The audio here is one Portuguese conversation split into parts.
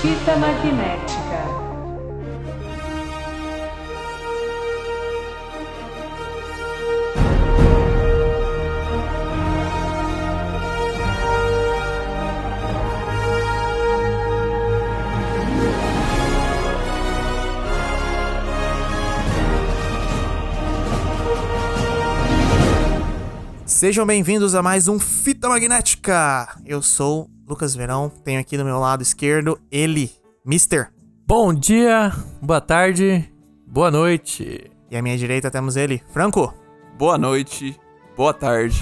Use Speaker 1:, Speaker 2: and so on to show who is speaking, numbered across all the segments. Speaker 1: Fita magnética.
Speaker 2: Sejam bem-vindos a mais um Fita Magnética. Eu sou Lucas Verão, tenho aqui do meu lado esquerdo ele, Mister.
Speaker 3: Bom dia, boa tarde, boa noite.
Speaker 2: E à minha direita temos ele, Franco.
Speaker 4: Boa noite, boa tarde.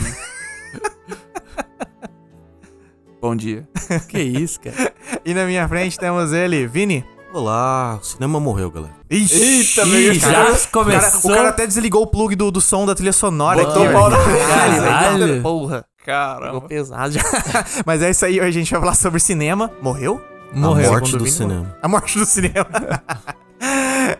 Speaker 4: Bom dia.
Speaker 3: Que isso, cara?
Speaker 2: E na minha frente temos ele, Vini.
Speaker 5: Olá, o cinema morreu, galera.
Speaker 2: Ixi,
Speaker 4: Eita, meu
Speaker 3: Ih,
Speaker 4: cara.
Speaker 3: já começou.
Speaker 2: o cara até desligou o plug do, do som da trilha sonora
Speaker 3: Botou
Speaker 2: aqui.
Speaker 3: o pau
Speaker 2: velho.
Speaker 3: na- Caralho.
Speaker 2: porra. Ficou
Speaker 4: Caramba.
Speaker 2: pesado já. Mas é isso aí, hoje a gente vai falar sobre cinema. Morreu?
Speaker 5: A
Speaker 3: Morreu.
Speaker 5: morte
Speaker 2: Segundo
Speaker 5: do
Speaker 2: Vini,
Speaker 5: cinema.
Speaker 2: A morte do cinema.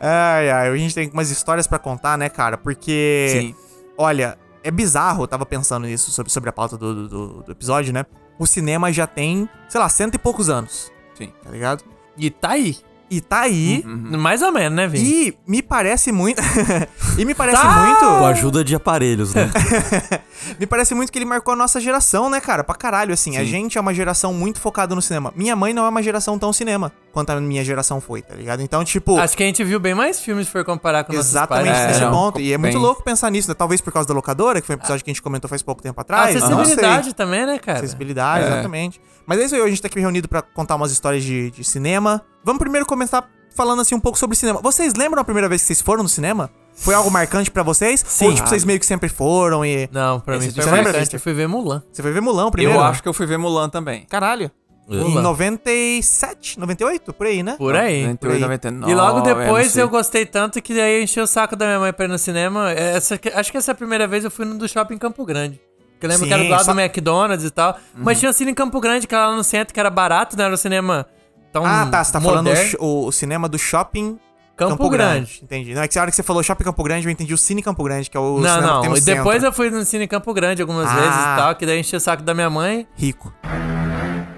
Speaker 2: ai, ai, hoje a gente tem umas histórias pra contar, né, cara? Porque.
Speaker 4: Sim.
Speaker 2: Olha, é bizarro, eu tava pensando nisso sobre, sobre a pauta do, do, do episódio, né? O cinema já tem, sei lá, cento e poucos anos.
Speaker 4: Sim.
Speaker 2: Tá ligado?
Speaker 3: E tá aí.
Speaker 2: E tá
Speaker 3: Uhum.
Speaker 2: aí.
Speaker 4: Uhum.
Speaker 3: Mais ou menos, né, Vini?
Speaker 2: E me parece muito. e me parece
Speaker 3: Tá!
Speaker 5: Com a
Speaker 2: muito.
Speaker 5: ajuda de aparelhos, né?
Speaker 2: Me parece muito que ele marcou a nossa geração, né, cara? Pra caralho, assim. A gente é uma geração muito focada no cinema. Minha mãe não é uma geração tão cinema quanto a minha geração foi, tá ligado? Então, tipo.
Speaker 3: Acho que a gente viu bem mais filmes se for comparar com nossos pais. né?
Speaker 2: Exatamente
Speaker 4: É,
Speaker 2: nesse
Speaker 4: não,
Speaker 2: ponto. E é muito
Speaker 4: bem.
Speaker 2: louco pensar nisso, né? Talvez por causa da locadora, que foi um episódio que a gente comentou faz pouco tempo
Speaker 3: A
Speaker 2: atrás. Não sei.
Speaker 3: Ah, acessibilidade também, né, cara?
Speaker 2: Acessibilidade,
Speaker 4: É.
Speaker 2: exatamente. Mas é isso aí, hoje a gente tá aqui reunido pra contar umas histórias de, de cinema. Vamos primeiro começar falando assim um pouco sobre cinema. Vocês lembram a primeira vez que vocês foram no cinema? Foi algo marcante pra vocês?
Speaker 3: Sim.
Speaker 2: Ou tipo, vocês meio que sempre foram e.
Speaker 3: Não, pra mim
Speaker 2: Esse-
Speaker 3: foi
Speaker 2: você lembra,
Speaker 3: marcante.
Speaker 2: Victor?
Speaker 3: Eu fui ver Mulan.
Speaker 2: Você foi ver Mulão primeiro?
Speaker 4: Eu
Speaker 3: Ah.
Speaker 4: acho que eu fui ver Mulan também.
Speaker 2: Caralho. Em
Speaker 3: Mulan.
Speaker 2: 97, 98, por aí, né?
Speaker 3: Por aí.
Speaker 4: 98,
Speaker 2: aí.
Speaker 4: 99,
Speaker 3: E logo
Speaker 4: é, não
Speaker 3: depois
Speaker 4: sei.
Speaker 3: eu gostei tanto que daí eu enchi o saco da minha mãe pra ir no cinema. Essa que- acho que essa é primeira vez eu fui no do shopping Campo Grande. Que eu lembro que era do
Speaker 2: Sim,
Speaker 3: lado
Speaker 2: só- Uhum.
Speaker 3: do McDonald's e tal. Mas tinha um cinema em Campo Grande, que era lá no centro, que era barato, não era um cinema tão.
Speaker 2: Ah, tá. Você tá
Speaker 3: moderno.
Speaker 2: falando o sh- o, o cinema do shopping
Speaker 3: Campo, Grande.
Speaker 2: Entendi. Não, é que a hora que você falou Shopping Campo Grande, eu entendi o Cine Campo Grande, que é o
Speaker 3: Não,
Speaker 2: cinema que tem
Speaker 3: não.
Speaker 2: no
Speaker 3: E depois
Speaker 2: centro.
Speaker 3: eu fui no Cine Campo Grande algumas
Speaker 2: Ah.
Speaker 3: vezes e tal, que daí enchi o saco da minha mãe.
Speaker 2: Rico.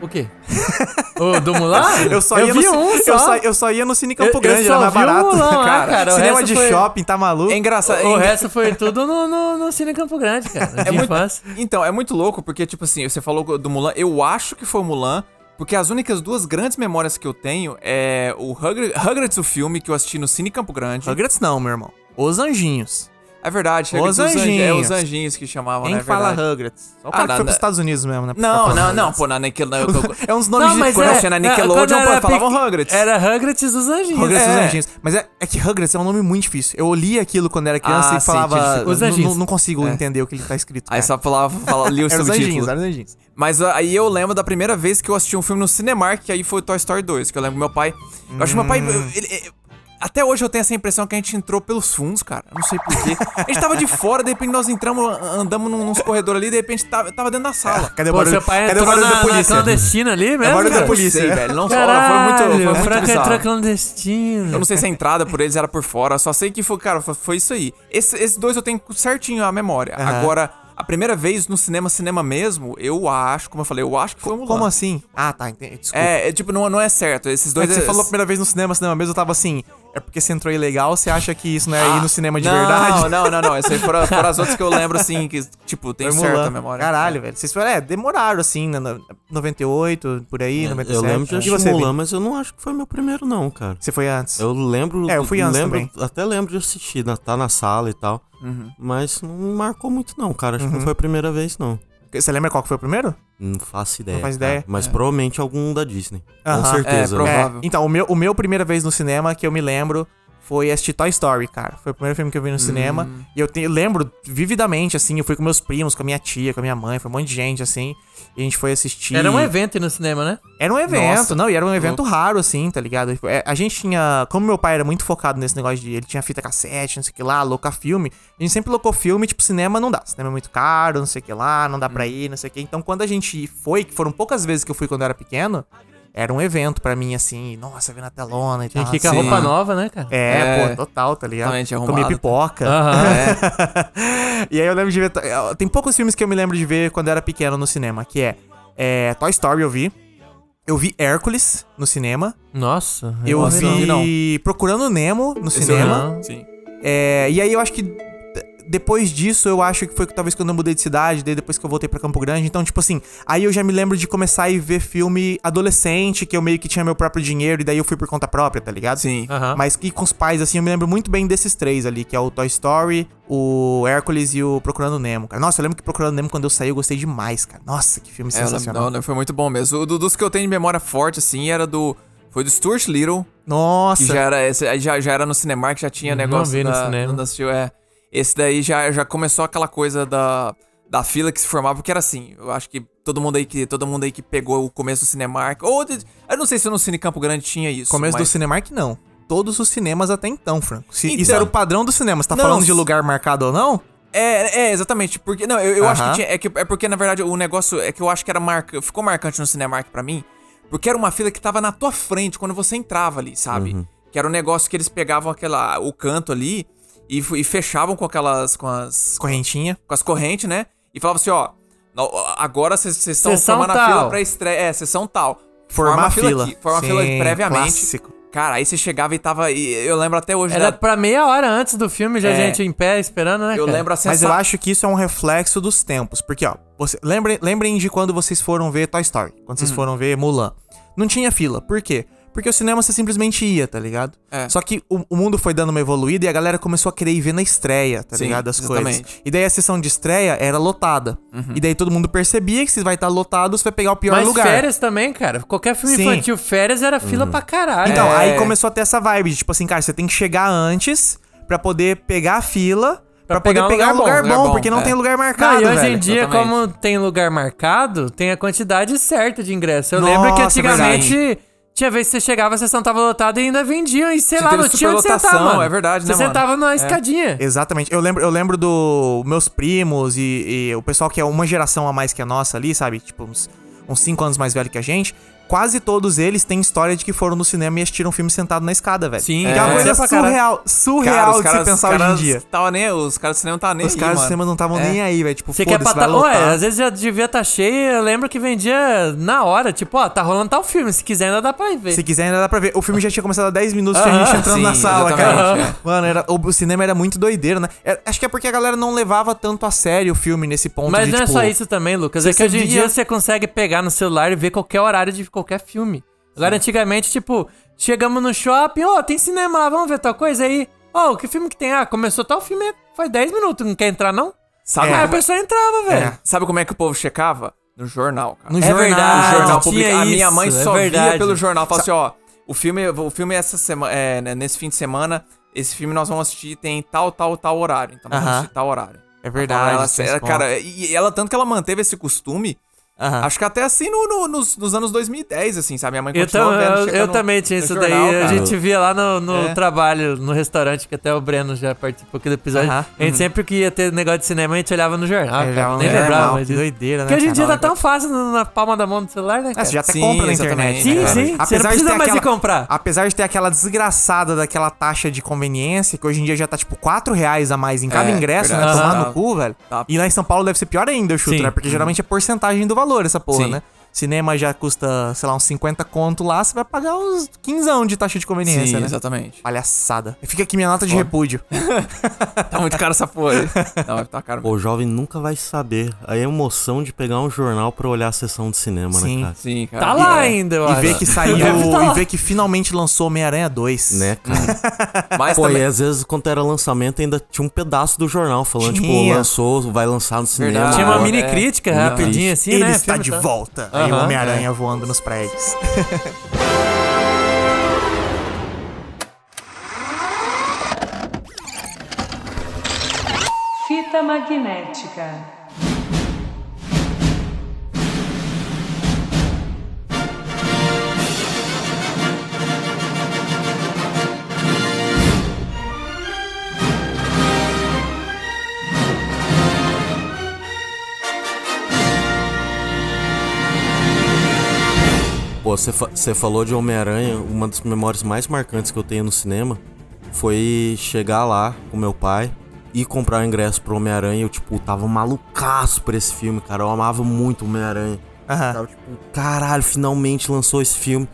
Speaker 3: O quê? o do Mulan?
Speaker 2: Eu só ia no,
Speaker 3: vi
Speaker 2: ci-
Speaker 3: um
Speaker 2: Eu
Speaker 3: só.
Speaker 2: só, eu só um ia no Cine
Speaker 3: Eu-
Speaker 2: Campo
Speaker 3: eu
Speaker 2: Grande,
Speaker 3: só
Speaker 2: era mais
Speaker 3: vi o
Speaker 2: barato.
Speaker 3: Mulão lá, cara, o
Speaker 2: Cinema
Speaker 3: resto
Speaker 2: de
Speaker 3: foi-
Speaker 2: shopping, tá maluco?
Speaker 4: É
Speaker 3: O
Speaker 4: engraçado. é engra-
Speaker 3: resto foi tudo no, no, no Cine Campo Grande, cara.
Speaker 4: É
Speaker 3: De
Speaker 4: muito-
Speaker 3: infância.
Speaker 4: Então, é muito louco, porque, tipo assim, você falou do Mulan, eu acho que foi o Mulan, porque as únicas duas grandes memórias que eu tenho é o Hugr- Rugrats, o filme que eu assisti no Cine Campo Grande.
Speaker 2: Rugrats não, meu irmão. Os Anjinhos.
Speaker 4: É verdade,
Speaker 2: Os
Speaker 4: Rugrats, os anjinhos. É
Speaker 2: anjinhos.
Speaker 4: os anjinhos que chamavam,
Speaker 2: Quem
Speaker 4: né? é
Speaker 2: fala
Speaker 4: verdade.
Speaker 2: Rugrats? Só o cara
Speaker 4: Ah,
Speaker 2: que foi
Speaker 4: na-
Speaker 2: pros Estados Unidos mesmo, né? pra
Speaker 4: Não,
Speaker 2: falar
Speaker 4: não, não,
Speaker 2: Rugrats.
Speaker 4: pô, na Nickelodeon.
Speaker 2: É uns nomes
Speaker 3: Não,
Speaker 2: de
Speaker 3: mas
Speaker 4: quando
Speaker 3: é,
Speaker 4: eu tinha na Nickelodeon,
Speaker 3: quando eu era
Speaker 4: falavam
Speaker 3: pequ-
Speaker 4: Rugrats.
Speaker 3: Era Rugrats dos Anjinhos.
Speaker 2: Rugrats dos
Speaker 4: É.
Speaker 2: Anjinhos. Mas é, é que Rugrats é um nome muito difícil. Eu li aquilo quando era criança
Speaker 4: Ah,
Speaker 2: e
Speaker 4: sim, tinha
Speaker 2: falava.
Speaker 4: dificuldade.
Speaker 3: Os
Speaker 2: "Não-
Speaker 3: Anjinhos."
Speaker 2: não- Não consigo
Speaker 4: É.
Speaker 2: entender o que ele tá escrito.
Speaker 4: Aí
Speaker 2: cara.
Speaker 4: só falava, falava lia o
Speaker 2: Era os Anjinhos,
Speaker 4: subtítulo.
Speaker 2: era os Anjinhos.
Speaker 4: Mas ah, aí eu lembro da primeira vez que eu assisti um filme no Cinemark, que aí foi Toy Story 2, que eu lembro que meu pai. Eu acho que meu pai. eu- ele- eu- até hoje eu tenho essa impressão que a gente entrou pelos fundos, cara. Eu Não sei porquê. A gente tava de fora, de repente nós entramos, andamos num- nos corredores ali, de repente tava, tava dentro da sala.
Speaker 2: Cadê o
Speaker 3: Pô,
Speaker 2: barulho?
Speaker 3: seu pai
Speaker 2: Cadê o
Speaker 3: entrou
Speaker 2: barulho da
Speaker 3: na, na
Speaker 2: polícia?
Speaker 3: clandestina ali mesmo,
Speaker 2: barulho da
Speaker 3: cara?
Speaker 4: Eu não
Speaker 2: polícia,
Speaker 4: sei,
Speaker 2: né?
Speaker 4: velho. Não
Speaker 3: Caralho, é
Speaker 4: foi muito, foi
Speaker 3: o
Speaker 4: muito
Speaker 3: Franca
Speaker 4: bizarro.
Speaker 3: entrou clandestino.
Speaker 4: Eu não sei se a entrada por eles era por fora, só sei que foi, cara, foi, foi isso aí. Esse- esses dois eu tenho certinho a memória. Agora, a primeira vez no cinema, cinema mesmo, eu acho, como eu falei, eu acho que foi o Mulan.
Speaker 2: Como assim? Ah, tá, entendi. Desculpa.
Speaker 4: É, é, tipo, não, não é certo. Esses
Speaker 2: É
Speaker 4: dois.
Speaker 2: que você falou a primeira vez no cinema, cinema mesmo, eu tava assim, é porque você entrou ilegal, você acha que isso não é ir no cinema de
Speaker 4: não,
Speaker 2: verdade?
Speaker 4: Não, não, não. Essas aí foram, foram as outras que eu lembro, assim, que, tipo, tem
Speaker 2: Foi
Speaker 4: certa
Speaker 2: Mulan.
Speaker 4: a memória.
Speaker 2: Caralho, velho. Vocês foram, é, demoraram assim, né, no- 98, por aí, 97.
Speaker 5: É, Eu lembro de
Speaker 2: E
Speaker 5: assistir
Speaker 2: você,
Speaker 5: Mulan,
Speaker 2: Vini?
Speaker 5: mas eu não acho que foi meu primeiro, não, cara.
Speaker 2: Você foi antes.
Speaker 5: Eu lembro.
Speaker 2: É, eu fui antes
Speaker 5: lembro,
Speaker 2: também. Uhum.
Speaker 5: Até lembro de assistir, na- tá na sala e tal. Mas não me marcou muito, não, cara. Acho que não foi a primeira vez, não.
Speaker 2: Você lembra qual que foi o primeiro?
Speaker 5: Não faço ideia.
Speaker 2: faz
Speaker 5: cara.
Speaker 2: ideia? É.
Speaker 5: Mas provavelmente algum da Disney.
Speaker 2: Aham.
Speaker 5: Com certeza.
Speaker 4: É,
Speaker 5: né?
Speaker 4: provável.
Speaker 2: Então, o meu, o meu primeira vez no cinema que eu me lembro foi assistir Toy Story, cara. Foi o primeiro filme que eu vi no cinema. E eu te- lembro vividamente, assim, eu fui com meus primos, com a minha tia, com a minha mãe, foi um monte de gente, assim. E a gente foi assistir.
Speaker 3: Era um evento aí no cinema, né?
Speaker 2: Era um evento,
Speaker 4: Nossa.
Speaker 2: não, e era um evento raro, assim, tá ligado? Tipo, é, A gente tinha. Como meu pai era muito focado nesse negócio de. Ele tinha fita cassete, não sei o que lá, alocar filme. A gente sempre locou filme, tipo, cinema não dá. Cinema é muito caro,
Speaker 3: Hum.
Speaker 2: não sei o que lá, não dá pra ir, não sei o que. Então, quando a gente foi, que foram poucas vezes que eu fui quando eu era pequeno, era um evento pra mim, assim. Nossa, vendo a telona e
Speaker 3: Tinha
Speaker 2: tal.
Speaker 3: que ir com a
Speaker 2: assim.
Speaker 3: roupa nova, né, cara?
Speaker 2: É,
Speaker 4: É.
Speaker 2: pô, total, tá ligado?
Speaker 4: Totalmente
Speaker 2: Comi
Speaker 4: arrumado.
Speaker 2: pipoca.
Speaker 3: Aham.
Speaker 2: e aí eu lembro de ver. Tem poucos filmes que eu me lembro de ver quando eu era pequeno no cinema, que é, é Toy Story, eu vi. Eu vi Hércules no cinema.
Speaker 3: Nossa.
Speaker 2: Eu
Speaker 4: Nossa, não vi,
Speaker 2: vi Procurando Nemo no
Speaker 4: Esse eu
Speaker 2: cinema.
Speaker 4: lembro. Sim.
Speaker 2: É, e aí eu acho que d- depois disso, eu acho que foi que talvez quando eu mudei de cidade, daí depois que eu voltei pra Campo Grande. Então, tipo assim, aí eu já me lembro de começar a ir ver filme adolescente, que eu meio que tinha meu próprio dinheiro, e daí eu fui por conta própria, tá ligado?
Speaker 4: Sim.
Speaker 3: Aham.
Speaker 2: Mas que com os pais, assim, eu me lembro muito bem desses três ali, que é o Toy Story, o Hércules e o Procurando Nemo, cara. Nossa, eu lembro que Procurando Nemo, quando eu saí, eu gostei demais, cara. Nossa, que filme
Speaker 4: É, eu lembro-
Speaker 2: sensacional.
Speaker 4: não, foi muito bom mesmo. O do- dos que eu tenho de memória forte, assim, era do. Foi do Stuart Little, que
Speaker 2: Nossa.
Speaker 4: já era, esse, aí já, já era no Cinemark, já tinha
Speaker 3: Não
Speaker 4: negócio.
Speaker 3: vi no
Speaker 4: da-
Speaker 3: cinema.
Speaker 4: da- assistiu, é. Esse daí já, já começou aquela coisa da, da fila que se formava, porque era assim, eu acho que todo mundo aí que, todo mundo aí que pegou o começo do Cinemark. Ou. de- eu não sei se no Cine Campo Grande tinha isso.
Speaker 2: Começo do
Speaker 4: mas-
Speaker 2: Cinemark, não. Todos os cinemas até então, Franco. Se- Isso
Speaker 4: Então.
Speaker 2: era o padrão do cinema. Você tá
Speaker 4: Não,
Speaker 2: falando de
Speaker 4: s-
Speaker 2: lugar marcado ou não?
Speaker 4: É, é, exatamente. Porque, não, eu, eu acho que
Speaker 2: Aham.
Speaker 4: tinha. É, que, é porque, na verdade, o negócio é que eu acho que era marca. Ficou marcante no Cinemark pra mim. Porque era uma fila que tava na tua frente quando você entrava ali, sabe?
Speaker 2: Uhum.
Speaker 4: Que era um negócio que eles pegavam aquela, o canto ali e, fu- e fechavam com aquelas. Com as,
Speaker 2: Correntinha.
Speaker 4: com as correntes, né? E falavam assim, ó. "Nó- Agora vocês estão
Speaker 3: Sessão
Speaker 4: formando a
Speaker 3: tal.
Speaker 4: fila pra estreia. É, sessão tal.
Speaker 2: Formar a fila.
Speaker 4: aqui, Forma a fila
Speaker 2: Sim,
Speaker 4: previamente.
Speaker 2: clássico.
Speaker 4: Cara, aí você chegava e tava. e eu lembro até hoje.
Speaker 3: Era
Speaker 4: da-
Speaker 3: pra meia hora antes do filme, já
Speaker 4: É.
Speaker 3: gente em pé esperando, né?
Speaker 4: eu
Speaker 3: cara?
Speaker 4: lembro a
Speaker 2: Mas é- eu
Speaker 4: sensação.
Speaker 2: acho que isso é um reflexo dos tempos. Porque, ó, você, lembrem, lembrem de quando vocês foram ver Toy Story. Quando
Speaker 3: Uhum.
Speaker 2: vocês foram ver Mulan. Não tinha fila. Por quê? Porque o cinema você simplesmente ia, tá ligado?
Speaker 4: É.
Speaker 2: Só que o, o mundo foi dando uma evoluída e a galera começou a querer ir ver na estreia, tá
Speaker 4: Sim,
Speaker 2: ligado? As coisas.
Speaker 4: exatamente.
Speaker 2: E daí a sessão de estreia era lotada. E daí todo mundo percebia que se vai estar lotado, você vai pegar o pior
Speaker 3: Uhum. Mas
Speaker 2: lugar.
Speaker 3: férias também, cara. Qualquer filme
Speaker 2: Sim.
Speaker 3: infantil, férias era fila pra caralho.
Speaker 2: Então,
Speaker 3: É.
Speaker 2: aí começou a ter essa vibe de, tipo assim, cara, você tem que chegar antes pra poder pegar a fila, pra,
Speaker 3: Pra
Speaker 2: poder
Speaker 3: pegar um
Speaker 2: pegar um lugar, bom,
Speaker 3: lugar
Speaker 4: bom, lugar bom,
Speaker 2: porque não
Speaker 4: é.
Speaker 2: tem lugar
Speaker 3: Não,
Speaker 2: marcado,
Speaker 3: e hoje
Speaker 2: velho.
Speaker 3: em dia,
Speaker 4: exatamente.
Speaker 3: como tem lugar marcado, tem a quantidade certa de ingresso. Eu lembro que
Speaker 2: Nossa,
Speaker 3: antigamente tinha vez que você chegava, a sessão tava lotada e ainda vendiam. E sei
Speaker 4: Você
Speaker 3: lá,
Speaker 4: teve
Speaker 3: não tinha onde sentar,
Speaker 4: superlotação,
Speaker 3: mano.
Speaker 4: é verdade,
Speaker 3: você
Speaker 4: né, mano?
Speaker 3: sentava na escadinha.
Speaker 2: Exatamente. Eu lembro, eu lembro do meus primos e, e o pessoal que é uma geração a mais que a nossa ali, sabe? Tipo, uns, uns cinco anos mais velho que a gente. Quase todos eles têm história de que foram no cinema e assistiram um filme sentado na escada, velho.
Speaker 3: Sim,
Speaker 2: que é uma
Speaker 3: é.
Speaker 2: coisa
Speaker 3: Pra caralho.
Speaker 2: surreal, surreal
Speaker 4: Cara, os
Speaker 2: de
Speaker 4: caras-
Speaker 2: se pensar
Speaker 4: os caras
Speaker 2: hoje em dia.
Speaker 4: Tava nem, os caras do cinema não estavam nem
Speaker 2: Os
Speaker 4: aí,
Speaker 2: caras do
Speaker 4: mano.
Speaker 2: cinema não estavam
Speaker 4: É.
Speaker 2: nem aí, velho. Tipo,
Speaker 3: Você quer
Speaker 2: foda-se, vai
Speaker 3: patar.
Speaker 2: lotar.
Speaker 3: Ué, às vezes já devia estar tá cheio. Eu lembro que vendia na hora. Tipo, ó, tá rolando tal filme. Se quiser, ainda dá pra ir ver.
Speaker 2: Se quiser, ainda dá pra ver. O filme já tinha começado há 10 minutos, tinha gente entrando
Speaker 4: sim,
Speaker 2: na sala, cara.
Speaker 3: é.
Speaker 4: exatamente,
Speaker 2: Mano, era, o, o cinema era muito doideiro, né? É, acho que é porque a galera não levava tanto a sério o filme nesse ponto
Speaker 3: Mas
Speaker 2: de,
Speaker 3: não é
Speaker 2: tipo,
Speaker 3: só isso também, Lucas. É
Speaker 2: você
Speaker 3: que hoje em
Speaker 2: via-
Speaker 3: dia você consegue pegar no celular e ver qualquer horário de qualquer filme. Agora, antigamente, tipo, chegamos no shopping, ó, tem cinema lá, vamos ver tal coisa aí. Ó, que filme que tem? Ah, começou tal filme, faz 10 minutos, não quer entrar não?
Speaker 4: Sabe,
Speaker 2: É.
Speaker 3: Aí a
Speaker 4: como,
Speaker 3: pessoa entrava, velho.
Speaker 2: É.
Speaker 4: sabe como é que o povo checava? No jornal, cara.
Speaker 2: No
Speaker 4: É,
Speaker 2: jornal, é
Speaker 4: no
Speaker 2: verdade,
Speaker 4: jornal
Speaker 3: jornal
Speaker 4: publicado. a minha mãe só via pelo jornal. Falava assim, ó, o filme, o filme essa semana, é, né, nesse fim de semana, esse filme nós vamos assistir tem tal, tal, tal horário. Então nós vamos
Speaker 2: Aham.
Speaker 4: assistir tal horário.
Speaker 2: É verdade.
Speaker 4: Ela-
Speaker 2: tem
Speaker 4: ela-
Speaker 2: esse ponto.
Speaker 4: cara, e e ela, tanto que ela manteve esse costume,
Speaker 2: Aham.
Speaker 4: acho que até assim no- no- nos, nos anos 2010, assim, sabe? Minha mãe
Speaker 3: Eu,
Speaker 4: continuou
Speaker 3: tam-
Speaker 4: vendo,
Speaker 3: Então, eu,
Speaker 4: checando
Speaker 3: eu também tinha
Speaker 4: no
Speaker 3: isso
Speaker 4: jornal,
Speaker 3: daí. A
Speaker 4: cara.
Speaker 3: gente via lá no, no
Speaker 4: É.
Speaker 3: trabalho, no restaurante, que até o Breno já participou aqui do episódio.
Speaker 2: Aham. Uhum.
Speaker 3: A gente sempre que ia ter negócio de cinema, a gente olhava no jornal.
Speaker 2: É,
Speaker 3: cara.
Speaker 2: já-
Speaker 3: Nem
Speaker 2: é,
Speaker 3: lembrava,
Speaker 2: mal,
Speaker 3: mas
Speaker 2: que
Speaker 3: isso-
Speaker 2: doideira, né?
Speaker 3: Porque hoje em dia
Speaker 2: cara?
Speaker 3: tá tão fácil no- na palma da mão do celular, né?
Speaker 2: É,
Speaker 3: cara?
Speaker 2: você já até
Speaker 4: Sim,
Speaker 2: compra na internet.
Speaker 4: exatamente,
Speaker 3: Sim,
Speaker 2: cara.
Speaker 3: sim. Você não
Speaker 2: de
Speaker 3: precisa
Speaker 2: ter
Speaker 3: mais ir comprar.
Speaker 2: Apesar de ter aquela desgraçada daquela taxa de conveniência, que hoje em dia já tá tipo 4 reais a mais em cada
Speaker 4: É,
Speaker 2: ingresso, né?
Speaker 4: verdade.
Speaker 2: Tomar
Speaker 4: Tá.
Speaker 2: no cu, velho.
Speaker 4: Tá.
Speaker 2: E lá em São Paulo deve ser pior ainda, eu chuto,
Speaker 3: Sim.
Speaker 2: né? Porque geralmente é porcentagem do valor essa porra,
Speaker 4: Sim.
Speaker 2: né? Cinema já custa, sei lá, uns 50 conto lá, você vai pagar uns 15 de taxa de conveniência,
Speaker 4: Sim,
Speaker 2: né?
Speaker 4: exatamente.
Speaker 2: Palhaçada. Fica aqui minha nota de
Speaker 4: Foda.
Speaker 2: repúdio.
Speaker 4: Tá muito caro essa porra. aí. Não, tá caro mesmo.
Speaker 5: Pô, o jovem nunca vai saber a emoção de pegar um jornal pra olhar a sessão de cinema,
Speaker 2: Sim.
Speaker 5: né, cara?
Speaker 4: Sim, cara.
Speaker 3: Tá
Speaker 4: E-
Speaker 3: lá
Speaker 4: é.
Speaker 3: ainda, eu
Speaker 2: E
Speaker 3: acho.
Speaker 2: ver que saiu. e ver que finalmente lançou Homem-Aranha 2.
Speaker 5: Né, cara?
Speaker 4: Mas
Speaker 5: Pô,
Speaker 4: também,
Speaker 5: e é- às vezes quando era lançamento ainda tinha um pedaço do jornal falando,
Speaker 2: Tinha.
Speaker 5: tipo, lançou, vai lançar no cinema.
Speaker 4: Verdade.
Speaker 3: Tinha uma
Speaker 5: agora.
Speaker 3: mini
Speaker 4: É.
Speaker 3: crítica
Speaker 5: Mini
Speaker 3: rapidinha
Speaker 5: crítica.
Speaker 3: assim,
Speaker 2: Ele
Speaker 3: né?
Speaker 2: está
Speaker 3: Filme
Speaker 2: de
Speaker 3: tá-
Speaker 2: volta. Aí o
Speaker 3: Aham,
Speaker 2: Homem-Aranha voando nos prédios.
Speaker 1: Fita magnética.
Speaker 5: Pô, você fa você falou de Homem-Aranha, uma das memórias mais marcantes que eu tenho no cinema foi chegar lá com meu pai e comprar o ingresso pro Homem-Aranha. Eu, tipo, tava malucaço pra esse filme, cara. Eu amava muito o Homem-Aranha.
Speaker 2: Aham.
Speaker 5: Tava tipo, caralho, finalmente lançou esse filme.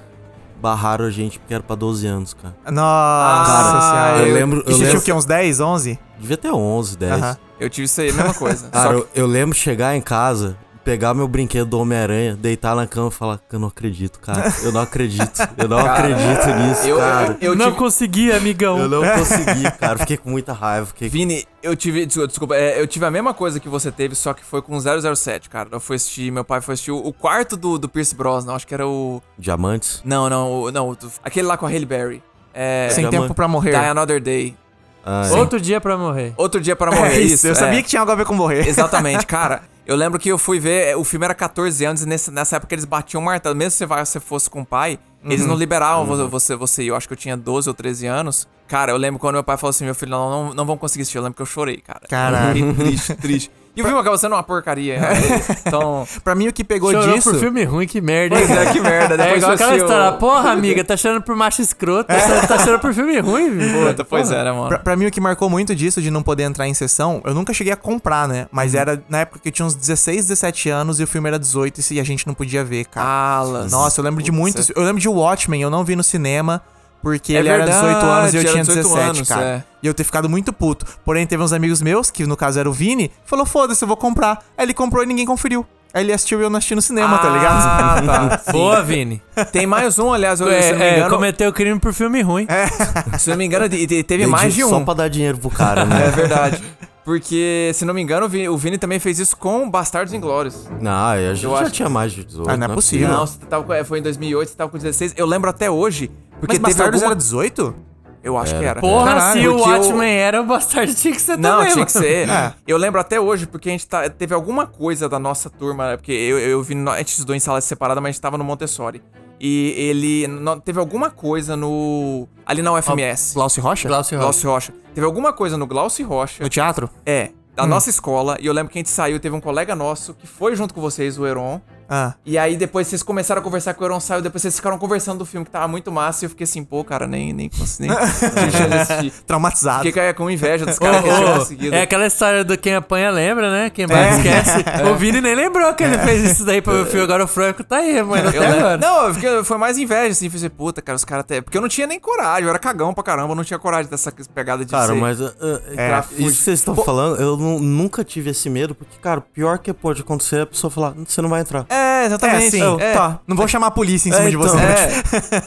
Speaker 5: Barraram a gente porque era pra 12 anos, cara.
Speaker 2: Nossa
Speaker 5: Cara,
Speaker 2: senhora.
Speaker 5: eu lembro- eu
Speaker 2: Você tinha
Speaker 5: lembro-
Speaker 2: o quê? Uns 10, 11?
Speaker 5: Devia ter 11, 10.
Speaker 2: Aham.
Speaker 4: Eu tive isso aí, a mesma coisa. Só
Speaker 5: Cara,
Speaker 4: que-
Speaker 5: eu, eu lembro chegar em casa, pegar meu brinquedo do Homem-Aranha, deitar na cama e falar: Eu não acredito, cara. Eu não acredito. Eu não acredito nisso,
Speaker 4: eu,
Speaker 5: cara.
Speaker 4: eu, eu
Speaker 3: não
Speaker 4: tive...
Speaker 3: consegui, amigão.
Speaker 5: Eu não consegui, cara. Fiquei com muita raiva. Fiquei...
Speaker 4: Vini, eu tive. Desculpa, desculpa, é, eu tive a mesma coisa que você teve, só que foi com 007, cara. Eu fui assistir, meu pai foi assistir o, o quarto do, do Pierce Brosnan, acho que era o.
Speaker 5: Diamantes?
Speaker 4: Não, não, o- não, o do- aquele lá com a Halle Berry. É.
Speaker 2: Sem
Speaker 5: já
Speaker 2: tempo
Speaker 5: man-
Speaker 2: pra morrer.
Speaker 4: Die Another Day.
Speaker 5: Ah, é.
Speaker 3: Outro dia pra morrer.
Speaker 4: Outro dia para
Speaker 2: É
Speaker 4: morrer.
Speaker 2: isso, eu
Speaker 4: é.
Speaker 2: sabia que tinha algo a ver com morrer.
Speaker 4: Exatamente, cara. Eu lembro que eu fui ver, é, o filme era 14 anos e nesse- nessa época eles batiam o martelo. Mesmo se você fosse com o pai, eles não liberavam vo- você, você. Eu acho que eu tinha 12 ou 13 anos. Cara, eu lembro quando meu pai falou assim: meu filho, não, não, não vão conseguir assistir. Eu lembro que eu chorei, cara.
Speaker 2: Caralho.
Speaker 4: Eu fiquei triste, triste. E o filme acaba sendo uma porcaria. né? Então.
Speaker 2: Pra mim, o que pegou
Speaker 3: Chorou
Speaker 2: disso...
Speaker 3: por filme ruim, que merda. hein,
Speaker 4: Pois é,
Speaker 3: cara?
Speaker 4: que merda.
Speaker 3: É
Speaker 4: Depois
Speaker 3: igual aquela
Speaker 4: você assistiu- É.
Speaker 3: história, porra, amiga, tá chorando por macho escroto, tá chorando, tá chorando por filme ruim, viu?
Speaker 4: Puta, pois é, né, mano?
Speaker 2: Pra, pra mim, o que marcou muito disso de não poder entrar em sessão, eu nunca cheguei a comprar, né? Mas era na época que eu tinha uns 16, 17 anos e o filme era 18 e se- e a gente não podia ver, cara.
Speaker 4: Alas.
Speaker 2: Nossa, eu lembro de
Speaker 4: Ah, Putz,
Speaker 2: muitos.
Speaker 4: é.
Speaker 2: Eu lembro de Watchmen, eu não vi no cinema. Porque ele era 18
Speaker 4: verdade,
Speaker 2: anos e eu
Speaker 4: era
Speaker 2: tinha
Speaker 4: 18
Speaker 2: 17,
Speaker 4: anos,
Speaker 2: cara.
Speaker 4: é.
Speaker 2: E eu ter ficado muito puto. Porém, teve uns amigos meus, que no caso era o Vini, falou: foda-se, eu vou comprar. Aí ele comprou e ninguém conferiu. Aí ele assistiu e eu não assisti no cinema, tá ligado?
Speaker 4: Ah, tá.
Speaker 3: Boa, Vini.
Speaker 4: Tem mais um, aliás, eu, se eu não me
Speaker 3: É, é,
Speaker 4: engano, É,
Speaker 3: cometeu crime por filme ruim.
Speaker 4: se eu não me engano te- te- teve
Speaker 5: Dei
Speaker 4: mais de
Speaker 5: dinhe-
Speaker 4: um.
Speaker 5: Só pra dar dinheiro pro cara, né?
Speaker 4: É verdade. Porque, se não me engano, o Vini, o Vini também fez isso com Bastardos Inglórios.
Speaker 5: Não, eu já,
Speaker 4: Eu acho
Speaker 5: já
Speaker 4: que-
Speaker 5: tinha mais de né? 18.
Speaker 2: Ah, não é possível.
Speaker 4: Não, você tava, com- é, foi em 2008, você tava com 16. Eu lembro até hoje. Porque
Speaker 2: Mas
Speaker 4: teve
Speaker 2: Bastardos
Speaker 4: alguma-
Speaker 2: era 18?
Speaker 4: Eu acho que era.
Speaker 3: Porra,
Speaker 4: Caralho,
Speaker 3: se o
Speaker 4: porque eu-
Speaker 3: Watchmen era, o Bastard tinha que ser
Speaker 4: Não,
Speaker 3: também,
Speaker 4: tinha que
Speaker 3: mano.
Speaker 4: ser.
Speaker 2: É.
Speaker 4: Eu lembro até hoje, porque a gente tá, teve alguma coisa da nossa turma, né? porque eu, eu vi, no- a gente estudou em sala separada, mas a gente tava no Montessori. E ele no- teve alguma coisa no. Ali na UFMS.
Speaker 2: Glaucio Rocha?
Speaker 3: Glaucio Rocha.
Speaker 4: Glaucio Rocha. Teve alguma coisa no Glaucio Rocha.
Speaker 2: No teatro?
Speaker 4: É, da nossa escola. E eu lembro que a gente saiu, teve um colega nosso que foi junto com vocês, o Heron.
Speaker 2: Ah.
Speaker 4: E aí depois vocês começaram a conversar com o Heron saiu, depois vocês ficaram conversando do filme que tava muito massa. E eu fiquei assim, pô, cara, nem, nem consegui. Nem, nem chance de assistir.
Speaker 2: Traumatizado.
Speaker 4: Fiquei com- com inveja dos
Speaker 3: Ô,
Speaker 4: caras que
Speaker 2: tá
Speaker 4: tinham
Speaker 3: ô,
Speaker 4: conseguido.
Speaker 3: é aquela história do quem apanha lembra, né? Quem
Speaker 2: É.
Speaker 3: bate esquece. O Vini nem lembrou que ele fez isso daí pra meu filho. Agora o Franco tá aí, mano.
Speaker 2: É,
Speaker 3: Até
Speaker 4: Eu lembro-
Speaker 3: agora.
Speaker 4: Não, eu fiquei- foi mais inveja, assim, pensei, puta, cara, os caras até. Porque eu não tinha nem coragem, eu era cagão pra caramba, eu não tinha coragem dessa pegada de
Speaker 5: Cara,
Speaker 4: ser-
Speaker 5: mas. ah, ah, cara,
Speaker 4: fui-
Speaker 5: isso que vocês estão falando, eu nu- nunca tive esse medo, porque, cara, o pior que pode acontecer é a pessoa falar: você não vai entrar.
Speaker 4: É,
Speaker 2: É,
Speaker 4: exatamente.
Speaker 2: sim.
Speaker 4: É.
Speaker 2: Tá. Não vou chamar a polícia em cima de
Speaker 5: então.
Speaker 2: você.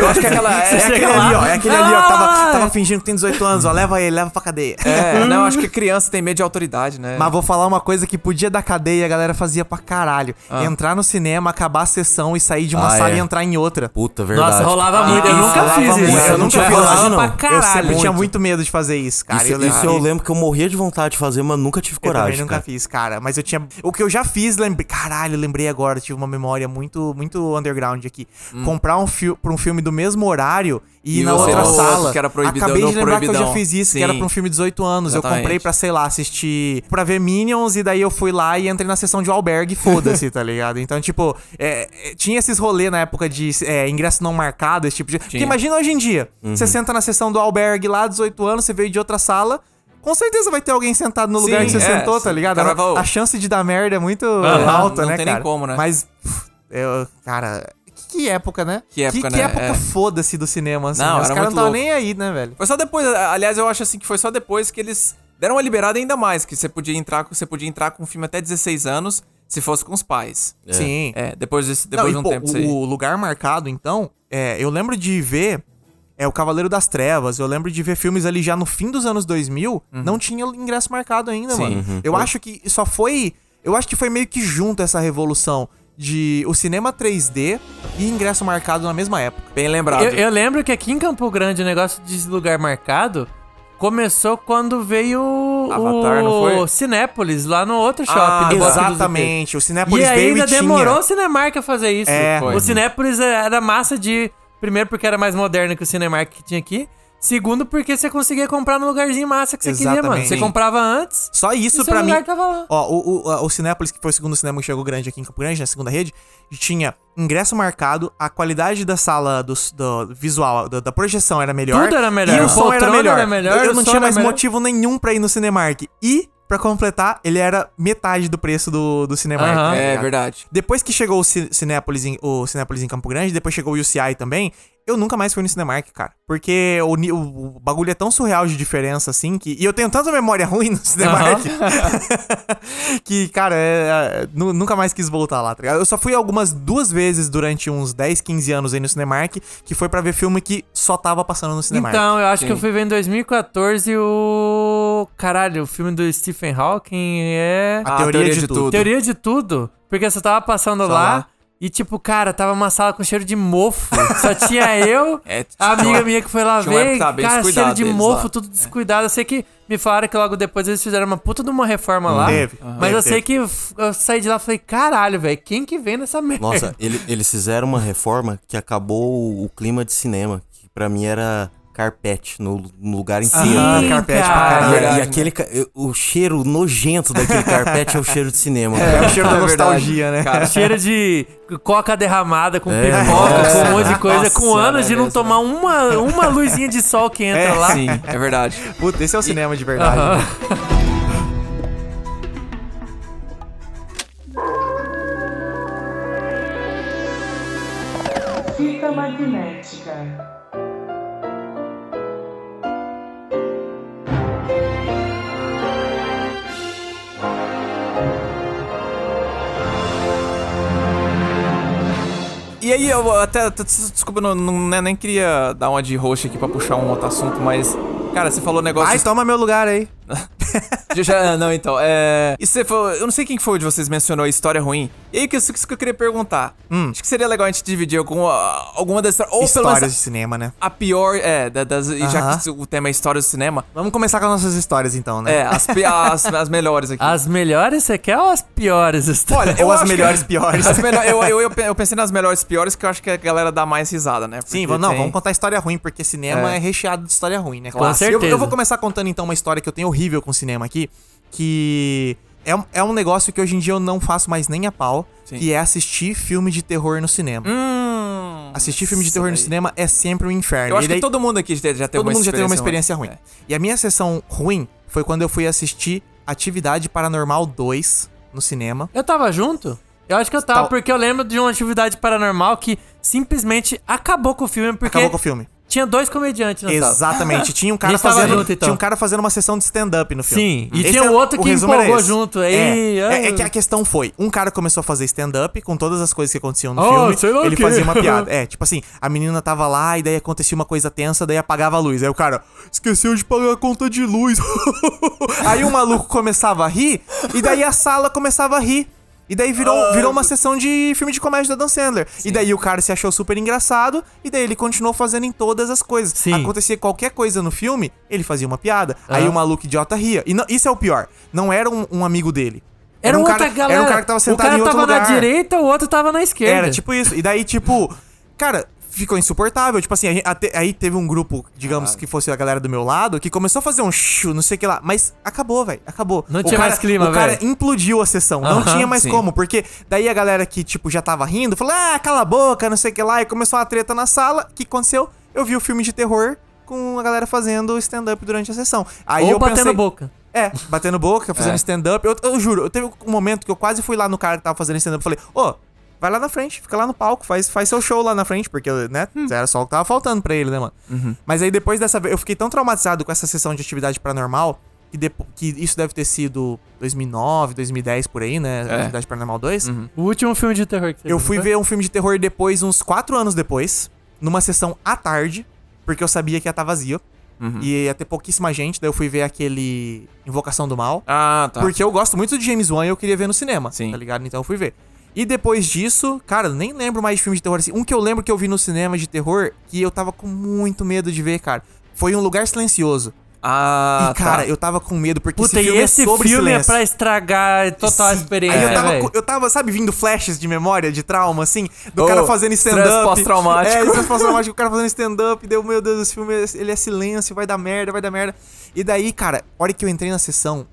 Speaker 4: Eu acho que aquela.
Speaker 2: É
Speaker 4: É,
Speaker 2: aquele ali, ó. É aquele ali, ó. que Tava, tava fingindo que tem 18 anos, ó. Leva ele, leva pra cadeia.
Speaker 4: é, não, eu acho que criança tem medo de autoridade, né?
Speaker 2: Mas vou falar uma coisa que podia dar cadeia e a galera fazia pra caralho. Entrar no cinema, acabar a sessão e sair de uma
Speaker 5: Ah,
Speaker 2: sala
Speaker 5: é.
Speaker 2: e entrar em outra.
Speaker 5: Puta, verdade.
Speaker 3: Nossa, rolava
Speaker 5: Ah,
Speaker 3: muito. Eu nunca
Speaker 5: rolava
Speaker 3: fiz
Speaker 5: muito,
Speaker 3: isso.
Speaker 5: Eu nunca fiz
Speaker 3: rolava
Speaker 5: isso, não.
Speaker 3: pra
Speaker 2: eu
Speaker 3: caralho.
Speaker 2: sempre tinha muito medo de fazer isso, cara.
Speaker 5: Isso, é
Speaker 2: eu lembro
Speaker 5: isso eu lembro que eu morria de vontade de fazer, mas nunca tive
Speaker 2: Eu também
Speaker 5: coragem.
Speaker 2: nunca
Speaker 5: cara.
Speaker 2: fiz, cara. Mas eu tinha. O que eu já fiz, lembrei. Caralho, lembrei agora. Tive uma memória muito muito underground aqui. Comprar um filme pra um filme do mesmo horário e ir
Speaker 4: Hum. E
Speaker 2: na
Speaker 4: você
Speaker 2: outra
Speaker 4: era o outro
Speaker 2: sala.
Speaker 4: que era proibidão,
Speaker 2: Acabei de
Speaker 4: no
Speaker 2: lembrar que eu já
Speaker 4: proibidão.
Speaker 2: fiz isso,
Speaker 4: Sim.
Speaker 2: que era pra um filme de 18 anos. Eu
Speaker 4: Exatamente.
Speaker 2: comprei pra, sei lá, assistir. pra ver Minions e daí eu fui lá e entrei na sessão de albergue, foda-se, tá ligado? Então, tipo, é, é, tinha esses rolê na época de é, ingresso não marcado, esse tipo de. Porque imagina hoje em dia.
Speaker 4: Uhum.
Speaker 2: Você senta na sessão do albergue lá, 18 anos, você veio de outra sala. Com certeza vai ter alguém sentado no lugar que
Speaker 4: Sim,
Speaker 2: você
Speaker 4: é,
Speaker 2: sentou,
Speaker 4: sim.
Speaker 2: tá ligado?
Speaker 4: Cara,
Speaker 2: A-
Speaker 4: vai-
Speaker 2: A chance de dar merda é muito alta,
Speaker 4: não
Speaker 2: né,
Speaker 4: tem nem
Speaker 2: cara?
Speaker 4: como, né?
Speaker 2: Mas, pff, eu, cara, que, que época, né?
Speaker 4: Que época,
Speaker 2: que,
Speaker 4: né?
Speaker 2: época
Speaker 4: É.
Speaker 2: foda-se do cinema, assim.
Speaker 4: Não,
Speaker 2: né? Os
Speaker 4: era
Speaker 2: caras não
Speaker 4: muito
Speaker 2: estavam
Speaker 4: louco.
Speaker 2: nem aí, né, velho?
Speaker 4: Foi só depois, a- aliás, eu acho assim que foi só depois que eles deram uma liberada ainda mais, que você podia entrar, você podia entrar com um filme até 16 anos, se fosse com os pais.
Speaker 2: Sim.
Speaker 4: É, depois desse,
Speaker 2: Não,
Speaker 4: depois
Speaker 2: e,
Speaker 4: de um
Speaker 2: pô,
Speaker 4: tempo isso
Speaker 2: o,
Speaker 4: aí.
Speaker 2: o lugar marcado, então, é, eu lembro de ver é, o Cavaleiro das Trevas, eu lembro de ver filmes ali já no fim dos anos 2000,
Speaker 4: Uhum.
Speaker 2: não tinha ingresso marcado ainda, mano. Eu acho que só foi, eu acho que foi meio que junto essa revolução de o cinema 3D e ingresso marcado na mesma época.
Speaker 4: Bem lembrado.
Speaker 3: Eu, eu lembro que aqui em Campo Grande o negócio de lugar marcado começou quando veio o
Speaker 4: Avatar, não foi?
Speaker 3: Cinépolis, lá no outro shopping.
Speaker 4: Ah,
Speaker 3: do Bosque dos
Speaker 2: Exatamente, o
Speaker 3: E
Speaker 2: Cinépolis veio
Speaker 3: ainda
Speaker 2: e tinha.
Speaker 3: demorou o Cinemark a fazer isso.
Speaker 2: É. Foi.
Speaker 3: O Cinépolis era massa de. Primeiro, porque era mais moderno que o Cinemark que tinha aqui. Segundo, porque você conseguia comprar no lugarzinho massa que você queria, mano.
Speaker 2: Exatamente.
Speaker 3: Você comprava antes.
Speaker 2: Só isso
Speaker 3: E seu
Speaker 2: pra mim.
Speaker 3: lugar tava lá.
Speaker 2: Ó, o, o, a- o Cinépolis, que foi o segundo cinema que chegou grande aqui em Campo Grande, na segunda rede, tinha ingresso marcado, a qualidade da sala, do, do visual, da- da projeção era melhor.
Speaker 3: Tudo era melhor.
Speaker 2: E o
Speaker 3: A
Speaker 2: som era
Speaker 3: poltrona
Speaker 2: melhor.
Speaker 3: era melhor,
Speaker 2: eu, eu não
Speaker 3: o som
Speaker 2: tinha
Speaker 3: era
Speaker 2: mais
Speaker 3: melhor.
Speaker 2: motivo nenhum pra ir no Cinemark. E, pra completar, ele era metade do preço do, do Cinemark.
Speaker 3: Aham.
Speaker 2: tá
Speaker 4: É,
Speaker 2: ligado?
Speaker 4: verdade.
Speaker 2: Depois que chegou o, Ci- Cinépolis em, o Cinépolis em Campo Grande, depois chegou o UCI também, eu nunca mais fui no Cinemark, cara. Porque o, ni- o- o bagulho é tão surreal de diferença, assim, que... E eu tenho tanta memória ruim no Cinemark que, cara, é- é- nu- nunca mais quis voltar lá, tá ligado? Eu só fui algumas duas vezes durante uns 10, 15 anos aí no Cinemark, que foi pra ver filme que só tava passando no Cinemark.
Speaker 3: Então, eu acho que
Speaker 4: Sim.
Speaker 3: eu fui ver em 2014 o. Caralho, o filme do Stephen Hawking é.
Speaker 2: A Ah, teoria de tudo.
Speaker 3: Teoria de tudo. Porque você tava passando lá,
Speaker 2: lá.
Speaker 3: e, tipo, cara, tava uma sala com cheiro de mofo. Só tinha eu,
Speaker 4: É,
Speaker 3: a
Speaker 4: tinha
Speaker 3: amiga
Speaker 4: uma-
Speaker 3: minha que foi lá
Speaker 4: tinha uma época
Speaker 3: ver.
Speaker 4: que tava bem
Speaker 3: cara,
Speaker 4: descuidado
Speaker 3: cheiro de
Speaker 4: deles
Speaker 3: mofo,
Speaker 4: lá. É.
Speaker 3: tudo descuidado. Eu sei que me falaram que logo depois eles fizeram uma puta de uma reforma lá.
Speaker 2: Teve.
Speaker 3: Mas
Speaker 2: Teve,
Speaker 3: eu
Speaker 2: teve.
Speaker 3: sei que f- eu saí de lá e falei, caralho, velho, quem que vem nessa merda?
Speaker 5: Nossa, ele- eles fizeram uma reforma que acabou o, o clima de cinema, que pra mim era carpete no, no lugar inteiro.
Speaker 2: Sim, né?
Speaker 5: tá
Speaker 3: Sim,
Speaker 5: ligado?
Speaker 2: carpete pra
Speaker 3: cara.
Speaker 5: E-
Speaker 2: caralho.
Speaker 5: e
Speaker 4: verdade,
Speaker 5: aquele, ca- o cheiro nojento daquele carpete é o cheiro de cinema. cara.
Speaker 2: É o cheiro da
Speaker 4: É verdade.
Speaker 2: nostalgia, né?
Speaker 4: Cara,
Speaker 3: Cheiro de coca derramada, com
Speaker 5: É,
Speaker 3: pipoca,
Speaker 5: nossa.
Speaker 3: com um monte de coisa,
Speaker 4: Nossa
Speaker 3: com anos
Speaker 4: senhora,
Speaker 3: de
Speaker 4: é
Speaker 3: não
Speaker 4: mesmo.
Speaker 3: tomar uma, uma luzinha de sol que entra lá.
Speaker 4: Sim, é verdade.
Speaker 2: Puta, esse é o cinema de verdade. né?
Speaker 1: Fita magnética.
Speaker 4: E aí, eu até. até- Desculpa, não, não, né, nem queria dar uma de roxo aqui pra puxar um outro assunto, mas. Cara, você falou um negócio.
Speaker 2: Ai, toma meu lugar aí.
Speaker 4: Já- já- não, então. É. E você falou. Eu não sei quem foi de vocês mencionou a história ruim. E aí, que isso, isso que eu queria perguntar.
Speaker 2: Hum.
Speaker 4: Acho que seria legal a gente dividir alguma, alguma das histórias. Ou pelo
Speaker 2: Histórias de
Speaker 4: menos
Speaker 2: cinema, né?
Speaker 4: a pior. É, da- das, e já
Speaker 2: Aham.
Speaker 4: que o tema é história do cinema.
Speaker 2: Vamos começar com as nossas histórias, então, né?
Speaker 4: É, as, pi- as, as melhores aqui.
Speaker 2: Ah.
Speaker 3: As melhores você quer ou as piores histórias?
Speaker 4: Olha,
Speaker 2: É, Ou as
Speaker 4: acho que-
Speaker 2: melhores piores.
Speaker 4: As melhor- eu, eu, eu, pe- eu pensei nas melhores piores, que eu acho que a galera dá mais risada, né?
Speaker 2: Sim,
Speaker 4: Porque
Speaker 2: vamos, não,
Speaker 4: tem-
Speaker 2: vamos contar história ruim, porque cinema é,
Speaker 4: É.
Speaker 2: recheado de história ruim, né? Com Eu,
Speaker 3: certeza.
Speaker 2: eu vou começar contando então uma história que eu tenho horrível com cinema aqui, que é, um- é um negócio que hoje em dia eu não faço mais nem a pau,
Speaker 4: Sim.
Speaker 2: que é assistir filme de terror no cinema.
Speaker 4: Hum,
Speaker 2: assistir filme de
Speaker 4: isso
Speaker 2: terror no
Speaker 4: daí.
Speaker 2: cinema é sempre um inferno.
Speaker 4: Eu acho
Speaker 2: E daí-
Speaker 4: que todo mundo aqui já já teve
Speaker 2: todo
Speaker 4: uma
Speaker 2: mundo já teve uma
Speaker 4: experiência é.
Speaker 2: experiência ruim. E a minha sessão ruim foi quando eu fui assistir Atividade Paranormal 2 no cinema.
Speaker 3: Eu tava junto? Eu acho que eu tava,
Speaker 2: Tal-
Speaker 3: porque eu lembro de uma atividade paranormal que simplesmente acabou com o filme, porque
Speaker 2: Acabou com o filme.
Speaker 3: tinha dois comediantes na sala.
Speaker 2: Exatamente. Tinha um
Speaker 3: A
Speaker 2: cara
Speaker 3: gente tava
Speaker 2: fazendo.
Speaker 3: junto, então.
Speaker 2: Tinha um cara fazendo uma sessão de stand-up no filme.
Speaker 3: Sim, e
Speaker 2: Esse
Speaker 3: tinha
Speaker 2: é-
Speaker 3: o outro que
Speaker 2: resumo era
Speaker 3: empolgou
Speaker 2: esse.
Speaker 3: junto,
Speaker 2: É,
Speaker 3: aí-
Speaker 2: é,
Speaker 3: ai.
Speaker 2: é que a questão foi: um cara começou a fazer stand-up com todas as coisas que aconteciam no
Speaker 3: Ah,
Speaker 2: filme.
Speaker 3: sei lá o
Speaker 2: ele
Speaker 3: quê.
Speaker 2: fazia uma piada. É, tipo assim, a menina tava lá e daí acontecia uma coisa tensa, daí apagava a luz. Aí o cara, esqueceu de pagar a conta de luz. aí o maluco começava a rir, e daí a sala começava a rir. E daí virou,
Speaker 3: Ah.
Speaker 2: virou uma sessão de filme de comédia da Dan Sandler. E daí o cara se achou super engraçado, e daí ele continuou fazendo em todas as coisas.
Speaker 3: Sim.
Speaker 2: Acontecia qualquer coisa no filme, ele fazia uma piada. Aí o maluco idiota ria. E não- isso é o pior. Não era um, um amigo dele.
Speaker 3: Era,
Speaker 2: um
Speaker 3: outra
Speaker 2: cara,
Speaker 3: galera.
Speaker 2: Era um cara que tava sentado
Speaker 3: O cara
Speaker 2: em outro
Speaker 3: tava
Speaker 2: lugar.
Speaker 3: na direita, o outro tava na esquerda.
Speaker 2: Era tipo isso. E daí, tipo, cara, ficou insuportável. Tipo assim, a gente- até- aí teve um grupo, digamos que fosse a galera do meu lado, que começou a fazer um chu, não sei o que lá. Mas acabou, velho. Acabou.
Speaker 3: Não
Speaker 2: O
Speaker 3: tinha
Speaker 2: cara-
Speaker 3: mais clima,
Speaker 2: O cara
Speaker 3: velho.
Speaker 2: implodiu a sessão. não
Speaker 3: Aham,
Speaker 2: tinha mais
Speaker 4: sim.
Speaker 2: como, porque daí a galera que, tipo, já tava rindo, falou, ah, cala a boca, não sei o que lá. E começou uma treta na sala. O que aconteceu? Eu vi o filme de terror. Com a galera fazendo stand-up durante a sessão. Aí
Speaker 3: Ou
Speaker 2: eu
Speaker 3: batendo
Speaker 2: pensei,
Speaker 3: boca.
Speaker 2: é, batendo boca, fazendo
Speaker 4: É.
Speaker 2: stand-up. Eu, eu juro, eu teve um momento que eu quase fui lá no cara que tava fazendo stand-up e falei, ô, vai lá na frente, fica lá no palco, faz, faz seu show lá na frente, porque, né, era só o que tava faltando pra ele, né, mano? Mas aí depois dessa vez, eu fiquei tão traumatizado com essa sessão de atividade paranormal, que, depo- que isso deve ter sido 2009, 2010, por aí, né, Atividade Paranormal 2.
Speaker 3: O último filme de terror que você
Speaker 2: Eu
Speaker 3: viu, né?
Speaker 2: fui
Speaker 3: foi?
Speaker 2: ver um filme de terror depois, uns quatro anos depois, numa sessão à tarde, porque eu sabia que ia estar vazio.
Speaker 4: Uhum.
Speaker 2: E ia ter pouquíssima gente, daí eu fui ver aquele Invocação do Mal.
Speaker 4: Ah, tá.
Speaker 2: Porque eu gosto muito de James Wan e eu queria ver no cinema,
Speaker 4: Sim.
Speaker 2: tá ligado? Então eu fui ver. E depois disso, cara, eu nem lembro mais de filme de terror assim. Um que eu lembro que eu vi no cinema de terror, que eu tava com muito medo de ver, cara, foi Um Lugar Silencioso.
Speaker 4: Ah,
Speaker 2: e, cara,
Speaker 4: tá.
Speaker 2: eu tava com medo, porque esse
Speaker 3: Puta, e
Speaker 2: filme
Speaker 3: esse
Speaker 2: é sobre
Speaker 3: filme é
Speaker 2: silêncio.
Speaker 3: pra estragar total a
Speaker 2: Sim.
Speaker 3: experiência,
Speaker 2: Aí eu tava,
Speaker 3: velho.
Speaker 2: co- eu tava, sabe, vindo flashes de memória, de trauma, assim, do
Speaker 4: Oh,
Speaker 2: cara fazendo
Speaker 4: estresse
Speaker 2: stand-up.
Speaker 4: pós-traumático.
Speaker 2: É, estresse pós-traumático, o cara fazendo stand-up, deu, meu Deus, esse filme, ele é silêncio, vai dar merda, vai dar merda. E daí, cara, a hora que eu entrei na sessão,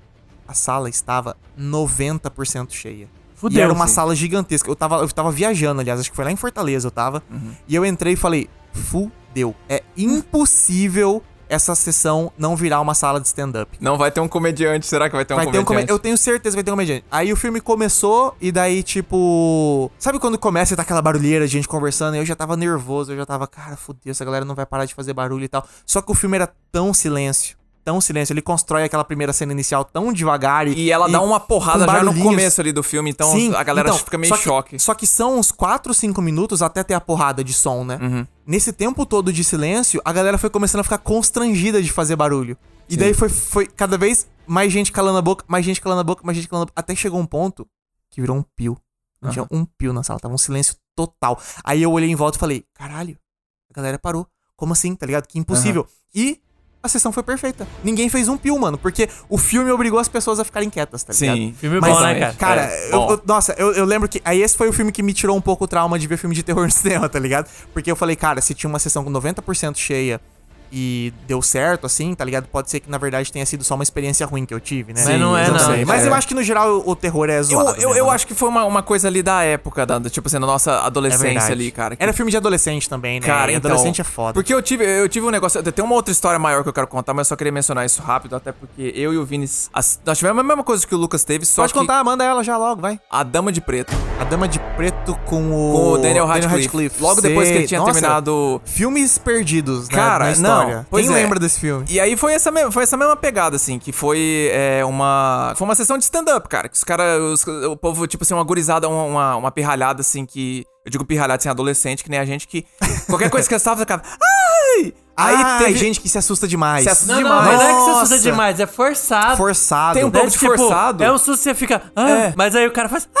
Speaker 2: a sala estava 90% cheia.
Speaker 3: Fudeu,
Speaker 2: e era uma
Speaker 3: sim.
Speaker 2: sala gigantesca. Eu tava, eu tava viajando, aliás, acho que foi lá em Fortaleza eu tava.
Speaker 3: Uhum.
Speaker 2: E eu entrei e falei, fudeu, é impossível essa sessão não virar uma sala de stand-up
Speaker 4: Não vai ter um comediante. Será que vai ter um
Speaker 2: vai ter um
Speaker 4: comediante?
Speaker 2: comediante. Eu tenho certeza que vai ter um comediante. Aí o filme começou e daí, tipo. Sabe quando começa e tá aquela barulheira de gente conversando? Eu já tava nervoso, eu já tava, cara, fudeu, essa galera não vai parar de fazer barulho e tal. Só que o filme era tão silêncio. Tão silêncio. Ele constrói aquela primeira cena inicial tão devagar e.
Speaker 4: E ela dá uma porrada
Speaker 2: com
Speaker 4: já no
Speaker 2: barulhinhos.
Speaker 4: começo ali do filme, então
Speaker 2: Sim,
Speaker 4: a galera
Speaker 2: então,
Speaker 4: fica meio
Speaker 2: só
Speaker 4: em
Speaker 2: que-
Speaker 4: choque.
Speaker 2: Só que são uns 4, 5 minutos até ter a porrada de som, né?
Speaker 4: Uhum.
Speaker 2: Nesse tempo todo de silêncio, a galera foi começando a ficar constrangida de fazer barulho. E daí foi, foi cada vez mais gente calando a boca, mais gente calando a boca, mais gente calando a boca. Até chegou um ponto que virou um pio. Não tinha um pio na sala, tava um silêncio total. Aí eu olhei em volta e falei, caralho, a galera parou. Como assim, tá ligado? Que impossível. E a sessão foi perfeita. Ninguém fez um pio, mano, porque o filme obrigou as pessoas a ficarem quietas, tá ligado?
Speaker 4: Sim.
Speaker 3: Filme
Speaker 2: Mas,
Speaker 3: bom, né, cara?
Speaker 4: exatamente.
Speaker 2: Cara,
Speaker 4: É,
Speaker 2: eu-
Speaker 4: bom.
Speaker 2: eu- nossa, eu, eu lembro que. Aí esse foi o filme que me tirou um pouco o trauma de ver filme de terror no cinema, tá ligado? Porque eu falei, cara, se tinha uma sessão com 90% cheia e deu certo, assim, tá ligado? Pode ser que na verdade tenha sido só uma experiência ruim que eu tive, né?
Speaker 3: Mas não é,
Speaker 2: Eu
Speaker 3: não.
Speaker 2: sei, Mas
Speaker 4: É.
Speaker 2: eu acho que no geral o, o terror é
Speaker 4: Eu,
Speaker 2: zoado.
Speaker 4: eu,
Speaker 2: né,
Speaker 4: eu
Speaker 2: mano?
Speaker 4: acho que foi uma, uma coisa ali da época, da, tipo assim, da nossa
Speaker 2: É
Speaker 4: adolescência
Speaker 2: verdade.
Speaker 4: ali, cara. que-
Speaker 2: Era filme de adolescente também, né?
Speaker 4: Cara,
Speaker 2: E
Speaker 4: então,
Speaker 2: adolescente é foda.
Speaker 4: Porque eu tive, eu tive um negócio. Tem uma outra história maior que eu quero contar, mas eu só queria mencionar isso rápido, até porque eu e o Vini. as- nós tivemos a mesma coisa que o Lucas teve, só
Speaker 2: Pode
Speaker 4: que
Speaker 2: contar, manda ela já logo, vai.
Speaker 4: a Dama de Preto.
Speaker 2: A Dama de Preto com o.
Speaker 4: Com o Daniel Radcliffe. Logo depois que ele tinha
Speaker 2: Nossa,
Speaker 4: terminado.
Speaker 2: Filmes perdidos, né?
Speaker 4: Cara,
Speaker 2: na
Speaker 4: não,
Speaker 2: história.
Speaker 4: pois
Speaker 2: Quem
Speaker 4: é.
Speaker 2: lembra desse filme?
Speaker 4: E aí foi essa, mesma, foi essa mesma pegada, assim, que foi é, uma. Foi uma sessão de stand-up, cara. Que os caras. O povo, tipo assim, uma gurizada, uma, uma, uma pirralhada, assim, que. Eu digo pirralhada assim, adolescente, que nem a gente, que. Qualquer coisa que eu estava, ficava. Ai! Aí
Speaker 2: Ai,
Speaker 4: teve.
Speaker 2: gente que se assusta demais.
Speaker 4: Se assusta
Speaker 3: Não, não,
Speaker 4: demais.
Speaker 3: mas não é que você assusta
Speaker 2: Nossa.
Speaker 3: demais, é forçado.
Speaker 2: Forçado.
Speaker 4: Tem um pouco
Speaker 3: É,
Speaker 4: de
Speaker 3: tipo,
Speaker 4: forçado.
Speaker 3: É um susto, você fica... Ah,
Speaker 4: É.
Speaker 3: Mas aí o cara faz... Ah,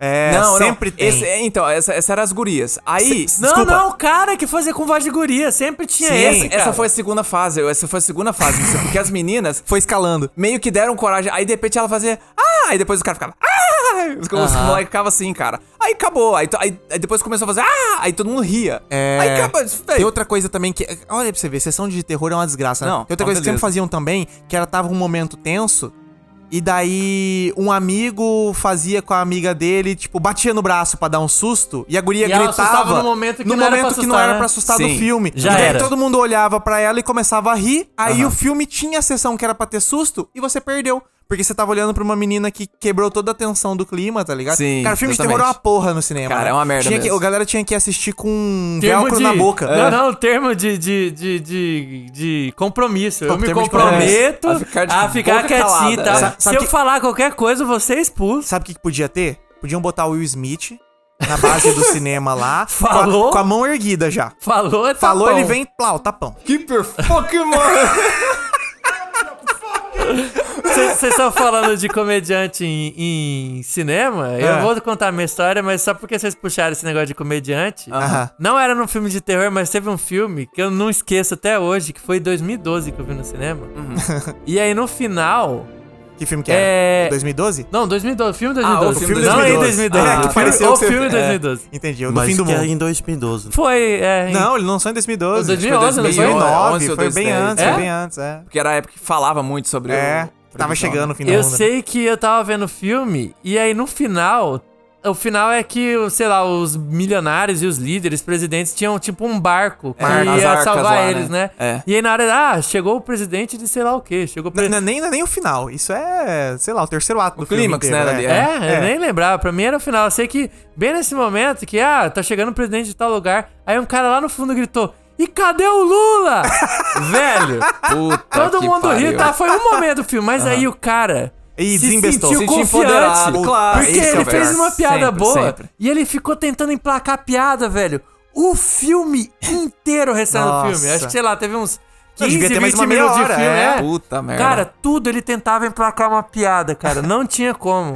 Speaker 2: É, sempre tem.
Speaker 4: Esse- é, então, essa, essa era as gurias. Aí.
Speaker 2: Se-
Speaker 3: não,
Speaker 2: Desculpa.
Speaker 3: não, o cara que fazia com voz de guria. Sempre tinha
Speaker 4: Sim,
Speaker 3: esse,
Speaker 4: essa, essa
Speaker 3: cara.
Speaker 4: foi a segunda fase. Essa foi a segunda fase. disso, porque as meninas
Speaker 2: Foi escalando.
Speaker 4: meio que deram coragem. Aí de repente ela fazia. Ah! Aí depois o cara ficava. Ah! Os, os moleques ficavam assim, cara. Aí acabou. Aí, to- aí- aí depois começou a fazer. Ah! Aí todo mundo ria.
Speaker 2: É,
Speaker 4: Aí acaba.
Speaker 2: Tem
Speaker 4: velho,
Speaker 2: outra coisa também que. Olha pra você ver, sessão de terror é uma desgraça, né?
Speaker 4: Não,
Speaker 2: Tem outra
Speaker 4: uma
Speaker 2: coisa que sempre
Speaker 4: beleza.
Speaker 2: faziam também, que era tava um momento tenso. E daí, um amigo fazia com a amiga dele, tipo, batia no braço pra dar um susto, e a guria
Speaker 3: E ela
Speaker 2: gritava.
Speaker 3: assustava no momento que não era
Speaker 2: momento
Speaker 3: pra
Speaker 2: que não
Speaker 3: assustar,
Speaker 2: era
Speaker 3: né?
Speaker 2: pra assustar do
Speaker 4: Sim,
Speaker 2: filme.
Speaker 3: já
Speaker 2: e daí
Speaker 3: era.
Speaker 2: todo mundo olhava pra ela e começava a rir. Aí o filme tinha a sessão que era pra ter susto e você perdeu. Porque você tava olhando pra uma menina que quebrou toda a tensão do clima, tá ligado?
Speaker 4: Sim,
Speaker 2: Cara, filme de terror é
Speaker 4: exatamente.
Speaker 2: uma porra no cinema.
Speaker 4: Cara,
Speaker 2: né?
Speaker 4: é uma merda
Speaker 2: Tinha que-
Speaker 4: mesmo.
Speaker 2: a galera tinha que assistir com um
Speaker 3: Termo
Speaker 2: velcro
Speaker 3: de-
Speaker 2: na boca.
Speaker 3: Não, não, um termo de, de, de, de, de compromisso. Eu
Speaker 2: Termo
Speaker 3: me
Speaker 2: de
Speaker 3: comprometo
Speaker 4: compromisso. A ficar de
Speaker 3: a ficar
Speaker 4: boca
Speaker 3: quietinho e
Speaker 4: calada.
Speaker 3: tal.
Speaker 4: Sa-
Speaker 3: Se
Speaker 2: sabe
Speaker 3: eu
Speaker 2: que-
Speaker 3: falar qualquer coisa, você é expulso.
Speaker 2: Sabe o que, que podia ter? Podiam botar o Will Smith na base do cinema lá. com a- Com
Speaker 3: Falou?
Speaker 2: a, mão erguida já.
Speaker 3: Falou, é
Speaker 2: Falou,
Speaker 3: tapão.
Speaker 2: ele vem, plau, tá tapão.
Speaker 4: Keeper Pokémon!
Speaker 3: Vocês vocês estão falando de comediante em, em cinema?
Speaker 2: É.
Speaker 3: Eu vou contar a minha história, mas só porque vocês puxaram esse negócio de comediante.
Speaker 2: Aham.
Speaker 3: Não era num filme de terror, mas teve um filme que eu não esqueço até hoje, que foi em 2012 que eu vi no cinema. E aí no final.
Speaker 2: Que filme que era?
Speaker 3: É.
Speaker 2: 2012?
Speaker 3: Não, 2012, filme
Speaker 4: Ah,
Speaker 3: 2012.
Speaker 4: o filme
Speaker 3: Não, é em
Speaker 2: 2012. Ah,
Speaker 3: 2012.
Speaker 2: que
Speaker 3: o filme-
Speaker 2: pareceu
Speaker 3: o
Speaker 2: que você-
Speaker 3: filme 2012.
Speaker 2: Entendi, o do
Speaker 5: Mas
Speaker 2: fim do
Speaker 5: que é
Speaker 2: mundo.
Speaker 5: em 2012.
Speaker 3: Foi, é. em-
Speaker 2: Não, ele lançou em 2012.
Speaker 3: Foi 2011, não foi?
Speaker 2: 2009,
Speaker 4: 11 ou
Speaker 2: foi bem
Speaker 4: 2010.
Speaker 2: antes,
Speaker 3: É?
Speaker 2: foi bem antes, é.
Speaker 4: Porque era a época que falava muito sobre
Speaker 2: É,
Speaker 4: o.
Speaker 2: tava chegando o fim do
Speaker 3: Eu
Speaker 2: mundo. né?
Speaker 3: sei que eu tava vendo o filme, e aí no final. O final é que, sei lá, os milionários e os líderes, presidentes, tinham tipo um barco que
Speaker 4: É, nas
Speaker 3: ia
Speaker 4: arcas
Speaker 3: salvar
Speaker 4: lá,
Speaker 3: eles, né?
Speaker 4: né? É.
Speaker 3: E aí na hora, ah, chegou o presidente de sei lá o quê. Chegou o pre...
Speaker 2: Não, não, nem, não é nem o final, isso é, sei lá, o terceiro ato do filme.
Speaker 4: clímax,
Speaker 2: inteiro,
Speaker 4: né, dali,
Speaker 2: é.
Speaker 4: é.
Speaker 3: É,
Speaker 2: É.
Speaker 3: eu nem lembrava. Pra mim era o final. Eu sei que, bem nesse momento, que, ah, tá chegando o presidente de tal lugar. Aí um cara lá no fundo gritou: E cadê o Lula? Velho,
Speaker 4: Puta
Speaker 3: todo
Speaker 4: que
Speaker 3: mundo riu,
Speaker 4: pariu.
Speaker 3: tá? Foi um momento do filme, mas aí o cara.
Speaker 2: E
Speaker 3: se
Speaker 2: desembestou.
Speaker 3: sentiu
Speaker 4: Se sentiu
Speaker 3: confiante.
Speaker 4: empoderado, claro.
Speaker 3: Porque
Speaker 4: Isso é
Speaker 3: ele
Speaker 4: o melhor.
Speaker 3: fez uma piada
Speaker 4: Sempre,
Speaker 3: boa
Speaker 4: sempre.
Speaker 3: e ele ficou tentando emplacar a piada, velho. O filme inteiro recebendo o
Speaker 2: Nossa.
Speaker 3: filme. Acho que, sei lá, teve uns
Speaker 2: Não,
Speaker 3: 15,
Speaker 2: devia ter mais
Speaker 3: 20
Speaker 2: uma meia
Speaker 3: minutos de
Speaker 2: hora,
Speaker 3: filme.
Speaker 2: é.
Speaker 3: é.
Speaker 4: Puta merda.
Speaker 3: Cara, tudo ele tentava emplacar uma piada, cara. Não tinha como.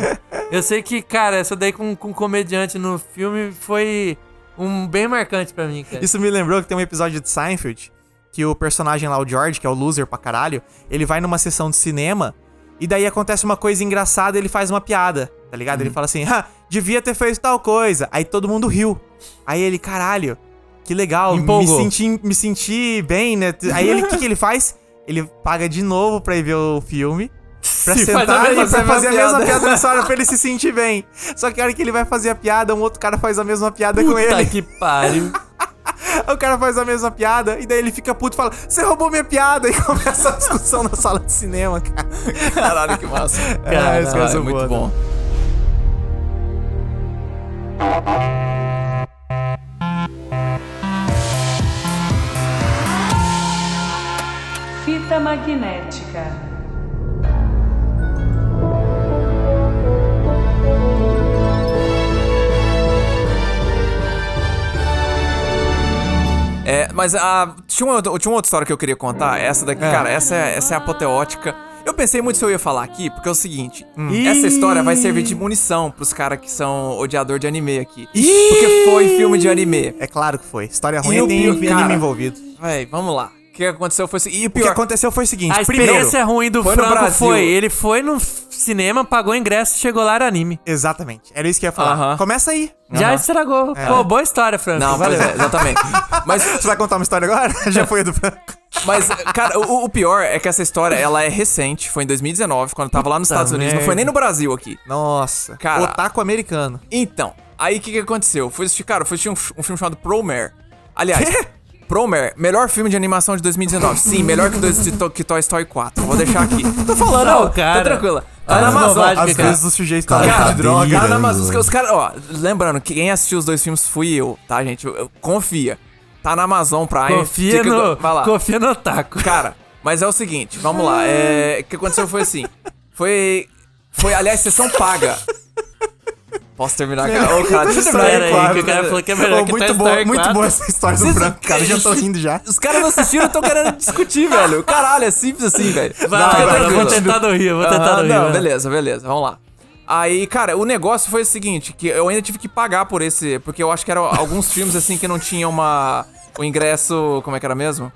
Speaker 3: Eu sei que, cara, essa daí com, com comediante no filme foi um bem marcante pra mim, cara.
Speaker 2: Isso me lembrou que tem um episódio de Seinfeld que o personagem lá, o George, que é o loser pra caralho, ele vai numa sessão de cinema e daí acontece uma coisa engraçada ele faz uma piada, tá ligado?
Speaker 3: Uhum.
Speaker 2: Ele fala assim, ah, devia ter feito tal coisa. Aí todo mundo riu. Aí ele, caralho, que legal, me
Speaker 3: Empolgou.
Speaker 2: senti, me senti bem, né? Aí ele, o que, que ele faz? Ele paga de novo pra ir ver o filme. Pra
Speaker 3: Se faz a
Speaker 2: sentar
Speaker 3: mesma
Speaker 2: e pra fazer a
Speaker 3: piada.
Speaker 2: mesma piada nessa hora pra ele se sentir bem. Só que a hora que ele vai fazer a piada, um outro cara faz a mesma piada com
Speaker 3: Puta
Speaker 2: ele.
Speaker 3: que pariu.
Speaker 2: O cara faz a mesma piada e daí ele fica puto e fala: Você roubou minha piada! E começa a discussão na sala de cinema, cara.
Speaker 4: Caralho, que massa.
Speaker 2: Cara, esse cara é
Speaker 4: é
Speaker 2: boa,
Speaker 4: muito
Speaker 2: né?
Speaker 4: bom.
Speaker 1: Fita magnética.
Speaker 4: É, mas a, tinha, uma, outra- tinha uma outra história que eu queria contar. Essa daqui, cara, essa é, essa é apoteótica. Eu pensei muito se eu ia falar aqui, porque é o seguinte: essa história vai servir de munição pros caras que são odiador de anime aqui. Porque foi filme de anime.
Speaker 2: É claro que foi. História
Speaker 4: E
Speaker 2: ruim
Speaker 4: o
Speaker 2: tem
Speaker 4: pior,
Speaker 2: anime
Speaker 4: cara,
Speaker 2: envolvido.
Speaker 4: Véi, vamos lá. O que aconteceu foi o seguinte. E o
Speaker 2: O que
Speaker 4: pior,
Speaker 2: aconteceu foi o seguinte:
Speaker 3: A
Speaker 2: primeiro.
Speaker 3: experiência ruim do
Speaker 4: foi no
Speaker 3: Franco
Speaker 4: Brasil.
Speaker 3: foi. Ele foi no f- cinema, pagou o ingresso, chegou lá era anime.
Speaker 2: Exatamente. Era isso que eu ia falar.
Speaker 4: Aham. É.
Speaker 2: Começa aí.
Speaker 3: Já estragou. Pô, boa história, Franco.
Speaker 4: Não, pois
Speaker 3: valeu.
Speaker 4: é, exatamente. Mas
Speaker 2: Você vai contar uma história agora? Já foi a do Franco.
Speaker 4: Mas, cara, o, o pior é que essa história, ela é recente. Foi em 2019, quando eu tava lá nos Estados Unidos. Não foi nem no Brasil aqui.
Speaker 2: Nossa.
Speaker 4: Cara.
Speaker 2: Otaku americano.
Speaker 4: Então, aí o que, que aconteceu? Fui assistir, cara, eu fui assistir um, f- um filme chamado Promare. Aliás, Promare, melhor filme de animação de 2019. Sim, melhor que, dois- de to- que Toy Story 4. Vou deixar aqui. Tô falando,
Speaker 3: Não,
Speaker 4: ó,
Speaker 3: cara.
Speaker 4: Tá tranquila. Tá
Speaker 3: Olha
Speaker 4: na
Speaker 3: as
Speaker 4: Amazon.
Speaker 3: bobagens
Speaker 2: Às
Speaker 3: que cara.
Speaker 2: vezes o sujeito tá
Speaker 5: Cara,
Speaker 2: ligado de droga.
Speaker 5: delirando.
Speaker 4: Cara, na Amazon,
Speaker 5: velho.
Speaker 4: os caras, ó, lembrando, que quem assistiu os dois filmes fui eu, tá, gente? Eu- eu- confia. Tá na Amazon Prime.
Speaker 3: Confia
Speaker 4: Fica-
Speaker 3: no,
Speaker 4: Vai lá.
Speaker 3: confia no Otaku.
Speaker 4: Cara, mas é o seguinte, vamos lá. é, o que aconteceu foi assim. Foi. Foi, aliás, sessão paga. Posso terminar, cara? Ô, cara, deixa eu terminar.
Speaker 3: Pera aí,
Speaker 4: claro.
Speaker 3: que o cara falou que é melhor
Speaker 2: Ô,
Speaker 3: que
Speaker 2: muito
Speaker 3: Toy
Speaker 2: boa,
Speaker 3: Story
Speaker 2: muito
Speaker 3: 4.
Speaker 2: boa essa história do
Speaker 4: tá Vocês-
Speaker 2: Franco, cara. Eu já tô rindo já.
Speaker 4: Os caras não assistiram e estão querendo discutir, velho. Caralho, é simples assim, velho.
Speaker 3: Vai,
Speaker 4: Não,
Speaker 3: vai, vai,
Speaker 4: fica
Speaker 3: tá eu vou
Speaker 4: tranquilo.
Speaker 3: tentar no Rio, eu vou tentar
Speaker 4: Aham,
Speaker 3: no Rio.
Speaker 4: não,
Speaker 3: vai.
Speaker 4: beleza, beleza, vamos lá. Aí, cara, o negócio foi o seguinte, que eu ainda tive que pagar por esse, porque eu acho que eram alguns filmes assim que não tinha uma o ingresso, como é que era mesmo?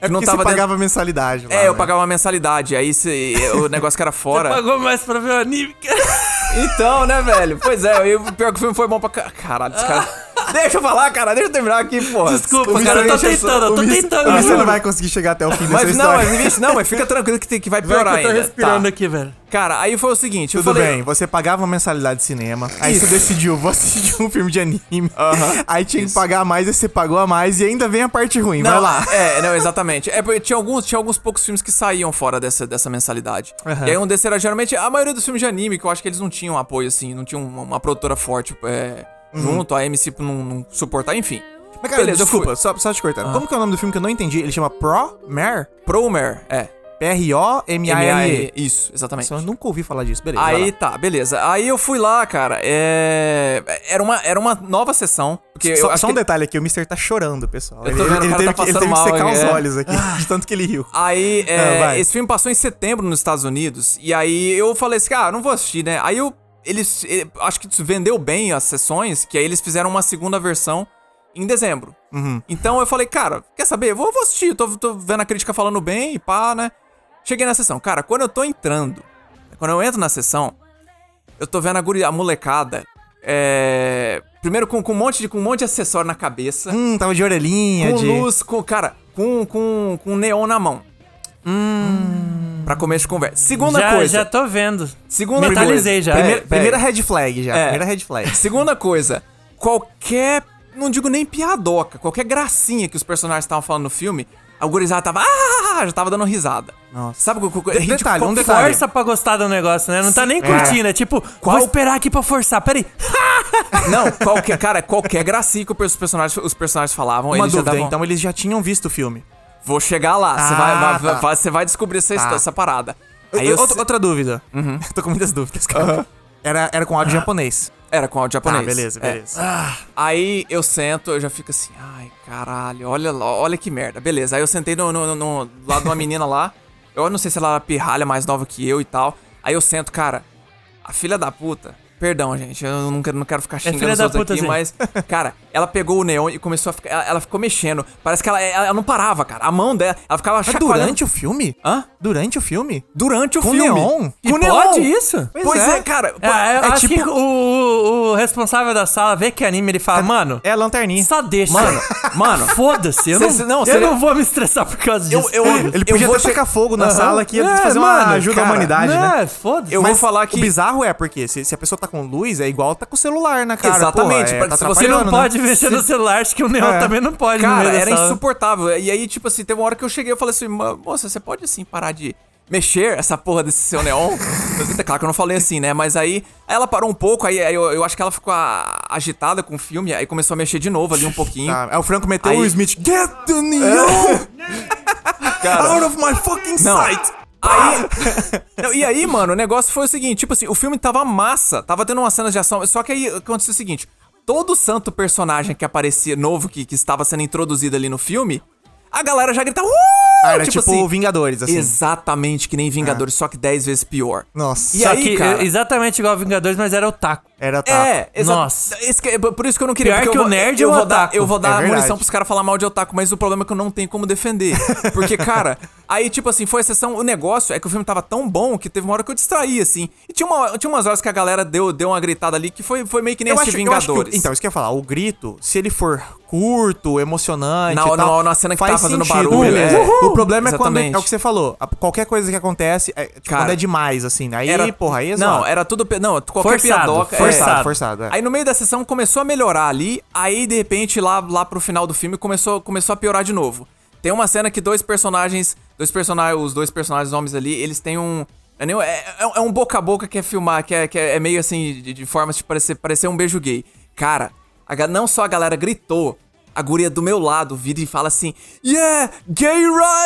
Speaker 2: É
Speaker 4: não
Speaker 2: porque
Speaker 4: tava
Speaker 2: você
Speaker 4: dentro-
Speaker 2: pagava mensalidade. lá,
Speaker 4: É, eu
Speaker 2: né?
Speaker 4: pagava uma mensalidade, aí se- o negócio que era fora.
Speaker 3: Pagou mais pra ver o anime, cara.
Speaker 4: Então, né, velho? Pois é, e o pior que o filme foi bom pra. ca- Caralho, esse cara. deixa eu falar, cara, deixa eu terminar aqui, porra.
Speaker 3: Desculpa,
Speaker 2: O
Speaker 3: cara, eu tô
Speaker 2: Mr.
Speaker 3: tentando, eu tô
Speaker 2: O Mr.
Speaker 3: tentando.
Speaker 2: O Mr.
Speaker 3: juro.
Speaker 2: não vai conseguir chegar até o fim dessa
Speaker 4: Mas não,
Speaker 2: história.
Speaker 4: mas, bicho, não, mas fica tranquilo que, tem- que vai
Speaker 3: Vai que
Speaker 4: piorar
Speaker 3: eu tô
Speaker 4: ainda.
Speaker 3: respirando
Speaker 4: Tá.
Speaker 3: aqui, velho.
Speaker 4: Cara, aí foi o seguinte, eu
Speaker 2: Tudo
Speaker 4: falei.
Speaker 2: bem, você pagava uma mensalidade de cinema, aí você
Speaker 4: Isso.
Speaker 2: decidiu, vou assistir um filme de anime, aí tinha que pagar a mais, aí você pagou a mais, e ainda vem a parte ruim,
Speaker 4: Não,
Speaker 2: vai lá.
Speaker 4: É, não, exatamente. É, porque tinha alguns, tinha alguns poucos filmes que saíam fora dessa, dessa mensalidade. E aí um desses era geralmente a maioria dos filmes de anime, que eu acho que eles não tinham apoio, assim, não tinham uma, uma produtora forte é, junto, a MC não, não suportar, enfim.
Speaker 2: Uhum. Mas cara,
Speaker 4: Beleza, eu fui. Ah.
Speaker 2: desculpa, só, só te cortando, como que é o nome do filme que eu não entendi? Ele chama Promare?
Speaker 4: Promare, é.
Speaker 2: P-R-O-M-A-R-E.
Speaker 4: Isso, exatamente.
Speaker 2: Só um eu nunca ouvi falar disso, beleza. vai
Speaker 4: Aí
Speaker 2: lá.
Speaker 4: tá, beleza. Aí eu fui lá, cara. é, Era, uma, era uma nova sessão. Porque eu
Speaker 2: Só,
Speaker 4: acho
Speaker 2: só um
Speaker 4: que-
Speaker 2: detalhe aqui, o Mr. tá chorando, pessoal.
Speaker 4: Eu tô vendo, o cara
Speaker 2: teve
Speaker 4: tá
Speaker 2: que, ele
Speaker 4: passando
Speaker 2: teve que
Speaker 4: mal,
Speaker 2: secar
Speaker 4: hein,
Speaker 2: os
Speaker 4: é.
Speaker 2: olhos aqui, de tanto que ele riu.
Speaker 4: Aí, é,
Speaker 2: Ah, vai.
Speaker 4: esse filme passou em setembro nos Estados Unidos. E aí eu falei assim, cara, não vou assistir, né? Aí eu. Eles. ele- acho que isso vendeu bem as sessões, que aí eles fizeram uma segunda versão em dezembro.
Speaker 2: Uhum.
Speaker 4: Então eu falei, cara, quer saber? Vou, vou assistir, tô, tô vendo a crítica falando bem e pá, né? Cheguei na sessão. Cara, quando eu tô entrando, quando eu entro na sessão, eu tô vendo a, guri, a molecada. é, Primeiro com, com um monte de, com um monte de acessório na cabeça
Speaker 2: Hum, tava de orelhinha,
Speaker 4: com
Speaker 2: de...
Speaker 4: luz, com, cara, com, com, com neon na mão. Hum. Pra começo de conversa. Segunda
Speaker 3: já,
Speaker 4: coisa.
Speaker 3: já tô vendo.
Speaker 4: Segunda
Speaker 3: Mentalizei
Speaker 4: coisa.
Speaker 3: já.
Speaker 2: Primeira,
Speaker 4: é,
Speaker 2: primeira red flag já,
Speaker 4: É.
Speaker 2: primeira red flag.
Speaker 4: Segunda coisa. Qualquer. Não digo nem piadoca, qualquer gracinha que os personagens estavam falando no filme, a gurizada tava. Ah, já tava dando risada.
Speaker 2: Nossa.
Speaker 4: Sabe o que.
Speaker 2: detalhe, um detalhe.
Speaker 3: Força pra gostar do negócio, né? Não tá nem curtindo, é tipo,
Speaker 4: Qual-
Speaker 3: vou esperar aqui pra forçar, peraí.
Speaker 4: Não, qualquer, cara, qualquer gracinha que os personagens, os personagens falavam,
Speaker 2: Uma
Speaker 4: eles já
Speaker 2: dúvida,
Speaker 4: davam.
Speaker 2: então eles já tinham visto o filme.
Speaker 4: Vou chegar lá, você
Speaker 2: Ah,
Speaker 4: vai, vai-
Speaker 2: tá.
Speaker 4: vai- você vai descobrir essa, histó- essa parada. Aí eu,
Speaker 2: outra, outra dúvida. Tô com muitas dúvidas, cara. Uhum. Era, era com áudio japonês.
Speaker 4: Era com áudio japonês.
Speaker 2: Ah, beleza,
Speaker 4: É.
Speaker 2: beleza.
Speaker 4: Aí eu sento, eu já fico assim, ai, caralho, olha lá, olha que merda. Beleza, aí eu sentei no, no, no- no lado de uma menina lá. Eu não sei se ela era pirralha mais nova que eu e tal. Aí eu sento, cara, a filha da puta Perdão, gente, eu não quero, não quero ficar xingando
Speaker 3: filha
Speaker 4: os
Speaker 3: da
Speaker 4: outros
Speaker 3: puta,
Speaker 4: aqui,
Speaker 3: Zé.
Speaker 4: mas, cara, ela pegou o neon e começou a ficar. Ela, ela ficou mexendo. Parece que ela, ela, ela não parava, cara. A mão dela, ela ficava
Speaker 2: Mas
Speaker 4: chacoalhando.
Speaker 2: durante o filme?
Speaker 4: Hã?
Speaker 2: Durante o filme?
Speaker 4: Durante o
Speaker 2: Com
Speaker 4: filme.
Speaker 2: neon?
Speaker 4: Com
Speaker 2: E
Speaker 4: neon.
Speaker 3: pode isso?
Speaker 4: Pois,
Speaker 2: Pois
Speaker 4: é.
Speaker 2: é.
Speaker 4: cara.
Speaker 3: É,
Speaker 4: pô,
Speaker 3: eu
Speaker 4: é
Speaker 3: acho
Speaker 4: tipo-
Speaker 3: que o, o- o responsável da sala vê que anime ele fala, mano,
Speaker 2: É a lanterninha.
Speaker 3: só deixa.
Speaker 4: Mano, mano.
Speaker 3: foda-se. Eu,
Speaker 4: Cê-
Speaker 3: não,
Speaker 4: não,
Speaker 3: eu
Speaker 4: cê-
Speaker 3: não vou me estressar por causa
Speaker 4: Eu,
Speaker 3: disso.
Speaker 4: eu,
Speaker 2: Ele podia
Speaker 4: eu vou
Speaker 2: até
Speaker 4: che-
Speaker 2: tacar fogo na sala que ia
Speaker 3: É,
Speaker 2: fazer uma
Speaker 3: mano,
Speaker 2: ajuda
Speaker 3: cara,
Speaker 2: à humanidade, né?
Speaker 3: É, foda-se.
Speaker 4: Eu vou
Speaker 2: Mas
Speaker 4: falar que-
Speaker 2: O bizarro é porque se, se a pessoa tá com luz, é igual tá com o celular na cara.
Speaker 4: Exatamente,
Speaker 2: Porra, é,
Speaker 4: pra-
Speaker 2: tá
Speaker 4: se você
Speaker 3: Você não
Speaker 2: atrapalhando, né?
Speaker 3: pode mexer no celular, acho que o Neon
Speaker 2: É.
Speaker 3: também não pode. no
Speaker 4: Cara,
Speaker 3: meio da
Speaker 4: era
Speaker 3: sala.
Speaker 4: insuportável. E aí, tipo assim, teve uma hora que eu cheguei e falei assim, "Ma- moça, você pode assim parar de mexer essa porra desse seu neon? Mas, claro que eu não falei assim, né? Mas aí aí ela parou um pouco, aí, aí eu, eu acho que ela ficou ah, agitada com o filme, aí começou a mexer de novo ali um pouquinho.
Speaker 2: Tá, aí É. o Franco meteu
Speaker 4: Aí-
Speaker 2: o Smith. Get the neon out
Speaker 4: Cara,
Speaker 2: of my fucking
Speaker 4: não.
Speaker 2: sight!
Speaker 4: Aí,
Speaker 2: Ah.
Speaker 4: Não, e aí, mano, o negócio foi o seguinte, tipo assim, o filme tava massa, tava tendo umas cenas de ação, só que aí aconteceu o seguinte, todo santo personagem que aparecia, novo, que, que estava sendo introduzido ali no filme, a galera já gritava, "Uh!"
Speaker 2: Ah, era tipo,
Speaker 4: assim,
Speaker 2: Vingadores, assim. Ah.
Speaker 4: Exatamente, que nem Vingadores, só que 10 vezes pior.
Speaker 2: Nossa.
Speaker 4: E
Speaker 3: Só
Speaker 4: aí,
Speaker 3: que
Speaker 4: cara?
Speaker 3: é exatamente igual a Vingadores, mas era o taco.
Speaker 2: Era tá.
Speaker 4: É, exa-
Speaker 3: Nossa.
Speaker 4: esse que- é, por isso que eu não queria.
Speaker 3: Pior
Speaker 4: porque
Speaker 3: que
Speaker 4: eu
Speaker 3: o
Speaker 4: vou,
Speaker 3: nerd
Speaker 4: eu
Speaker 3: é o
Speaker 4: vou dar,
Speaker 3: otaku.
Speaker 4: eu vou
Speaker 2: É
Speaker 4: dar
Speaker 2: verdade.
Speaker 4: munição pros caras falar mal de otaku, mas o problema é que eu não tenho como defender. Porque, cara, aí, tipo assim, foi a sessão. O negócio é que o filme tava tão bom que teve uma hora que eu distraí, assim. E tinha, uma, tinha umas horas que a galera deu, deu uma gritada ali que foi, foi meio que nem
Speaker 2: Eu
Speaker 4: esse
Speaker 2: acho, eu acho que o-
Speaker 4: Vingadores.
Speaker 2: então, isso que eu ia falar. O grito, se ele for curto, emocionante
Speaker 4: Na-
Speaker 2: e tal,
Speaker 4: na- na cena que
Speaker 2: faz
Speaker 4: tá fazendo
Speaker 2: sentido,
Speaker 4: barulho,
Speaker 2: beleza. O
Speaker 4: é.
Speaker 2: problema é quando...
Speaker 4: Exatamente.
Speaker 2: É o que você falou. a- qualquer coisa que acontece, é, tipo,
Speaker 4: Cara,
Speaker 2: quando é demais, assim. né? Aí, porra, aí é
Speaker 4: Não,
Speaker 2: zoado.
Speaker 4: era tudo. pe- Não, qualquer
Speaker 3: Forçado,
Speaker 4: piadoca. é.
Speaker 3: forçado.
Speaker 2: forçado. forçado é.
Speaker 4: Aí no meio da sessão começou a melhorar ali, aí de repente lá, lá pro final do filme começou, começou a piorar de novo. Tem uma cena que dois personagens, dois personagens, os dois personagens homens ali, eles têm um é, nem- é- é- é um boca a boca que é filmar, que é, que é é meio assim, de, de forma de parecer, parecer um beijo gay. Cara, a ga- não só a galera gritou, a guria do meu lado vira e fala assim, yeah, gay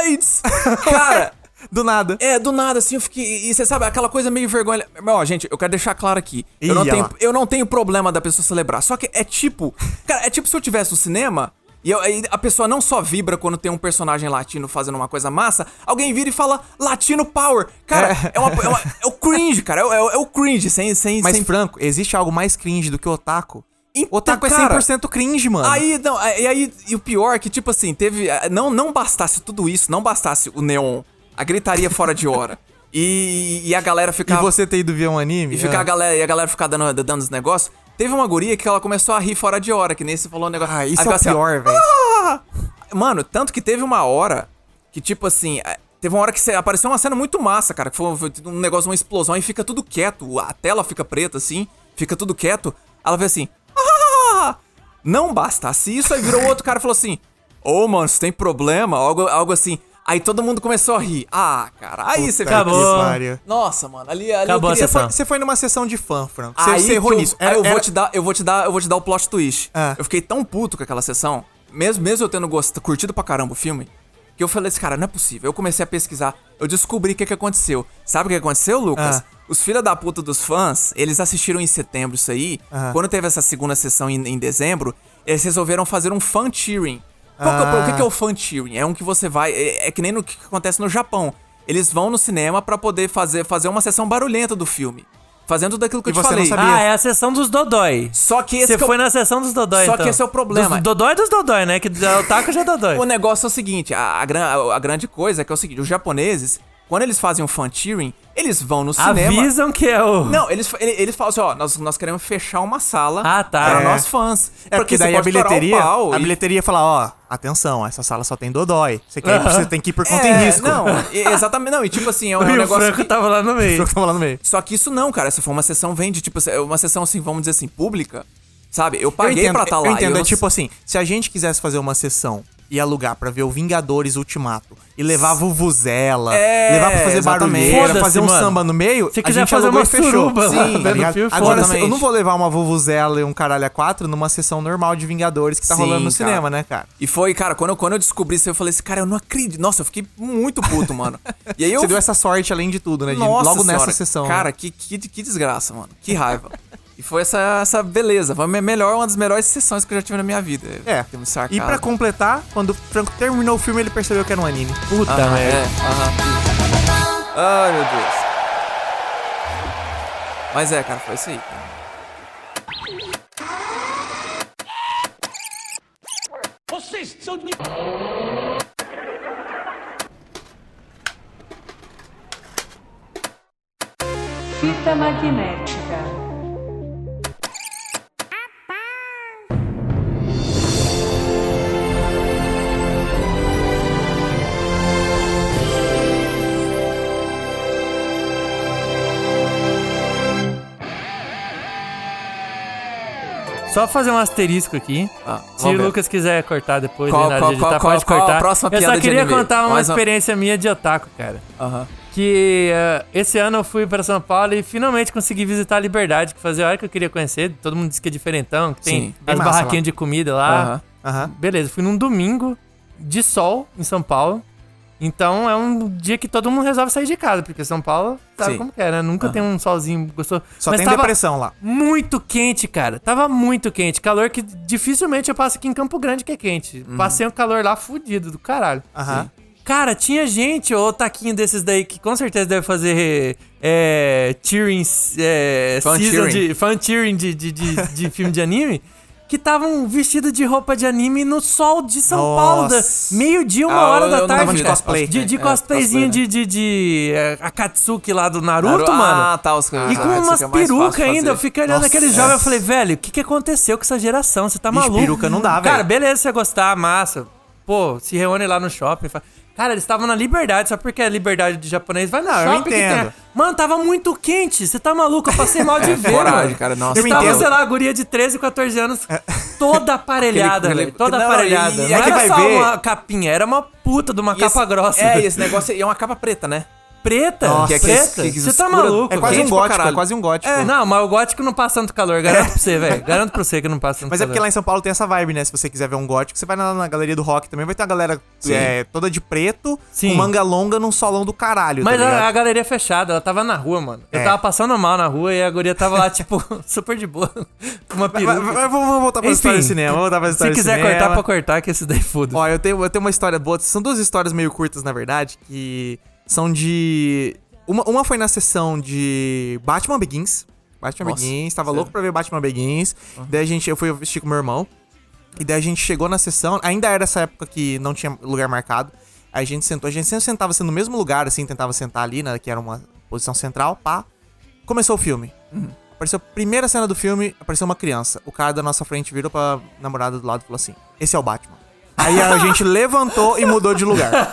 Speaker 4: rights! Cara,
Speaker 2: Do nada.
Speaker 4: é, do nada, assim, eu fiquei. E você sabe, aquela coisa meio vergonha. Mas, ó, gente, eu quero deixar claro aqui. Eu não,
Speaker 2: Ih,
Speaker 4: tenho,
Speaker 2: olha lá.
Speaker 4: eu não tenho problema da pessoa celebrar. Só que é tipo. Cara, é tipo se eu tivesse no cinema. E eu- e a pessoa não só vibra quando tem um personagem latino fazendo uma coisa massa, alguém vira e fala Latino Power. Cara, é, uma, é, uma- é o cringe, cara. É, o- é o- é o cringe, sem. sem,
Speaker 2: Mas,
Speaker 4: sem...
Speaker 2: Franco, existe algo mais cringe do que o otaku?
Speaker 4: Então,
Speaker 2: otaku
Speaker 4: cara,
Speaker 2: é 100% cringe, mano.
Speaker 4: Aí, não, e aí, e o pior é que, tipo assim, teve. ah, Não, não bastasse tudo isso, não bastasse o neon, a gritaria fora de hora. E, e a galera
Speaker 2: e
Speaker 4: ficava.
Speaker 2: você ter ido ver um anime?
Speaker 4: E, ficar a
Speaker 2: é.
Speaker 4: galera, e a galera ficar dando, dando os negócios. Teve uma guria que ela começou a rir fora de hora, que nem você falou um negócio.
Speaker 2: Ah,
Speaker 4: Aí
Speaker 2: isso é
Speaker 4: ficava
Speaker 2: o
Speaker 4: assim, ó,
Speaker 2: pior, velho.
Speaker 4: Mano, tanto que teve uma hora que, tipo assim, eh, teve uma hora que cê- apareceu uma cena muito massa, cara, que foi um- foi um negócio, uma explosão, e fica tudo quieto. A tela fica preta, assim, fica tudo quieto. Ela vê assim. "Ah!" Não bastasse isso, aí virou outro cara e falou assim: Ô, mano, você tem problema? Algo, algo assim. Aí todo mundo começou a rir. Ah, cara, aí você
Speaker 2: Puta
Speaker 4: fica. assim,
Speaker 3: Acabou.
Speaker 2: que pariu.
Speaker 4: Nossa, mano, ali, ali
Speaker 3: Acabou a
Speaker 4: eu queria...
Speaker 3: sessão.
Speaker 2: Você foi numa sessão de fã, Franco. Você,
Speaker 4: Aí
Speaker 2: você errou
Speaker 4: que eu,
Speaker 2: nisso.
Speaker 4: aí
Speaker 2: Era-
Speaker 4: eu vou
Speaker 2: era-
Speaker 4: te dar, eu vou te dar, eu vou te dar o plot twist.
Speaker 2: Ah.
Speaker 4: Eu fiquei tão puto com aquela sessão, mesmo mesmo eu tendo gost... curtido pra caramba o filme, que eu falei assim, cara, não é possível. Eu comecei a pesquisar, eu descobri o que que aconteceu. Sabe o que aconteceu, Lucas?
Speaker 2: Ah.
Speaker 4: Os filha da puta dos fãs, eles assistiram em setembro isso aí.
Speaker 2: Aham.
Speaker 4: Quando teve essa segunda sessão em, em dezembro, eles resolveram fazer um fan cheering. Qual que é o-
Speaker 2: Ah.
Speaker 4: o que que é o fan cheering? É um que você vai. É, é que nem no que acontece no Japão. Eles vão no cinema pra poder fazer, fazer uma sessão barulhenta do filme. Fazendo tudo aquilo que
Speaker 2: E
Speaker 4: eu te
Speaker 2: você não
Speaker 4: falei.
Speaker 2: sabia?
Speaker 3: Ah, é a sessão dos Dodói.
Speaker 4: Só que esse
Speaker 3: Você
Speaker 4: que é o-
Speaker 3: foi na sessão dos Dodói,
Speaker 4: Só
Speaker 3: então.
Speaker 4: que esse é o problema.
Speaker 3: Dos Dodói dos Dodói, né? Que o taco já é Dodói.
Speaker 4: o negócio é o seguinte, a, a gran- a- a grande coisa é que é o seguinte, os japoneses, quando eles fazem um fan cheering, eles vão no cinema...
Speaker 3: Avisam que é o...
Speaker 4: Não, eles, fa- ele- eles falam assim, ó, nós, nós queremos fechar uma sala
Speaker 3: Ah, tá.
Speaker 4: para
Speaker 3: É.
Speaker 4: nós fãs.
Speaker 2: É porque
Speaker 4: você
Speaker 2: daí a
Speaker 4: pode estourar o
Speaker 2: bilheteria,
Speaker 4: pau
Speaker 2: a
Speaker 4: e-
Speaker 2: bilheteria fala, ó, atenção, essa sala só tem dodói. Você, quer,
Speaker 3: Aham.
Speaker 2: você tem que ir por conta
Speaker 4: É,
Speaker 2: em risco.
Speaker 4: Não, e- exatamente, não, e tipo assim, é um, é um
Speaker 3: E o
Speaker 4: negócio...
Speaker 3: Franco
Speaker 4: que-
Speaker 3: tava lá no
Speaker 2: Isso é o
Speaker 3: meio.
Speaker 2: que eu tô falando mesmo.
Speaker 4: Só que isso não, cara, essa foi uma sessão vende, tipo, é uma sessão assim, vamos dizer assim, pública, sabe? Eu paguei pra estar lá.
Speaker 2: Eu
Speaker 4: e
Speaker 2: entendo,
Speaker 4: eu
Speaker 2: é
Speaker 4: não-
Speaker 2: tipo assim, se a gente quisesse fazer uma sessão e alugar pra ver o Vingadores Ultimato e levar Vuvuzela,
Speaker 4: É,
Speaker 2: levar pra fazer
Speaker 4: exatamente.
Speaker 2: barulheira,
Speaker 3: Foda-se,
Speaker 2: fazer um
Speaker 3: mano.
Speaker 2: samba no meio,
Speaker 3: Se
Speaker 2: a
Speaker 3: quiser
Speaker 2: gente
Speaker 3: fazer
Speaker 2: alugou
Speaker 3: uma
Speaker 2: e fechou.
Speaker 3: suruba lá
Speaker 2: Sim, tá
Speaker 3: vendo
Speaker 2: ligado?
Speaker 3: filme,
Speaker 2: Agora,
Speaker 4: foda-se.
Speaker 2: eu não vou levar uma Vuvuzela e um caralho a quatro numa sessão normal de Vingadores que tá
Speaker 4: Sim,
Speaker 2: rolando no
Speaker 4: cara.
Speaker 2: cinema, né, cara?
Speaker 4: E foi, cara, quando eu, quando eu descobri isso, eu falei assim, cara, eu não acredito. Nossa, eu fiquei muito puto, mano. E aí eu.
Speaker 2: Você deu essa sorte além de tudo, né? de-
Speaker 4: Nossa
Speaker 2: logo
Speaker 4: senhora.
Speaker 2: nessa sessão. né?
Speaker 4: Cara, que, que, que desgraça, mano. Que raiva. e foi essa, essa beleza. Foi a me- melhor, uma das melhores sessões que eu já tive na minha vida.
Speaker 2: É.
Speaker 4: Tem um sarcasmo.
Speaker 2: E pra completar, quando o Franco terminou o filme, ele percebeu que era um anime.
Speaker 3: Puta,
Speaker 4: Aham,
Speaker 3: velho.
Speaker 4: é, aham. Ai, meu Deus. Mas é, cara, foi isso aí. cara.
Speaker 1: Fita magnética.
Speaker 3: Só fazer um asterisco aqui.
Speaker 4: Ah,
Speaker 3: Se
Speaker 4: vamos
Speaker 3: o
Speaker 4: ver.
Speaker 3: Lucas quiser cortar depois,
Speaker 4: Qual-
Speaker 3: aí na hora
Speaker 4: qual-
Speaker 3: de editar,
Speaker 4: qual-
Speaker 3: tá, pode
Speaker 4: qual- qual a
Speaker 3: cortar.
Speaker 4: próxima
Speaker 3: eu
Speaker 4: piada
Speaker 3: só
Speaker 4: de
Speaker 3: queria
Speaker 4: anime?
Speaker 3: contar uma
Speaker 4: Mais uma-
Speaker 3: experiência minha de otaku, cara.
Speaker 4: Aham.
Speaker 3: Que eh, esse ano eu fui pra São Paulo e finalmente consegui visitar a Liberdade, que fazia hora que eu queria conhecer. Todo mundo disse que é diferentão, que tem
Speaker 4: Sim,
Speaker 2: bem
Speaker 3: as
Speaker 2: massa
Speaker 3: barraquinhas de comida lá.
Speaker 4: Aham.
Speaker 2: Aham.
Speaker 3: Beleza, fui num domingo de sol em São Paulo. Então é um dia que todo mundo resolve sair de casa, porque São Paulo sabe
Speaker 4: Sim.
Speaker 3: como que é, né? Nunca tem um solzinho gostoso.
Speaker 2: Só
Speaker 3: Mas
Speaker 2: tem
Speaker 3: tava
Speaker 2: depressão lá.
Speaker 3: muito quente, cara. Tava muito quente. Calor que dificilmente eu passo aqui em Campo Grande que é quente.
Speaker 2: Uhum.
Speaker 3: Passei um calor lá fudido do caralho.
Speaker 2: Aham.
Speaker 3: Cara, tinha gente, ô taquinho desses daí, que com certeza deve fazer é, cheering, é,
Speaker 4: Fan
Speaker 3: season
Speaker 4: cheering.
Speaker 3: de fan cheering de, de, de, de filme de anime, que estavam vestidos de roupa de anime no sol de São
Speaker 2: Nossa.
Speaker 3: Paulo, da- meio-dia, uma
Speaker 4: Ah,
Speaker 3: hora
Speaker 4: eu
Speaker 3: da
Speaker 4: não
Speaker 3: tarde.
Speaker 4: tava de
Speaker 3: cara.
Speaker 4: cosplay.
Speaker 3: De, de
Speaker 4: É,
Speaker 3: cosplayzinho
Speaker 4: cosplay,
Speaker 3: de, de, de é, Akatsuki lá do Naruto,
Speaker 4: Naru-
Speaker 3: mano.
Speaker 4: Ah, tá, os
Speaker 3: E com umas perucas ainda, eu fiquei olhando
Speaker 2: Nossa.
Speaker 3: aqueles jovens, eu falei, velho, o que, que aconteceu com essa geração? Você tá
Speaker 2: Bicho,
Speaker 3: maluco?
Speaker 2: peruca não dá, velho.
Speaker 3: Cara, beleza você gostar, massa. Pô, se reúne lá no shopping. fala- Cara, eles estavam na liberdade, só porque é liberdade de japonês. Vai na
Speaker 2: eu
Speaker 3: shopping que
Speaker 2: entendo.
Speaker 3: tem. Mano, tava muito quente, você tá maluco, eu passei mal de ver,
Speaker 4: Coragem,
Speaker 3: mano.
Speaker 4: cara, nossa. É.
Speaker 2: Eu
Speaker 3: Eu tava,
Speaker 2: entendo.
Speaker 3: sei lá, a guria de 13, 14 anos, toda aparelhada,
Speaker 4: Aquele-
Speaker 3: velho, toda
Speaker 4: Não, e-
Speaker 3: aparelhada.
Speaker 4: e
Speaker 3: Não
Speaker 4: é que
Speaker 3: era
Speaker 4: vai
Speaker 3: só
Speaker 4: ver-
Speaker 3: uma capinha, era uma puta de uma
Speaker 4: E
Speaker 3: capa
Speaker 4: esse-
Speaker 3: grossa.
Speaker 4: É, e esse negócio aí é uma capa preta, né?
Speaker 3: Preta,
Speaker 4: Nossa. Que é que-
Speaker 3: preta.
Speaker 4: que- que
Speaker 3: Você tá
Speaker 4: escura-
Speaker 3: maluco,
Speaker 2: É quase um
Speaker 3: velho.
Speaker 4: Quente pra
Speaker 2: gótico, é
Speaker 4: caralho.
Speaker 2: quase um gótico.
Speaker 4: Tipo,
Speaker 3: É, não, mas o gótico não passa tanto calor,
Speaker 4: É.
Speaker 3: garanto pra você, velho. Garanto pra você que não passa tanto
Speaker 2: Mas é
Speaker 3: calor.
Speaker 2: porque lá em São Paulo tem essa vibe, né? Se você quiser ver um gótico, você vai na, na galeria do rock também, vai ter uma galera é, toda de preto,
Speaker 3: Sim.
Speaker 2: com manga longa num solão do caralho.
Speaker 3: Mas
Speaker 2: tá ligado?
Speaker 3: a, a galeria é fechada, ela tava na rua, mano. Eu
Speaker 2: É.
Speaker 3: tava passando mal na rua e a guria tava lá, tipo, super de boa. Com uma
Speaker 2: Mas-
Speaker 3: peruca.
Speaker 2: mas- mas vamos voltar pra
Speaker 3: Enfim,
Speaker 2: história do cinema. Vamos voltar pra
Speaker 3: Se
Speaker 2: história do
Speaker 3: quiser
Speaker 2: cinema.
Speaker 3: cortar, pra cortar, que esse daí é foda.
Speaker 2: Ó, eu tenho, eu tenho uma história boa. São duas histórias meio curtas, na verdade, que são de. Uma, uma foi na sessão de Batman Begins. Batman
Speaker 4: Nossa,
Speaker 2: Begins, tava louco pra ver Batman Begins. Daí a gente, eu fui assistir com meu irmão. E daí a gente chegou na sessão, ainda era essa época que não tinha lugar marcado. Aí a gente sentou, a gente sempre sentava assim, no mesmo lugar, assim, tentava sentar ali, né, que era uma posição central, pá. Começou o filme.
Speaker 4: Uhum.
Speaker 2: Apareceu a primeira cena do filme, apareceu uma criança. O cara da nossa frente virou pra namorada do lado e falou assim: Esse é o Batman. Aí a gente levantou e mudou de lugar.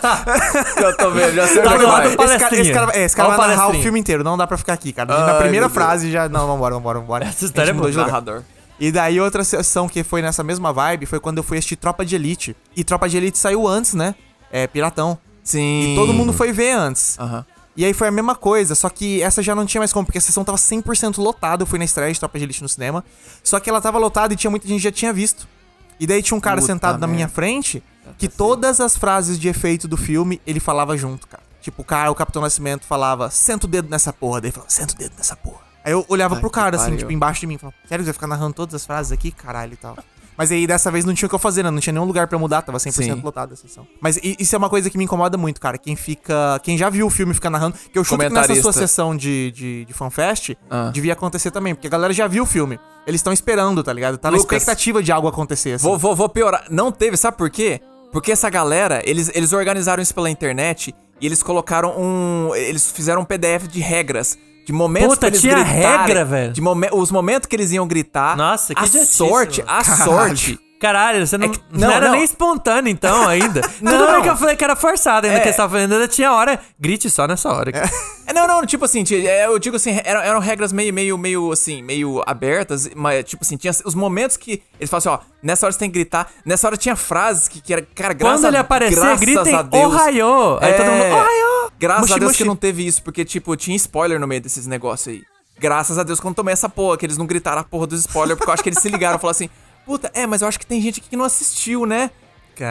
Speaker 4: Eu tô vendo, já sei
Speaker 3: Tá
Speaker 4: onde
Speaker 3: do lado
Speaker 4: vai.
Speaker 3: do
Speaker 2: esse cara, esse
Speaker 3: palestrinha.
Speaker 2: cara, é, esse cara
Speaker 3: Ó o
Speaker 2: vai narrar o
Speaker 3: palestrinha.
Speaker 2: filme inteiro, não dá pra ficar aqui, cara. A gente, na
Speaker 4: Ai,
Speaker 2: primeira
Speaker 4: meu Deus.
Speaker 2: frase já. Não, vambora, vambora, vambora.
Speaker 3: Essa
Speaker 2: A
Speaker 3: história é
Speaker 2: gente mudou
Speaker 3: boa.
Speaker 2: de lugar.
Speaker 4: Narrador.
Speaker 2: E daí outra sessão que foi nessa mesma vibe foi quando eu fui assistir Tropa de Elite. E Tropa de Elite saiu antes, né? É, Piratão.
Speaker 4: Sim.
Speaker 2: E todo mundo foi ver antes.
Speaker 4: Aham.
Speaker 2: E aí foi a mesma coisa, só que essa já não tinha mais como, porque a sessão tava 100% lotada. Eu fui na estreia de Tropa de Elite no cinema. Só que ela tava lotada e tinha muita gente que já tinha visto. E daí tinha um cara
Speaker 4: Puta
Speaker 2: sentado na
Speaker 4: merda. Tá
Speaker 2: minha frente que todas as frases de efeito do filme ele falava junto, cara. Tipo, o cara, o Capitão Nascimento falava, senta o dedo nessa porra. Daí ele falava, senta o dedo nessa porra. Aí eu olhava
Speaker 4: Ai,
Speaker 2: pro
Speaker 4: que
Speaker 2: cara, assim,
Speaker 4: pariu.
Speaker 2: tipo, embaixo de mim, falava, sério, que você vai ficar narrando todas as frases aqui, caralho e tal. Mas aí dessa vez não tinha o que eu fazer, né? Não tinha nenhum lugar pra eu mudar, tava 100%
Speaker 4: Sim.
Speaker 2: lotada a sessão. Mas i- isso é uma coisa que me incomoda muito, cara. Quem fica. Quem já viu o filme fica narrando. Que eu chuto que nessa sua
Speaker 4: Comentarista.
Speaker 2: sessão de, de, de fanfest
Speaker 4: Ah.
Speaker 2: devia acontecer também, porque a galera já viu o filme. Eles estão esperando, tá ligado? Tá na
Speaker 4: Lucas.
Speaker 2: expectativa de algo acontecer, assim.
Speaker 4: Vou, vou, vou piorar. Não teve, sabe por quê? Porque essa galera, eles, eles organizaram isso pela internet e eles colocaram um. Eles fizeram um PDF de regras. De momentos
Speaker 3: Puta,
Speaker 4: que eles
Speaker 3: tinha
Speaker 4: gritarem,
Speaker 3: regra, velho.
Speaker 4: De momen- os momentos que eles iam gritar.
Speaker 3: Nossa, que
Speaker 4: A
Speaker 3: idiotice,
Speaker 4: sorte,
Speaker 3: mano.
Speaker 4: a sorte.
Speaker 3: Caralho, você não,
Speaker 4: É que-
Speaker 3: não,
Speaker 4: não,
Speaker 3: era
Speaker 4: não.
Speaker 3: nem espontâneo então ainda. Tudo
Speaker 4: Não.
Speaker 3: bem que eu falei que era forçado ainda
Speaker 4: É.
Speaker 3: que você tava fazendo, ainda tinha hora. Grite só nessa hora. cara.
Speaker 4: É, não, não, tipo assim, tia, é, eu digo assim, eram, eram regras meio, meio, meio, assim, meio abertas, mas, tipo assim, tinha os momentos que eles falavam assim, ó, nessa hora você tem que gritar, nessa hora tinha frases que, que era, cara, graças
Speaker 3: Quando ele
Speaker 4: a-
Speaker 3: aparecer,
Speaker 4: graças a
Speaker 3: gritem "Oh,
Speaker 4: Deus.
Speaker 3: Ohio. Aí todo mundo,
Speaker 4: É.
Speaker 3: Ohio.
Speaker 4: Graças
Speaker 2: Mushi,
Speaker 4: a Deus
Speaker 2: mushi.
Speaker 4: que não teve isso, porque, tipo, tinha spoiler no meio desses negócios aí. Graças a Deus quando tomei essa porra, que eles não gritaram a porra dos spoilers, porque eu acho que eles se ligaram e falaram assim, puta, é, mas eu acho que tem gente aqui que não assistiu, né?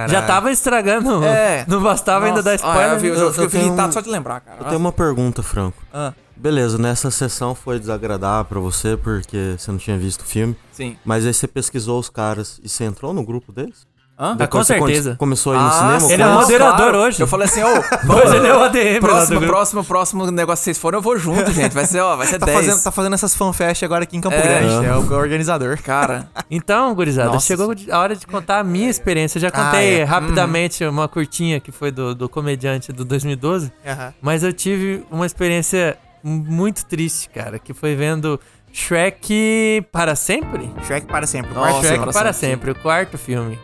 Speaker 3: Já tava estragando,
Speaker 4: É.
Speaker 3: não bastava ainda
Speaker 4: Nossa,
Speaker 3: dar Tá spoiler.
Speaker 4: ah, eu, vi- eu,
Speaker 5: Eu-
Speaker 4: fico
Speaker 5: eu tenho
Speaker 4: irritado
Speaker 5: um-
Speaker 4: só de lembrar, cara.
Speaker 2: Ah.
Speaker 5: Eu tenho uma pergunta, Franco.
Speaker 4: Ah.
Speaker 5: Beleza, nessa sessão foi desagradável pra você porque você não tinha visto o filme,
Speaker 4: Ah, Sim.
Speaker 5: mas aí você pesquisou os caras e você entrou no grupo deles?
Speaker 3: Hã?
Speaker 2: Ah,
Speaker 5: Daí
Speaker 3: Com
Speaker 5: quando você con-
Speaker 3: certeza.
Speaker 5: Começou aí no
Speaker 4: Ah,
Speaker 5: cinema?
Speaker 3: Ele é
Speaker 5: quando-
Speaker 4: claro,
Speaker 3: moderador
Speaker 4: claro.
Speaker 3: hoje.
Speaker 4: Eu falei assim, ô,
Speaker 3: Mas ele é o ADM lá do
Speaker 4: próximo,
Speaker 3: grupo.
Speaker 4: próximo, próximo negócio que vocês forem, eu vou junto, gente. Vai ser, ó, vai ser
Speaker 2: Tá
Speaker 4: 10.
Speaker 2: fazendo, tá fazendo essas fanfest agora aqui em Campo
Speaker 4: É.
Speaker 2: Grande. É o organizador.
Speaker 4: Cara,
Speaker 3: Então, gurizada,
Speaker 2: Nossa.
Speaker 3: chegou a hora de contar a minha experiência. Eu já contei
Speaker 2: Ah, é.
Speaker 3: rapidamente uma curtinha que foi do, do comediante do 2012.
Speaker 2: Aham.
Speaker 3: Mas eu tive uma experiência muito triste, cara, que foi vendo Shrek para sempre.
Speaker 2: Shrek para sempre. o
Speaker 4: Nossa,
Speaker 2: quarto
Speaker 3: Shrek
Speaker 2: Shrek.
Speaker 3: para,
Speaker 4: para
Speaker 3: sempre. o quarto filme.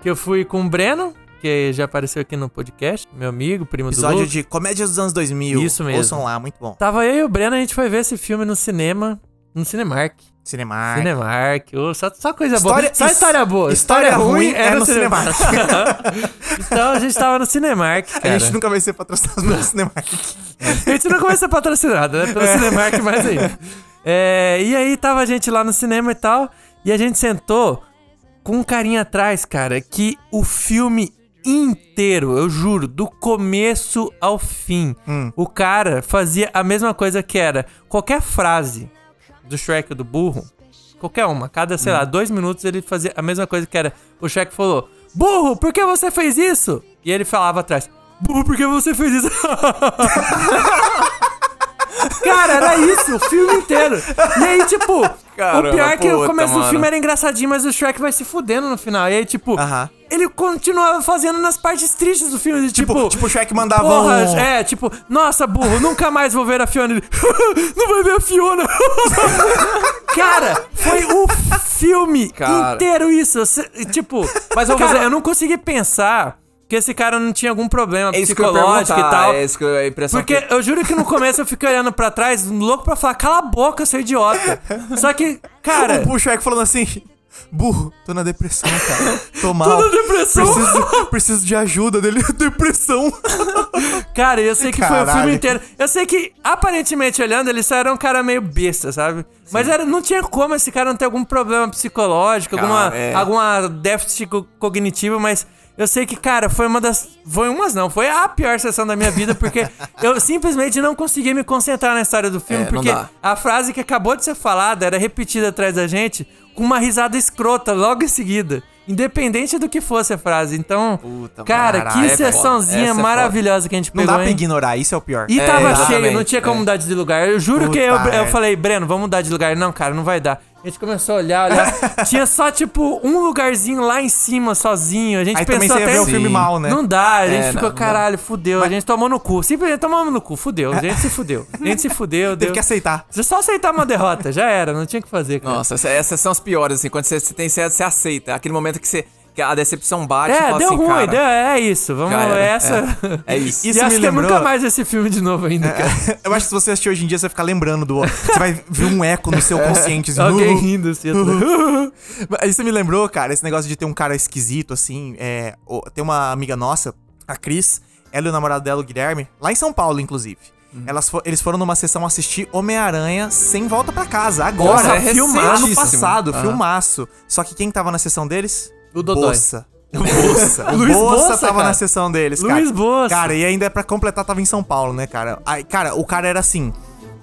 Speaker 3: Que eu fui com o Breno, que já apareceu aqui no podcast, meu amigo, primo do
Speaker 2: Episódio
Speaker 3: Lucas.
Speaker 2: de comédias dos anos 2000.
Speaker 3: Isso mesmo.
Speaker 2: Ouçam lá, muito bom.
Speaker 3: Tava eu e o Breno, a gente foi ver esse filme no cinema, no Cinemark.
Speaker 2: Cinemark.
Speaker 3: Cinemark, ô, só, só coisa boa.
Speaker 2: História-
Speaker 3: Só história boa.
Speaker 2: história ruim é no
Speaker 3: então a gente tava no Cinemark, cara.
Speaker 2: A gente nunca vai ser patrocinado pelo Cinemark.
Speaker 3: A gente não começa patrocinado, né? Pelo Cinemark, mas aí. É, e aí tava a gente lá no cinema e tal, e a gente sentou com um carinha atrás, cara, que o filme inteiro, eu juro, do começo ao fim,
Speaker 4: Hum.
Speaker 3: o cara fazia a mesma coisa que era qualquer frase do Shrek ou do burro, qualquer uma, cada, sei lá,
Speaker 4: Hum.
Speaker 3: dois minutos ele fazia a mesma coisa que era o Shrek falou: Burro, por que você fez isso? E ele falava atrás: Burro, por que você fez isso? Cara, era isso, o filme inteiro. E aí, tipo,
Speaker 4: Caramba,
Speaker 3: o pior é que o
Speaker 4: puta,
Speaker 3: começo do
Speaker 4: mano.
Speaker 3: filme era engraçadinho, mas o Shrek vai se fudendo no final. E aí, tipo,
Speaker 2: Aham.
Speaker 3: ele continuava fazendo nas partes tristes do filme. Tipo,
Speaker 2: Tipo, tipo, o Shrek
Speaker 4: tá
Speaker 2: mandava
Speaker 3: Porra,
Speaker 2: um...
Speaker 3: é, tipo, nossa, burro, nunca mais vou ver a Fiona. Ele, Não vai ver a Fiona. Cara, foi o filme
Speaker 4: Cara.
Speaker 3: inteiro isso. Cê- Tipo, mas eu,
Speaker 4: vou
Speaker 3: cara,
Speaker 4: fazer-
Speaker 3: eu não consegui pensar que esse cara não tinha algum problema
Speaker 4: é isso que eu ia
Speaker 3: psicológico e
Speaker 4: perguntar,
Speaker 3: tal.
Speaker 4: É isso que eu- a impressão
Speaker 3: Porque
Speaker 4: que...
Speaker 3: eu juro que no começo eu fiquei olhando pra trás, louco pra falar, cala a boca, seu idiota. Só que, cara,
Speaker 2: O, o Shrek falando assim... Burro, tô na depressão, cara. Tô mal.
Speaker 3: na depressão."
Speaker 2: Preciso, preciso de ajuda dele. Depressão.
Speaker 3: cara, eu sei que foi o
Speaker 2: Caralho.
Speaker 3: filme inteiro. Eu sei que, aparentemente olhando, ele só era um cara meio besta, sabe? Mas era, não tinha como esse cara não ter algum problema psicológico,
Speaker 4: Cara,
Speaker 3: alguma,
Speaker 4: é.
Speaker 3: alguma déficit co- cognitivo, mas. Eu sei que, cara, foi uma das. Foi umas não, foi a pior sessão da minha vida, porque eu simplesmente não consegui me concentrar na história do filme,
Speaker 4: É, não
Speaker 3: porque
Speaker 4: dá.
Speaker 3: A frase que acabou de ser falada era repetida atrás da gente com uma risada escrota logo em seguida. Independente do que fosse a frase. Então,
Speaker 4: Puta,
Speaker 3: cara,
Speaker 4: mano,
Speaker 3: que
Speaker 4: é foda.
Speaker 3: sessãozinha
Speaker 4: Essa é foda.
Speaker 3: maravilhosa que a gente
Speaker 2: Não
Speaker 3: pegou,
Speaker 2: dá pra
Speaker 3: hein?
Speaker 2: ignorar, isso é o pior.
Speaker 3: E
Speaker 4: É,
Speaker 3: tava cheio,
Speaker 4: exatamente,
Speaker 3: não tinha como
Speaker 4: é.
Speaker 3: mudar de lugar. Eu juro que
Speaker 2: Puta é.
Speaker 3: eu, eu
Speaker 2: merda.
Speaker 3: falei, Breno, vamos mudar de lugar. Não, cara, não vai dar. A gente começou a olhar, olhar. tinha só, tipo, um lugarzinho lá em cima, sozinho. A gente
Speaker 2: Aí também
Speaker 3: pensou
Speaker 2: você ia
Speaker 3: até.
Speaker 2: ver o filme
Speaker 4: Sim.
Speaker 2: mal, né?
Speaker 3: Não dá, a gente
Speaker 4: É,
Speaker 3: ficou,
Speaker 4: não, não
Speaker 3: caralho, fudeu. A gente tomou no cu. Simplesmente tomamos no cu, fudeu. A gente se fudeu. A gente se fudeu.
Speaker 2: Teve
Speaker 3: deu.
Speaker 2: que aceitar.
Speaker 3: Você só aceitar uma derrota, já era, não tinha o que fazer, cara.
Speaker 4: Nossa, essa- essas são as piores, assim. Quando você, você tem certo, você aceita. É Aquele momento que, você, que a decepção bate e
Speaker 3: é,
Speaker 4: fala
Speaker 3: deu
Speaker 4: assim,
Speaker 3: ruim,
Speaker 4: cara...
Speaker 3: deu, é isso. Vamos,
Speaker 4: já era,
Speaker 3: essa.
Speaker 4: É, é isso.
Speaker 3: E
Speaker 2: Isso
Speaker 3: acho
Speaker 2: me
Speaker 3: que eu
Speaker 2: lembrou-
Speaker 3: nunca mais esse filme de novo
Speaker 2: É,
Speaker 3: ainda, cara.
Speaker 2: Eu acho que se você assistir hoje em dia, você vai ficar lembrando do. Você vai ver um eco no seu consciente. assim,
Speaker 3: Alguém
Speaker 2: "Uh".
Speaker 3: rindo assim.
Speaker 2: Mas Isso me lembrou, cara, esse negócio de ter um cara esquisito, assim. É, o- tem uma amiga nossa, a Cris, ela e o namorado dela, o Guilherme, lá em São Paulo, inclusive. Elas fo- eles foram numa sessão assistir Homem-Aranha sem volta pra casa, agora.
Speaker 4: Nossa, é
Speaker 2: filmaço. Ano
Speaker 4: recentíssimo.
Speaker 2: passado,
Speaker 4: Aham.
Speaker 2: filmaço. Só que quem tava na sessão deles?
Speaker 3: O Dodói.
Speaker 2: Bossa. O Bossa. O
Speaker 3: Luiz
Speaker 2: Bossa
Speaker 3: Bossa,
Speaker 2: tava
Speaker 3: cara.
Speaker 2: na sessão deles, cara.
Speaker 3: Luiz Bossa.
Speaker 2: Cara, e ainda é pra completar, tava em São Paulo, né, cara? Aí, cara, o cara era assim.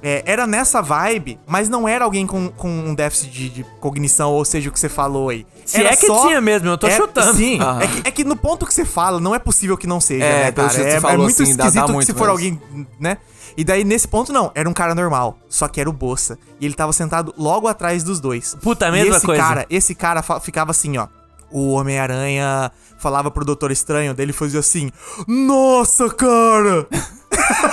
Speaker 2: é, era nessa vibe, mas não era alguém com, com um déficit de, de cognição, ou seja, o que você falou aí.
Speaker 3: Se
Speaker 2: Era
Speaker 3: é que tinha mesmo, eu tô
Speaker 2: é-
Speaker 3: chutando.
Speaker 2: Sim,
Speaker 4: Aham.
Speaker 2: é, que, é que no ponto que você fala, não é possível que não seja,
Speaker 4: É,
Speaker 2: né,
Speaker 4: pelo
Speaker 2: cara?
Speaker 4: jeito que
Speaker 2: É,
Speaker 4: você falou,
Speaker 2: é muito
Speaker 4: assim, dá- dá
Speaker 2: esquisito que
Speaker 4: muito
Speaker 2: se for
Speaker 4: mesmo.
Speaker 2: alguém, né? E daí, nesse ponto, não. Era um cara normal, só que era o Bossa. E ele tava sentado logo atrás dos dois.
Speaker 3: Puta, a
Speaker 2: E
Speaker 3: mesma
Speaker 2: esse
Speaker 3: coisa.
Speaker 2: Cara, esse cara fa- ficava assim, ó. O Homem-Aranha falava pro Doutor Estranho, dele fazia assim: Nossa, cara!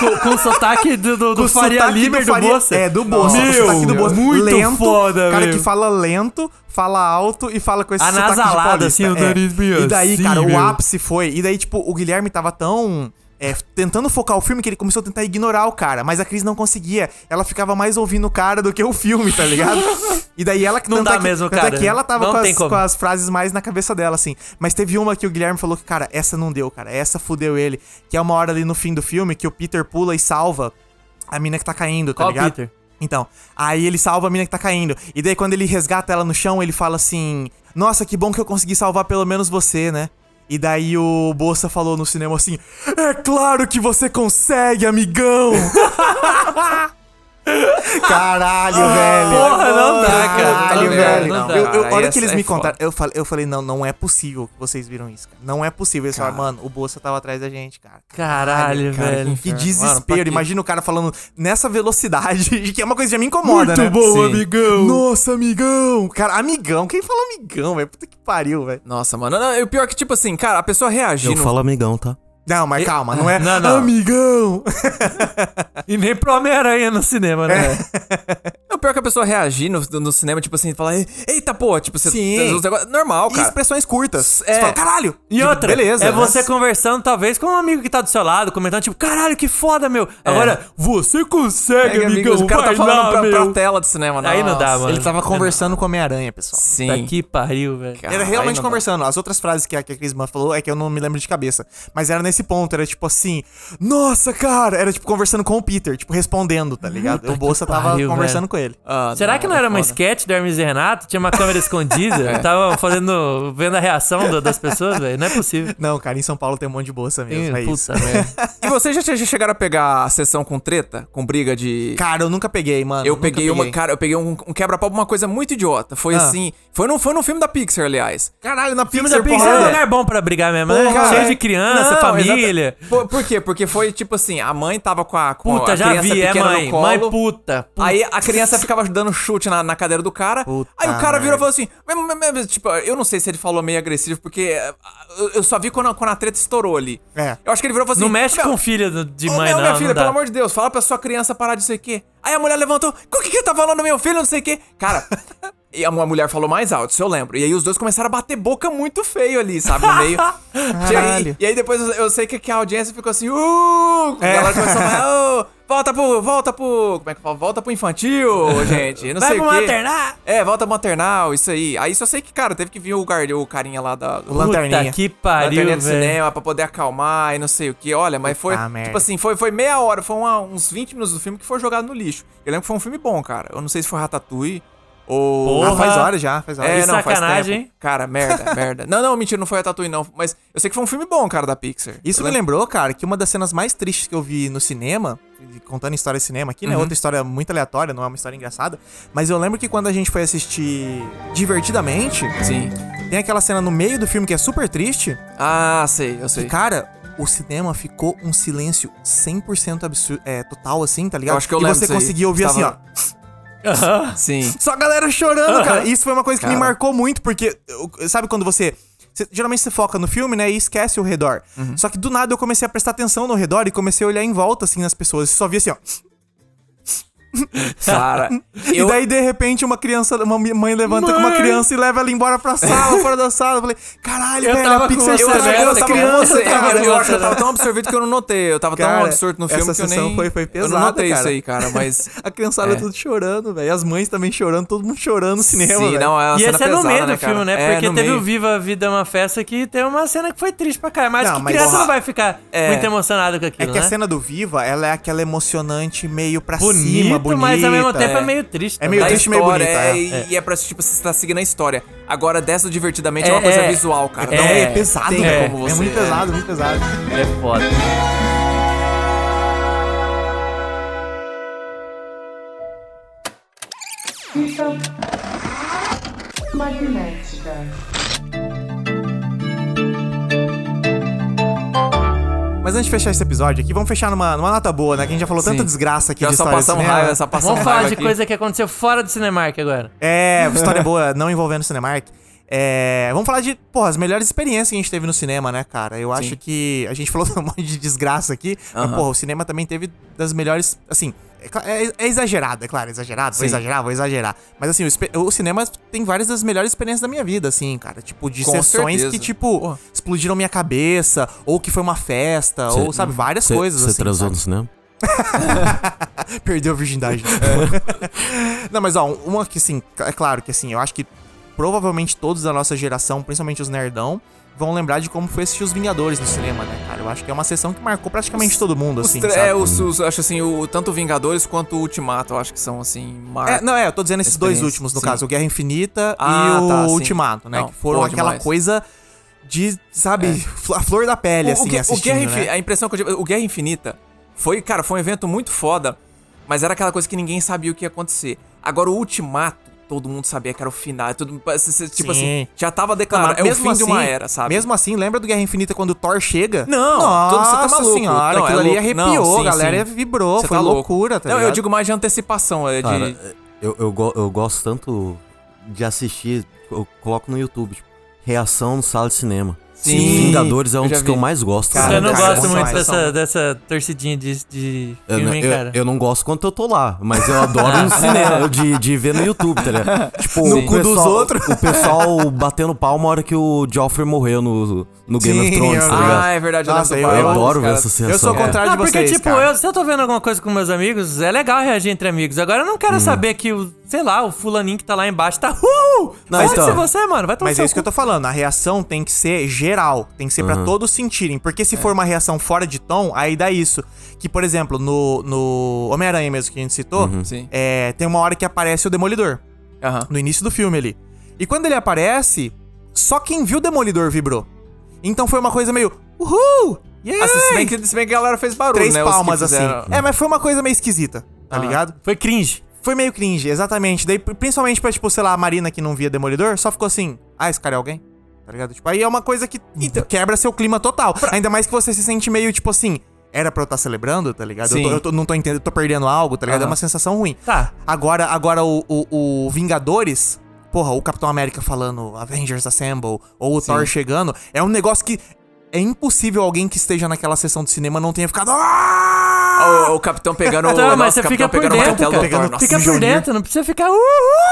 Speaker 3: com, com o sotaque do, do, do
Speaker 2: Com o
Speaker 3: Faria
Speaker 2: sotaque
Speaker 3: Limer do,
Speaker 2: Faria-
Speaker 3: Bolsa.
Speaker 2: É, do Bolsa. com o
Speaker 3: Meu,
Speaker 2: sotaque do Bolsa.
Speaker 3: muito
Speaker 2: lento,
Speaker 3: foda,
Speaker 2: cara
Speaker 3: meu.
Speaker 2: que fala lento, fala alto e fala com esse sotaque de
Speaker 3: Anasalado,
Speaker 2: paulista.
Speaker 3: assim, o
Speaker 2: é.
Speaker 3: nariz meio
Speaker 2: E daí,
Speaker 3: assim,
Speaker 2: cara,
Speaker 3: meu.
Speaker 2: o ápice foi... E daí, tipo, o Guilherme tava tão... é, tentando focar o filme que ele começou a tentar ignorar o cara, mas a Cris não conseguia. Ela ficava mais ouvindo o cara do que o filme, tá ligado? E daí ela que
Speaker 3: Não
Speaker 2: tanto
Speaker 3: dá
Speaker 2: é que-
Speaker 3: mesmo,
Speaker 2: tanto é
Speaker 3: cara.
Speaker 2: que ela tava
Speaker 3: Não
Speaker 2: com
Speaker 3: tem
Speaker 2: as,
Speaker 3: como.
Speaker 2: com as frases mais na cabeça dela, assim. Mas teve uma que o Guilherme falou que, cara, essa não deu, cara. Essa fudeu ele. Que é uma hora ali no fim do filme que o Peter pula e salva a mina que tá caindo, tá
Speaker 3: Qual
Speaker 2: ligado?
Speaker 3: Peter?
Speaker 2: Então, aí ele salva a mina que tá caindo. E daí quando ele resgata ela no chão, ele fala assim: Nossa, que bom que eu consegui salvar pelo menos você, né? E daí o Bolsa falou no cinema assim: É claro que você consegue, amigão! Caralho, velho.
Speaker 3: Porra, não dá, cara.
Speaker 2: Caralho,
Speaker 3: Tá
Speaker 2: velho.
Speaker 3: merda, não dá.
Speaker 2: Eu- eu- a
Speaker 4: Cara,
Speaker 2: hora
Speaker 4: essa
Speaker 2: que eles
Speaker 4: é
Speaker 2: me
Speaker 4: foda.
Speaker 2: contaram, eu falei, eu falei, não, não é possível que vocês viram isso, cara. Não é possível. Eles falaram, mano, o Bolsa tava atrás da gente, cara.
Speaker 3: Caralho,
Speaker 4: Cara,
Speaker 3: velho.
Speaker 2: Que
Speaker 4: Inferno.
Speaker 2: desespero.
Speaker 4: Mano, pra quê?
Speaker 2: Imagina o cara falando nessa velocidade, que é uma coisa que já me incomoda, né?
Speaker 4: Sim.
Speaker 2: amigão. Nossa, amigão. Cara, amigão. Quem fala amigão, velho? Puta que pariu, velho.
Speaker 4: Nossa, mano. Não, e o pior é que, tipo assim, cara, a pessoa reagiu.
Speaker 5: Eu falo amigão, tá?
Speaker 2: Não, mas calma, não é
Speaker 3: Não, não.
Speaker 2: amigão.
Speaker 3: E nem pro Homem-Aranha no cinema,
Speaker 2: É,
Speaker 3: né?
Speaker 4: O pior é que a pessoa reagir no, no cinema, tipo assim, falar, "E- eita, pô, tipo, você.
Speaker 2: Sim.
Speaker 4: você- os negócios- normal,
Speaker 2: E
Speaker 4: cara. né?
Speaker 2: expressões curtas.
Speaker 4: É.
Speaker 2: Você fala, caralho. Tipo,
Speaker 3: E outra,
Speaker 2: Beleza.
Speaker 3: é você
Speaker 2: Mas-
Speaker 3: conversando, talvez, com um amigo que tá do seu lado, comentando, tipo, caralho, que foda, meu.
Speaker 2: É.
Speaker 3: Agora, você consegue,
Speaker 4: Pega, amigo,
Speaker 3: amigão,
Speaker 4: o cara
Speaker 3: vai
Speaker 4: tá falando
Speaker 3: lá,
Speaker 4: pra, pra
Speaker 3: meu.
Speaker 4: tela do cinema,
Speaker 3: Aí não dá,
Speaker 4: Nossa.
Speaker 3: mano.
Speaker 2: Ele tava conversando com o Homem-Aranha, pessoal.
Speaker 4: Sim.
Speaker 3: Tá que pariu, velho.
Speaker 4: Cara,
Speaker 2: Era
Speaker 4: aí não
Speaker 2: realmente
Speaker 4: dá.
Speaker 2: conversando. As outras frases que a, que a Cris Man falou é que eu não me lembro de cabeça. Mas era nesse ponto, era tipo assim, nossa, cara! Era tipo conversando com o Peter, tipo, respondendo, tá ligado? O Bolsa tava
Speaker 3: pariu,
Speaker 2: conversando
Speaker 3: velho.
Speaker 2: com ele.
Speaker 4: Ah,
Speaker 3: Será que não era uma sketch do Hermes e Renato? Tinha uma câmera
Speaker 2: É.
Speaker 3: escondida? Tava fazendo. vendo a reação do- das pessoas, velho? Não é possível.
Speaker 2: Não, cara, em São Paulo tem um monte de bolsa mesmo. é isso.
Speaker 3: Puta merda.
Speaker 4: E vocês já, já chegaram a pegar a sessão com treta? Com briga de.
Speaker 2: Cara, eu nunca peguei, mano.
Speaker 4: Eu
Speaker 2: nunca
Speaker 4: peguei uma, cara, eu peguei um, um quebra-pau pra uma coisa muito idiota.
Speaker 3: Ah.
Speaker 4: Foi assim. Foi num, foi num filme da Pixar, aliás.
Speaker 2: Caralho, na
Speaker 3: Filme
Speaker 2: Pixar,
Speaker 3: da Pixar é um
Speaker 2: porra.
Speaker 3: lugar bom pra brigar mesmo, né?
Speaker 2: Porra,
Speaker 3: Cheio
Speaker 2: é.
Speaker 3: de criança,
Speaker 4: né? Não,
Speaker 3: família.
Speaker 4: exata- Por, por quê? Porque foi tipo assim, a mãe tava com a, com
Speaker 3: Puta,
Speaker 4: a
Speaker 3: já
Speaker 4: criança
Speaker 3: vi, é
Speaker 4: pequena
Speaker 3: mãe.
Speaker 4: no colo.
Speaker 3: Mãe puta. puta.
Speaker 4: Aí a criança ficava dando chute na, na cadeira do cara.
Speaker 2: Puta
Speaker 4: aí o cara
Speaker 2: merda.
Speaker 4: virou e falou assim. "Mas, mas, mas", Tipo, eu não sei se ele falou meio agressivo, porque eh, eu- eu só vi quando, a- quando a treta estourou ali.
Speaker 2: É.
Speaker 4: Eu acho que ele virou e falou assim.
Speaker 3: não mexe
Speaker 4: "Meu,
Speaker 3: com filha do- de
Speaker 4: Ô,
Speaker 3: mãe,
Speaker 4: meu,
Speaker 3: não.
Speaker 4: minha
Speaker 3: não
Speaker 4: filha,
Speaker 3: dá.
Speaker 4: pelo amor de Deus, fala pra sua criança parar de sei o quê. Aí a mulher levantou, o que que tá falando meu filho, não sei o quê. Cara, e a mu- a mulher falou mais alto, isso eu lembro. E aí os dois começaram a bater boca muito feio ali, sabe, no meio. e, aí,
Speaker 2: Caralho.
Speaker 4: e aí depois eu- eu sei que, que a audiência ficou assim, uh! A
Speaker 2: É.
Speaker 4: galera começou a falar, "Ô, volta pro, volta pro, como é que fala? Volta pro infantil, gente, não
Speaker 3: Vai
Speaker 4: sei
Speaker 3: pro
Speaker 4: o quê.
Speaker 3: maternal.
Speaker 4: É, volta pro maternal, isso aí. Aí só sei que, cara, teve que vir o, guarda, o carinha lá da...
Speaker 2: O Lanterninha.
Speaker 3: Puta que
Speaker 4: Lanterninha
Speaker 3: pariu,
Speaker 4: do
Speaker 3: velho.
Speaker 4: cinema pra poder acalmar e não sei o que. Olha, mas foi.
Speaker 2: Puta merda.
Speaker 4: Tipo assim, foi, foi meia hora, foi uma- uns 20 minutos do filme que foi jogado no lixo. Eu lembro que foi um filme bom, cara. Eu não sei se foi Ratatouille ou.
Speaker 2: Ah,
Speaker 3: Porra.
Speaker 2: faz hora já, faz hora.
Speaker 4: É,
Speaker 3: que
Speaker 4: não, faz
Speaker 3: sacanagem,
Speaker 4: tempo.
Speaker 3: hein?
Speaker 4: Cara, merda, merda. Não, não, mentira, não foi Ratatouille, não. Mas eu sei que foi um filme bom, cara, da Pixar.
Speaker 2: Isso
Speaker 4: Eu
Speaker 2: me
Speaker 4: lembro-
Speaker 2: lembrou, cara, que uma das cenas mais tristes que eu vi no cinema, contando história de cinema aqui, né?
Speaker 4: Uhum.
Speaker 2: Outra história muito aleatória, não é uma história engraçada. Mas eu lembro que quando a gente foi assistir Divertidamente,
Speaker 4: Sim.
Speaker 2: tem aquela cena no meio do filme que é super triste.
Speaker 4: Ah, sei, eu
Speaker 2: E,
Speaker 4: sei.
Speaker 2: cara, o cinema ficou um silêncio 100% absurdo, é, total, assim, tá ligado?
Speaker 4: Eu acho que eu
Speaker 2: e
Speaker 4: lembro
Speaker 2: você
Speaker 4: disso aí.
Speaker 2: conseguia ouvir
Speaker 4: Tava-
Speaker 2: assim, ó.
Speaker 3: Aham.
Speaker 4: Sim.
Speaker 2: Só a galera chorando, cara. Isso foi uma coisa que me
Speaker 4: Cara.
Speaker 2: marcou muito, porque eu- sabe quando você. você- geralmente você foca no filme, né? E esquece o redor.
Speaker 3: Uhum.
Speaker 2: Só que do nada eu comecei a prestar atenção no redor e comecei a olhar em volta, assim, nas pessoas. E só via assim, ó.
Speaker 4: Cara,
Speaker 2: E
Speaker 4: eu.
Speaker 2: daí, de repente, uma criança, uma mi- mãe levanta com uma
Speaker 3: Mãe!
Speaker 2: criança e leva ela embora pra sala, fora da sala. Eu falei, caralho,
Speaker 3: Eu
Speaker 2: velho,
Speaker 3: tava
Speaker 2: a né, Pixar
Speaker 3: com você,
Speaker 2: estragou
Speaker 3: velho, eu
Speaker 2: essa
Speaker 3: tava com
Speaker 2: criança.
Speaker 4: você,
Speaker 2: cara.
Speaker 4: cara, eu acho que eu tava tão absorvido que eu não notei. Eu tava tão
Speaker 2: né? Cara,
Speaker 4: absurdo no
Speaker 2: essa
Speaker 4: filme que eu
Speaker 2: sessão
Speaker 4: nem.
Speaker 2: foi- foi
Speaker 4: eu
Speaker 2: pesada,
Speaker 4: não notei isso
Speaker 2: cara.
Speaker 4: aí, cara, mas.
Speaker 2: A criançada
Speaker 4: É.
Speaker 2: tudo chorando, velho. As mães também chorando, todo mundo chorando no cinema.
Speaker 4: Sim,
Speaker 2: velho.
Speaker 4: não, é uma
Speaker 3: E
Speaker 4: cena
Speaker 3: esse é no
Speaker 4: pesada,
Speaker 3: meio do
Speaker 4: cara?
Speaker 3: filme, né?
Speaker 4: É,
Speaker 3: Porque
Speaker 4: no
Speaker 3: teve o
Speaker 4: meio.
Speaker 3: Viva a Vida é uma Festa que tem uma cena que foi triste pra caralho. Mas
Speaker 2: Não,
Speaker 3: que
Speaker 2: mas-
Speaker 3: criança não
Speaker 2: Porra.
Speaker 3: vai ficar
Speaker 4: É.
Speaker 3: muito emocionada com
Speaker 2: É
Speaker 3: aquilo,
Speaker 2: que a
Speaker 3: né?
Speaker 2: cena do Viva, ela é aquela emocionante meio pra
Speaker 3: bonito,
Speaker 2: cima, bonita.
Speaker 3: mas ao mesmo tempo é,
Speaker 4: é.
Speaker 3: meio triste.
Speaker 2: É meio
Speaker 4: da
Speaker 3: também.
Speaker 2: triste, meio
Speaker 4: história,
Speaker 2: bonita,
Speaker 4: é,
Speaker 2: é.
Speaker 3: né?
Speaker 4: E é pra, tipo, você tá seguindo a história. Agora, dessa divertidamente é,
Speaker 3: É,
Speaker 4: uma coisa
Speaker 3: é.
Speaker 4: visual, cara.
Speaker 3: É.
Speaker 4: Não
Speaker 2: É,
Speaker 4: é,
Speaker 2: pesado,
Speaker 4: tem
Speaker 2: né?
Speaker 4: como
Speaker 2: é
Speaker 4: você-
Speaker 2: muito pesado, muito pesado.
Speaker 3: É foda.
Speaker 1: Fita magnética.
Speaker 2: Mas antes de fechar esse episódio aqui, vamos fechar numa, numa nota boa, né? Que a gente já falou tanta
Speaker 4: Sim.
Speaker 2: desgraça aqui
Speaker 4: Já
Speaker 2: de
Speaker 4: só
Speaker 2: história de
Speaker 4: passamos
Speaker 2: cinema.
Speaker 4: raiva, só passamos
Speaker 3: Vamos falar
Speaker 4: raiva
Speaker 3: de
Speaker 4: aqui.
Speaker 3: coisa que aconteceu fora do Cinemark agora.
Speaker 2: É, história boa, não envolvendo Cinemark. É, vamos falar de, porra, as melhores experiências que a gente teve no cinema, né, cara? Eu acho que a gente falou um monte de desgraça aqui, mas,
Speaker 4: Aham.
Speaker 2: porra, o cinema também teve das melhores, assim, é, cla- é- é exagerado, é claro, é exagerado, vou
Speaker 4: Sim.
Speaker 2: exagerar, vou exagerar. Mas, assim, o, espe- o cinema tem várias das melhores experiências da minha vida, assim, cara. Tipo, de
Speaker 4: Com
Speaker 2: sessões
Speaker 4: certeza.
Speaker 2: que, tipo, explodiram minha cabeça, ou que foi uma festa,
Speaker 5: Cê-
Speaker 2: ou, sabe, várias
Speaker 5: Cê-
Speaker 2: coisas,
Speaker 5: cê
Speaker 2: assim.
Speaker 5: transou
Speaker 2: sabe?
Speaker 5: no cinema?
Speaker 2: Perdeu a virgindade. né?
Speaker 4: É.
Speaker 2: Não, mas ó, uma que assim, é claro que assim, eu acho que provavelmente todos da nossa geração, principalmente os nerdão, vão lembrar de como foi assistir os Vingadores no cinema, né, cara? Eu acho que é uma sessão que marcou praticamente todo mundo,
Speaker 4: Os
Speaker 2: assim,
Speaker 4: tre-
Speaker 2: sabe?
Speaker 4: é, os, os- acho assim, o, tanto Vingadores quanto o Ultimato, eu acho que são, assim, mar...
Speaker 2: É, não, é, eu tô dizendo esses dois
Speaker 4: Experiência,
Speaker 2: últimos, no
Speaker 4: sim.
Speaker 2: caso, o Guerra Infinita
Speaker 4: Ah,
Speaker 2: e o
Speaker 4: tá, sim.
Speaker 2: Ultimato, né?
Speaker 4: Não,
Speaker 2: que foram
Speaker 4: boa
Speaker 2: aquela
Speaker 4: demais. É.
Speaker 2: coisa de, sabe, fl- a flor da pele,
Speaker 4: O- o
Speaker 2: assim,
Speaker 4: Gue- o,
Speaker 2: assistindo,
Speaker 4: Guerra
Speaker 2: né?
Speaker 4: Infi- A impressão que eu tive, o Guerra Infinita foi, cara, foi um evento muito foda. Mas era aquela coisa que ninguém sabia o que ia acontecer. Agora, o Ultimato, todo mundo sabia que era o final. é Todo, mundo- tipo
Speaker 2: Sim.
Speaker 4: assim, já tava
Speaker 2: Não,
Speaker 4: declarado.
Speaker 2: mas
Speaker 4: é o
Speaker 2: mesmo
Speaker 4: fim de uma
Speaker 2: assim-
Speaker 4: era, sabe?
Speaker 2: Mesmo assim, lembra do Guerra Infinita quando o Thor chega?
Speaker 4: Não, todo- você tá
Speaker 2: Nossa
Speaker 4: maluco.
Speaker 2: senhora,
Speaker 4: Não, é
Speaker 2: aquilo ali
Speaker 4: louco. Não,
Speaker 2: arrepiou,
Speaker 4: sim,
Speaker 2: a galera
Speaker 4: sim.
Speaker 2: vibrou,
Speaker 4: Você
Speaker 2: foi
Speaker 4: tá louco.
Speaker 2: loucura, tá
Speaker 4: Não, eu
Speaker 2: ligado? tá
Speaker 4: digo mais de antecipação. É de...
Speaker 5: Cara, eu, eu, go- eu gosto tanto de assistir, eu coloco no YouTube, tipo, reação no sala de cinema.
Speaker 4: Sim,
Speaker 5: Vingadores é um
Speaker 4: eu já
Speaker 5: dos
Speaker 4: vi.
Speaker 5: que eu mais gosto.
Speaker 2: Cara,
Speaker 3: eu não
Speaker 2: cara,
Speaker 3: gosto
Speaker 2: é bom
Speaker 3: muito
Speaker 2: demais,
Speaker 3: dessa,
Speaker 2: são-
Speaker 3: dessa torcidinha de, de
Speaker 5: Eu, não-
Speaker 3: filme, hein,
Speaker 5: eu-
Speaker 3: cara.
Speaker 5: eu não gosto quando eu tô lá, mas eu adoro no cinema, de, de ver no YouTube, tá ligado? Tipo,
Speaker 4: No
Speaker 5: o
Speaker 4: cu dos
Speaker 5: pessoal-
Speaker 4: outros.
Speaker 5: O pessoal batendo palma a hora que o Joffrey morreu no, no Game
Speaker 2: Sim,
Speaker 5: of Thrones,
Speaker 2: eu-
Speaker 5: tá ligado?
Speaker 4: Ah, é verdade.
Speaker 2: Nossa,
Speaker 4: nossa,
Speaker 2: eu-
Speaker 4: pai,
Speaker 5: eu adoro
Speaker 4: cara.
Speaker 5: ver essa cena.
Speaker 2: Eu sou ao
Speaker 5: É.
Speaker 2: contrário
Speaker 3: Não,
Speaker 2: de vocês,
Speaker 3: porque, tipo,
Speaker 2: cara.
Speaker 3: eu, se eu tô vendo alguma coisa com meus amigos, é legal reagir entre amigos. Agora eu não
Speaker 4: Hum.
Speaker 3: quero saber que o, sei lá, o fulaninho que tá lá embaixo tá. Uh!
Speaker 5: Não,
Speaker 3: Pode
Speaker 5: então.
Speaker 3: ser você, mano. Vai tomar
Speaker 2: Mas é
Speaker 3: seu
Speaker 2: isso que eu
Speaker 3: cu.
Speaker 2: tô falando, a reação tem que ser geral, tem que ser pra todos sentirem, porque se for uma reação fora de tom, aí dá isso. Que, por exemplo, no, no Homem-Aranha mesmo que a gente citou,
Speaker 4: Sim.
Speaker 2: é, tem uma hora que aparece o Demolidor,
Speaker 4: Aham.
Speaker 2: no início do filme ali. E quando ele aparece, só quem viu o Demolidor vibrou. Então foi uma coisa meio, uhul, yeah!
Speaker 4: Ah, se, bem que, se bem que a galera fez barulho,
Speaker 2: é. Três
Speaker 4: né? os que
Speaker 2: palmas assim.
Speaker 4: fizeram- Ah.
Speaker 2: É, mas foi uma coisa meio esquisita, tá ligado?
Speaker 3: Foi cringe.
Speaker 2: Foi meio cringe, exatamente. Daí, pr- principalmente pra, tipo, sei lá, a Marina que não via Demolidor, só ficou assim, ah, esse cara é alguém? Tá ligado? Tipo, aí é uma coisa que
Speaker 4: Uhum.
Speaker 2: quebra seu clima total. Ainda mais que você se sente meio, tipo assim, era pra eu estar celebrando, tá ligado? Eu, tô,
Speaker 4: Sim.
Speaker 2: eu tô- não tô entendendo, eu tô perdendo algo, tá ligado? É
Speaker 4: Aham.
Speaker 2: uma sensação ruim.
Speaker 3: Tá.
Speaker 2: Agora, agora o, o, o Vingadores, porra, o Capitão América falando Avengers Assemble, ou o Thor chegando, é um negócio que é impossível alguém que esteja naquela sessão de cinema não tenha ficado... "Ah!"
Speaker 4: O, o capitão pegando o.
Speaker 3: Tá, mas
Speaker 4: nossa,
Speaker 3: você
Speaker 4: o
Speaker 3: fica
Speaker 4: capitão
Speaker 3: por
Speaker 4: pegando o
Speaker 3: dentro,
Speaker 2: cara.
Speaker 4: martelo do Thor,
Speaker 2: Pegando-
Speaker 4: nossa.
Speaker 3: Fica por
Speaker 2: Johnny.
Speaker 3: dentro, não precisa ficar. Uh!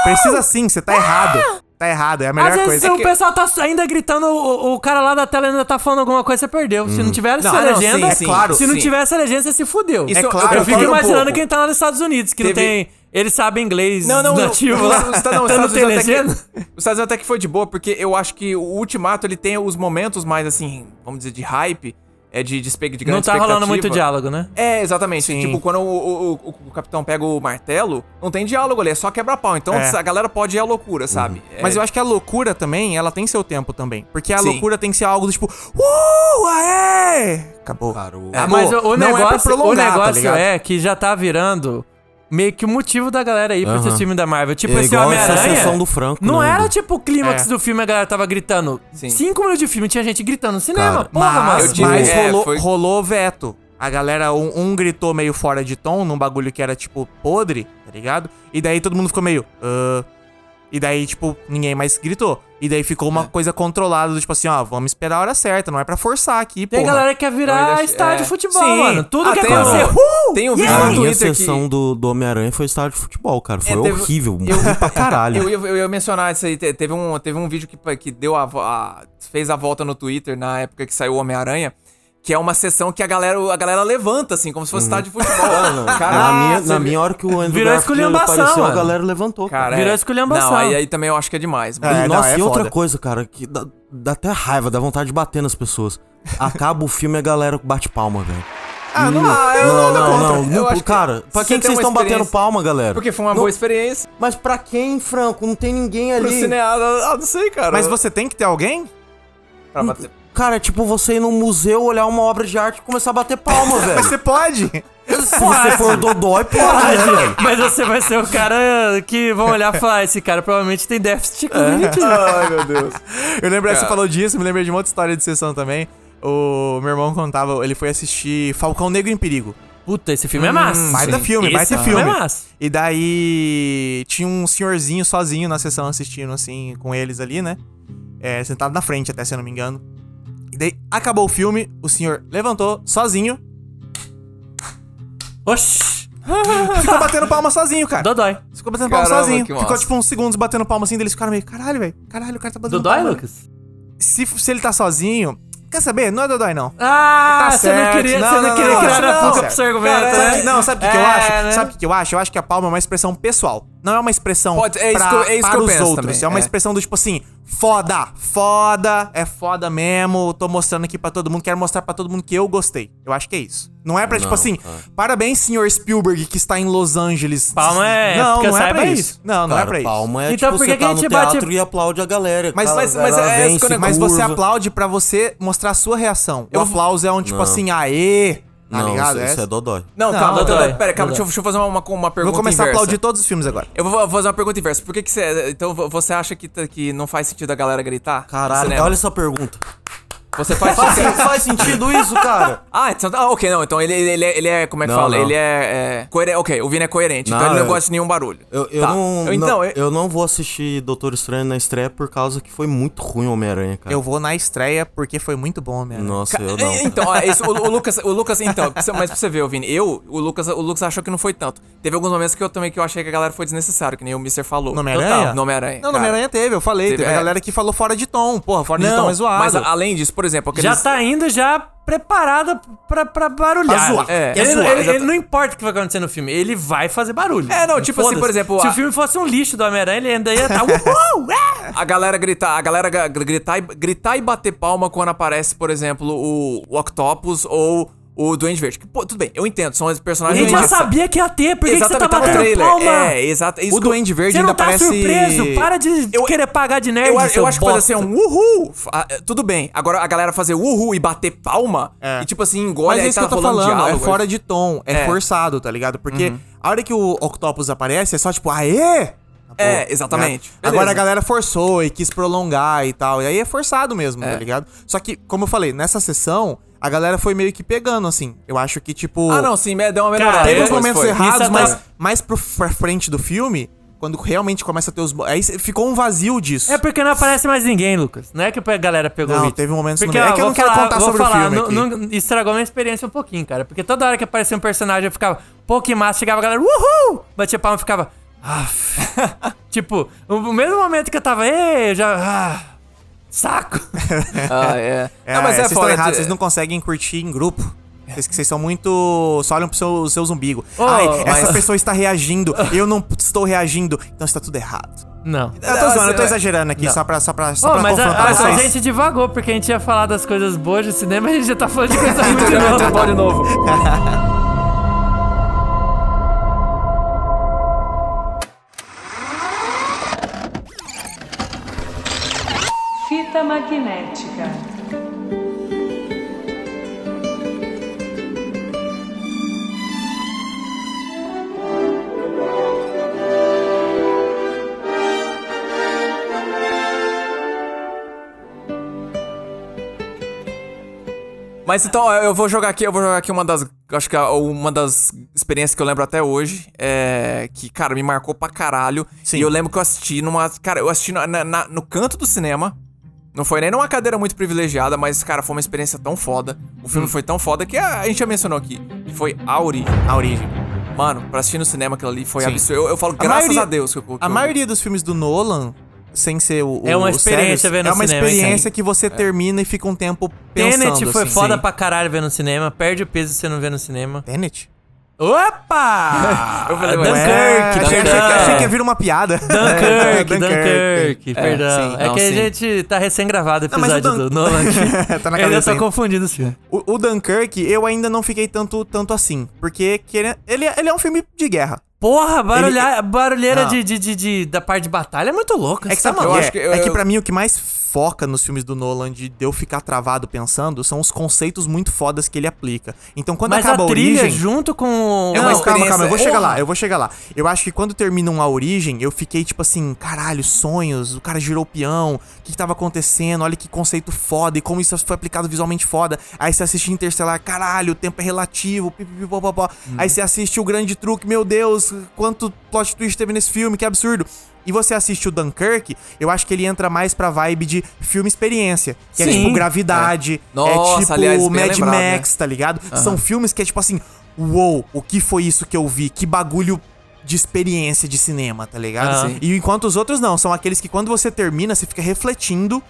Speaker 2: Precisa sim, você tá errado. Tá errado, é a melhor
Speaker 3: Ah! Às vezes
Speaker 2: coisa.
Speaker 3: o pessoal tá ainda gritando, o, o cara lá da tela ainda tá falando alguma coisa, você perdeu. Se não tiver essa
Speaker 4: ah, não,
Speaker 3: legenda,
Speaker 4: sim, sim,
Speaker 3: é claro, se não
Speaker 4: sim.
Speaker 3: tiver essa legenda, você se fudeu.
Speaker 4: Isso
Speaker 2: É
Speaker 4: eu-
Speaker 2: claro,
Speaker 4: eu
Speaker 3: eu fico
Speaker 4: concordo um
Speaker 3: imaginando
Speaker 4: pouco.
Speaker 3: quem tá lá nos Estados Unidos, que não
Speaker 4: Teve-
Speaker 3: tem. Eles sabem inglês
Speaker 4: Não, não,
Speaker 3: nativo
Speaker 4: não,
Speaker 3: lá.
Speaker 4: os- os- não, os
Speaker 3: Então
Speaker 4: Estados
Speaker 3: não tem
Speaker 4: Unidos até que-
Speaker 3: legenda?
Speaker 4: Os Estados Unidos até que foi de boa, porque eu acho que o Ultimato ele tem os momentos mais assim, vamos dizer, de hype, é de, de, espe- de grande
Speaker 3: Não tá rolando muito
Speaker 4: expectativa.
Speaker 3: diálogo, né?
Speaker 4: É, exatamente.
Speaker 2: Sim.
Speaker 4: Tipo, quando o, o- o- o capitão pega o martelo, não tem diálogo ali, é só quebra-pau. Então
Speaker 2: É.
Speaker 4: a galera pode ir à loucura, sabe?
Speaker 3: Uhum. assim.
Speaker 4: É,
Speaker 2: Mas eu acho que a loucura também, ela tem seu tempo também. Porque a
Speaker 4: Sim.
Speaker 2: loucura tem que ser algo do tipo, uh, aê! Acabou.
Speaker 5: Parou.
Speaker 2: É,
Speaker 3: Mas
Speaker 2: amor,
Speaker 3: o, o
Speaker 2: não é pra
Speaker 3: negócio, o
Speaker 2: prolongar, tá
Speaker 3: negócio
Speaker 2: ligado?
Speaker 3: é que já tá virando meio que o motivo da galera ir pra
Speaker 5: Aham.
Speaker 3: esse filme da Marvel. Tipo,
Speaker 5: É
Speaker 3: esse
Speaker 5: igual essa
Speaker 3: Homem-Aranha.
Speaker 5: sessão do Franco.
Speaker 3: Não
Speaker 5: né?
Speaker 3: era tipo o clímax
Speaker 2: É.
Speaker 3: do filme, a galera tava gritando.
Speaker 4: Sim.
Speaker 3: Cinco minutos de filme, tinha gente gritando no cinema.
Speaker 5: Cara,
Speaker 3: porra, mano.
Speaker 2: mas,
Speaker 4: eu tive-
Speaker 2: mas
Speaker 4: é,
Speaker 2: rolou,
Speaker 4: foi-
Speaker 2: rolou veto. A galera, um, um gritou meio fora de tom num bagulho que era, tipo, podre, tá ligado? E daí todo mundo ficou meio. "Ah". E daí, tipo, ninguém mais gritou. E daí ficou
Speaker 3: É.
Speaker 2: uma coisa controlada, do tipo assim, ó, vamos esperar a hora certa, não é pra forçar aqui, pô.
Speaker 3: Tem galera que quer virar
Speaker 4: Ainda-
Speaker 3: estádio
Speaker 4: é.
Speaker 3: de futebol,
Speaker 2: Sim.
Speaker 3: mano. Tudo
Speaker 4: Ah,
Speaker 3: que
Speaker 4: tem o-
Speaker 3: acontecer. Uh!
Speaker 4: Tem um vídeo
Speaker 5: A
Speaker 4: no
Speaker 5: minha
Speaker 4: Twitter que...
Speaker 5: sessão do, do Homem-Aranha foi estádio de futebol, cara. Foi
Speaker 4: É, teve-
Speaker 5: horrível. ruim pra caralho.
Speaker 4: Eu ia, eu ia mencionar isso aí. Te- Teve um, teve um vídeo que, que deu a, vo- a- fez a volta no Twitter na época que saiu o Homem-Aranha. Que é uma sessão que a galera, a galera levanta, assim, como se fosse estádio de futebol.
Speaker 5: Uhum.
Speaker 4: Cara, ah,
Speaker 5: na minha,
Speaker 4: você
Speaker 5: na
Speaker 4: vê-
Speaker 5: minha hora que o Andrew
Speaker 3: Virou
Speaker 5: Garfield
Speaker 3: esculhambação,
Speaker 5: apareceu, a
Speaker 3: mano.
Speaker 5: galera levantou.
Speaker 4: Cara,
Speaker 3: Virou
Speaker 4: é-
Speaker 3: esculhambação.
Speaker 4: Não, aí, aí também eu acho que é demais. mano.
Speaker 2: É,
Speaker 5: e,
Speaker 2: não,
Speaker 5: nossa,
Speaker 2: é
Speaker 5: e outra
Speaker 2: foda.
Speaker 5: coisa, cara, que dá, dá até raiva, dá vontade de bater nas pessoas. Acaba o filme e a galera bate palma, velho.
Speaker 2: Ah, não,
Speaker 5: não, não,
Speaker 4: contra.
Speaker 5: não,
Speaker 4: Eu
Speaker 5: não,
Speaker 4: acho que-
Speaker 5: Cara, pra quem
Speaker 4: se você
Speaker 5: que
Speaker 4: tem
Speaker 5: vocês
Speaker 4: uma
Speaker 5: estão batendo
Speaker 4: experiência-
Speaker 5: palma, galera?
Speaker 4: Porque foi uma
Speaker 5: Não-
Speaker 4: boa experiência
Speaker 5: Mas pra quem, Franco? Não tem ninguém ali.
Speaker 4: pro cineasta. Eu não sei, cara.
Speaker 2: Mas você tem que ter alguém?
Speaker 4: Pra bater.
Speaker 5: Cara, é tipo você ir num museu, olhar uma obra de arte e começar a bater palma, velho.
Speaker 2: Mas você pode!
Speaker 5: Se você for dodói,
Speaker 4: é
Speaker 5: pode, né, velho?
Speaker 3: Mas você vai ser o cara que vão olhar e falar: esse cara provavelmente tem déficit cognitivo.
Speaker 4: Ai, meu Deus.
Speaker 2: Eu lembro, você
Speaker 4: Cara.
Speaker 2: falou disso, me lembrei de uma outra história de sessão também. O meu irmão contava, ele foi assistir Falcão Negro em Perigo.
Speaker 3: Puta, esse filme é massa.
Speaker 2: Baita
Speaker 3: Sim.
Speaker 2: filme,
Speaker 3: esse
Speaker 2: baita filme.
Speaker 3: é massa.
Speaker 2: E daí tinha um senhorzinho sozinho na sessão assistindo, assim, com eles ali, né? É, sentado na frente, até se eu não me engano. E daí acabou o filme, o senhor levantou sozinho,
Speaker 3: Oxi.
Speaker 2: ficou batendo palma sozinho, cara.
Speaker 3: Dodói.
Speaker 2: Ficou batendo palma
Speaker 4: Caramba,
Speaker 2: sozinho.
Speaker 4: que
Speaker 2: Ficou
Speaker 4: massa.
Speaker 2: tipo uns segundos batendo palma assim, deles ficaram meio, caralho, velho. Caralho, o cara tá batendo
Speaker 3: Dodói,
Speaker 2: palma.
Speaker 3: Lucas?
Speaker 2: Se, se ele tá sozinho, quer saber? Não é Dodói, não.
Speaker 3: Ah,
Speaker 2: Tá
Speaker 3: você não
Speaker 2: certo.
Speaker 3: queria,
Speaker 2: Não,
Speaker 3: você não,
Speaker 2: não,
Speaker 3: queria
Speaker 2: não,
Speaker 3: criar
Speaker 2: não,
Speaker 3: a boca
Speaker 2: certo.
Speaker 3: pro seu argumento,
Speaker 4: Cara,
Speaker 2: Sabe
Speaker 3: né?
Speaker 2: que- não, sabe o que, que eu
Speaker 3: É,
Speaker 2: acho?
Speaker 3: né?
Speaker 2: Sabe o que, que eu acho? Eu acho que a palma é uma expressão pessoal. Não é uma expressão
Speaker 4: Pode- é isso
Speaker 2: pra,
Speaker 4: que eu- é isso
Speaker 2: para
Speaker 4: que eu
Speaker 2: os
Speaker 4: penso
Speaker 2: outros.
Speaker 4: também,
Speaker 2: É uma
Speaker 4: é.
Speaker 2: expressão do tipo assim, foda, foda, é foda mesmo. Tô mostrando aqui pra todo mundo, quero mostrar pra todo mundo que eu gostei. Eu acho que é isso. Não é pra, tipo
Speaker 5: Não,
Speaker 2: assim,
Speaker 5: cara.
Speaker 2: parabéns, senhor Spielberg, que está em Los Angeles.
Speaker 3: Palma é- é
Speaker 2: Não,
Speaker 3: porque eu
Speaker 2: não é
Speaker 3: saiba
Speaker 2: pra
Speaker 3: isso.
Speaker 2: isso. Não, não é
Speaker 5: Cara,
Speaker 2: pra isso.
Speaker 5: Palma é
Speaker 3: Então
Speaker 5: tipo
Speaker 3: por que
Speaker 5: você
Speaker 3: que a
Speaker 5: tá no
Speaker 3: gente bate-
Speaker 5: teatro e aplaude a galera.
Speaker 2: Mas-
Speaker 5: Cara,
Speaker 2: mas-
Speaker 5: a
Speaker 4: mas
Speaker 5: galera
Speaker 4: é
Speaker 5: vem,
Speaker 4: esse que é o
Speaker 5: se
Speaker 2: Mas
Speaker 4: negócio.
Speaker 2: você
Speaker 5: curva.
Speaker 2: aplaude pra você mostrar a sua reação. O aplauso é um tipo assim, aê, Tá
Speaker 5: não,
Speaker 2: ligado?
Speaker 5: isso, isso
Speaker 2: essa?
Speaker 5: é Dodói.
Speaker 4: Não, calma,
Speaker 3: não
Speaker 4: então,
Speaker 3: dói.
Speaker 4: pera,
Speaker 3: Não
Speaker 4: calma, deixa, eu- deixa eu fazer uma, uma, uma pergunta
Speaker 2: Vou começar a
Speaker 4: inversa.
Speaker 2: aplaudir todos os filmes agora.
Speaker 4: Eu vou vou fazer uma pergunta inversa. Por que que você... Então vo- você acha que, tá- que não faz sentido a galera gritar? no
Speaker 5: Caralho,
Speaker 4: cinema?
Speaker 5: tá, olha essa pergunta.
Speaker 4: Você faz...
Speaker 5: Faz, faz sentido isso, cara?
Speaker 4: ah, então... Ah, ok, não. Então ele, ele, ele é- ele é... Como é que
Speaker 5: Não,
Speaker 4: fala?
Speaker 5: não.
Speaker 4: Ele é... é coerente, ok, o Vini é coerente.
Speaker 5: Não,
Speaker 4: então ele não
Speaker 5: eu-
Speaker 4: gosta de nenhum barulho.
Speaker 5: Eu, eu
Speaker 4: Tá.
Speaker 5: não,
Speaker 4: Eu-
Speaker 5: não-
Speaker 4: então, eu-
Speaker 5: eu... não vou assistir Doutor Estranho na estreia por causa que foi muito ruim o Homem-Aranha, cara.
Speaker 2: Eu vou na estreia porque foi muito bom, mesmo.
Speaker 5: Nossa, eu não. cara.
Speaker 4: Então, ó, esse- o, o Lucas, o Lucas, então, pra você- mas pra você ver, ô, Vini, eu, o Lucas, o Lucas achou que não foi tanto. Teve alguns momentos que eu também que eu achei que a galera foi desnecessário, que nem o Mr. falou.
Speaker 2: Nome-Aranha?
Speaker 4: Nome Aranha.
Speaker 2: Não, Nome-Aranha teve, eu falei.
Speaker 4: Teve,
Speaker 2: Teve,
Speaker 4: é.
Speaker 2: a galera que falou fora de tom. Porra, fora de tom é zoado.
Speaker 4: então, Mas a- além disso, por exemplo, aqueles...
Speaker 3: Já tá indo já preparada pra, pra barulhar.
Speaker 2: Pra zoar.
Speaker 3: É,
Speaker 4: Quer
Speaker 3: ele,
Speaker 4: zoar,
Speaker 3: ele-
Speaker 4: exato.
Speaker 3: ele não importa o que vai acontecer no filme, ele vai fazer barulho.
Speaker 4: É, não, tipo assim,
Speaker 3: Foda-se.
Speaker 4: por exemplo,
Speaker 3: Se
Speaker 4: a-
Speaker 3: o filme fosse um lixo do Homem-Aranha, ele ainda ia estar. Uhul! é!
Speaker 4: A galera gritar, a galera ga- gritar e, gritar e bater palma quando aparece, por exemplo, o, o Octopus ou o Duende Verde. Que, pô, tudo bem, eu entendo, são os
Speaker 3: A
Speaker 4: personagens
Speaker 3: gente já
Speaker 4: do universo.
Speaker 3: sabia que ia ter, por que, que você tá
Speaker 4: Exatamente, tá no
Speaker 3: batendo
Speaker 4: trailer.
Speaker 3: palma?
Speaker 4: É, exato. é isso
Speaker 2: o
Speaker 4: que eu-
Speaker 2: Duende Verde
Speaker 3: Você não
Speaker 2: ainda
Speaker 3: tá
Speaker 2: parece...
Speaker 3: surpreso, para de
Speaker 4: Eu-
Speaker 3: querer pagar de nerd.
Speaker 4: Eu, a- eu
Speaker 3: seu
Speaker 4: acho que fazer assim,
Speaker 3: bosta.
Speaker 4: um uhul. fa- é, Tudo bem. Agora a galera fazer uhul e bater palma.
Speaker 2: É.
Speaker 4: E tipo assim, engole
Speaker 2: Mas é
Speaker 4: aí
Speaker 2: isso
Speaker 4: tá
Speaker 2: que eu tô
Speaker 4: rolando
Speaker 2: falando, é
Speaker 4: diálogo.
Speaker 2: fora de tom, é,
Speaker 4: É. Uhum.
Speaker 2: forçado, tá ligado? Porque a hora que o Octopus aparece, é só tipo, aê! Acabou,
Speaker 4: É,
Speaker 2: tá
Speaker 4: exatamente.
Speaker 2: ligado? Agora
Speaker 4: Beleza.
Speaker 2: a galera forçou e quis prolongar e tal, e aí é forçado mesmo, tá ligado? Só que, como eu falei, nessa sessão, a galera foi meio que pegando, assim. Eu acho que, tipo...
Speaker 4: Ah, não, sim, me- deu uma melhorada.
Speaker 3: Cara,
Speaker 2: Teve
Speaker 3: É,
Speaker 2: uns
Speaker 4: depois
Speaker 2: Tá momentos
Speaker 4: foi.
Speaker 2: errados,
Speaker 3: Isso é
Speaker 2: mas
Speaker 3: mais-
Speaker 2: mais pro, pra frente do filme, quando realmente começa a ter os... bo- Aí cê- ficou um vazio disso.
Speaker 3: É porque não aparece mais ninguém, Lucas. Não é que a galera pegou
Speaker 2: Não,
Speaker 3: o ritmo.
Speaker 2: teve momentos no
Speaker 3: porque,
Speaker 2: meio. É
Speaker 3: ó,
Speaker 2: que eu
Speaker 3: vou
Speaker 2: não quero
Speaker 3: falar-
Speaker 2: contar
Speaker 3: vou
Speaker 2: sobre o
Speaker 3: falar,
Speaker 2: filme
Speaker 3: não- não- estragou minha experiência um pouquinho, cara. Porque toda hora que aparecia um personagem, eu ficava... Pouco massa, chegava a galera... Uhul! Batia palma e ficava... "Aff." tipo, o- o mesmo momento que eu tava... Ei, eu já... "Ah, saco!
Speaker 4: Ah, é.
Speaker 2: É,
Speaker 4: Não, mas é
Speaker 2: vocês estão
Speaker 4: fora.
Speaker 2: errados,
Speaker 4: de-
Speaker 2: vocês não conseguem curtir em grupo. Vocês, vocês são muito. Só olham pro seu, seu umbigo.
Speaker 3: Oh,
Speaker 2: Ai, essa
Speaker 3: mas-
Speaker 2: pessoa está reagindo, eu não estou reagindo, então está tudo errado.
Speaker 3: não.
Speaker 2: É, Eu tô zoando, Oh, eu tô
Speaker 4: você-
Speaker 2: exagerando aqui,
Speaker 3: não.
Speaker 2: só pra, só pra, só
Speaker 3: Ô,
Speaker 2: pra
Speaker 3: mas a,
Speaker 2: confrontar
Speaker 3: a- a
Speaker 2: vocês.
Speaker 3: gente divagou, porque a gente ia falar das coisas boas do cinema e a gente já tá falando de coisa ruim
Speaker 4: Então
Speaker 3: de
Speaker 4: já vai
Speaker 3: novo.
Speaker 2: tá
Speaker 4: entrar de novo.
Speaker 1: Fita magnética.
Speaker 4: Mas então, ó, eu vou jogar aqui, eu vou jogar aqui uma das. Acho que a- uma das experiências que eu lembro até hoje. É. Que, cara, me marcou pra caralho. E eu lembro que eu assisti numa. Cara, eu assisti na- na- na- no canto do cinema. Não foi nem numa cadeira muito privilegiada, mas, cara, foi uma experiência tão foda. O filme
Speaker 2: Hum.
Speaker 4: foi tão foda que a, a gente já mencionou aqui. Foi a origem.
Speaker 2: A origem.
Speaker 4: Mano, pra assistir no cinema aquilo ali foi
Speaker 2: Sim.
Speaker 4: absurdo. Eu, eu falo, graças
Speaker 2: maioria-
Speaker 4: a Deus que eu. que
Speaker 2: A
Speaker 4: eu-
Speaker 2: maioria dos filmes do Nolan, sem ser o.
Speaker 3: É
Speaker 2: o-
Speaker 3: uma
Speaker 2: os
Speaker 3: experiência
Speaker 2: sérios,
Speaker 3: ver no
Speaker 2: É uma
Speaker 3: cinema,
Speaker 2: experiência que você termina e fica um tempo pensando.
Speaker 3: Tenet foi
Speaker 2: assim.
Speaker 3: foda
Speaker 2: Sim.
Speaker 3: pra caralho ver no cinema. Perde o peso se você não vê no cinema.
Speaker 2: Tenet?
Speaker 3: Opa!
Speaker 4: Eu
Speaker 2: Ah,
Speaker 4: falei, ué,
Speaker 3: é?
Speaker 4: é."
Speaker 3: Dunkirk,
Speaker 2: Ué, achei, achei,
Speaker 3: perdão.
Speaker 2: achei que ia vir uma piada. É,
Speaker 3: Dunkirk, É, Dunkirk, perdão.
Speaker 4: sim,
Speaker 3: é
Speaker 4: não,
Speaker 3: que
Speaker 4: sim.
Speaker 3: a gente tá recém-gravado o É,
Speaker 2: Não, mas o Dun-
Speaker 3: episódio do Nolan aqui.
Speaker 2: Tá na
Speaker 3: Eu ainda
Speaker 2: cabeça
Speaker 3: tô
Speaker 2: ainda.
Speaker 3: confundindo os filmes.
Speaker 2: O, o Dunkirk, eu ainda não fiquei tanto, tanto assim. Porque querendo, ele, ele é um filme de guerra.
Speaker 3: Porra, barulha- barulheira
Speaker 2: Não.
Speaker 3: de, de- de- de- da parte de batalha Ah. é muito louca.
Speaker 2: É que
Speaker 3: você tá
Speaker 2: sabe o que
Speaker 4: eu
Speaker 2: é?
Speaker 4: acho que eu-
Speaker 2: é que
Speaker 4: eu-
Speaker 2: pra mim o que mais foca nos filmes do Nolan de eu ficar travado pensando são os conceitos muito fodas que ele aplica. Então quando
Speaker 3: Mas a
Speaker 2: acaba a,
Speaker 3: trilha
Speaker 2: origem.
Speaker 3: junto com.
Speaker 4: É
Speaker 2: Não, calma,
Speaker 4: uma
Speaker 2: calma,
Speaker 4: experiência-
Speaker 2: eu vou chegar lá,
Speaker 4: Porra!
Speaker 2: eu vou chegar lá. Eu acho que quando terminam a origem, eu fiquei tipo assim, caralho, sonhos, o cara girou o peão, o que, que tava acontecendo, olha que conceito foda e como isso foi aplicado visualmente foda. Aí você assiste Interstellar, caralho, o tempo é relativo, pipipipopopó. Aí você assiste o grande truque, meu Deus, quanto plot twist teve nesse filme, que absurdo. E você assiste o Dunkirk, eu acho que ele entra mais pra vibe de filme experiência. Que é
Speaker 3: Sim.
Speaker 2: tipo gravidade, é,
Speaker 4: Nossa,
Speaker 2: tipo
Speaker 4: aliás, bem
Speaker 2: Mad
Speaker 4: lembrado, né?
Speaker 2: Max, tá ligado? São filmes que é tipo assim, uou, o que foi isso que eu vi? Que bagulho de experiência de cinema, tá ligado?
Speaker 3: Aham.
Speaker 2: E enquanto os outros não, são aqueles que quando você termina, você fica refletindo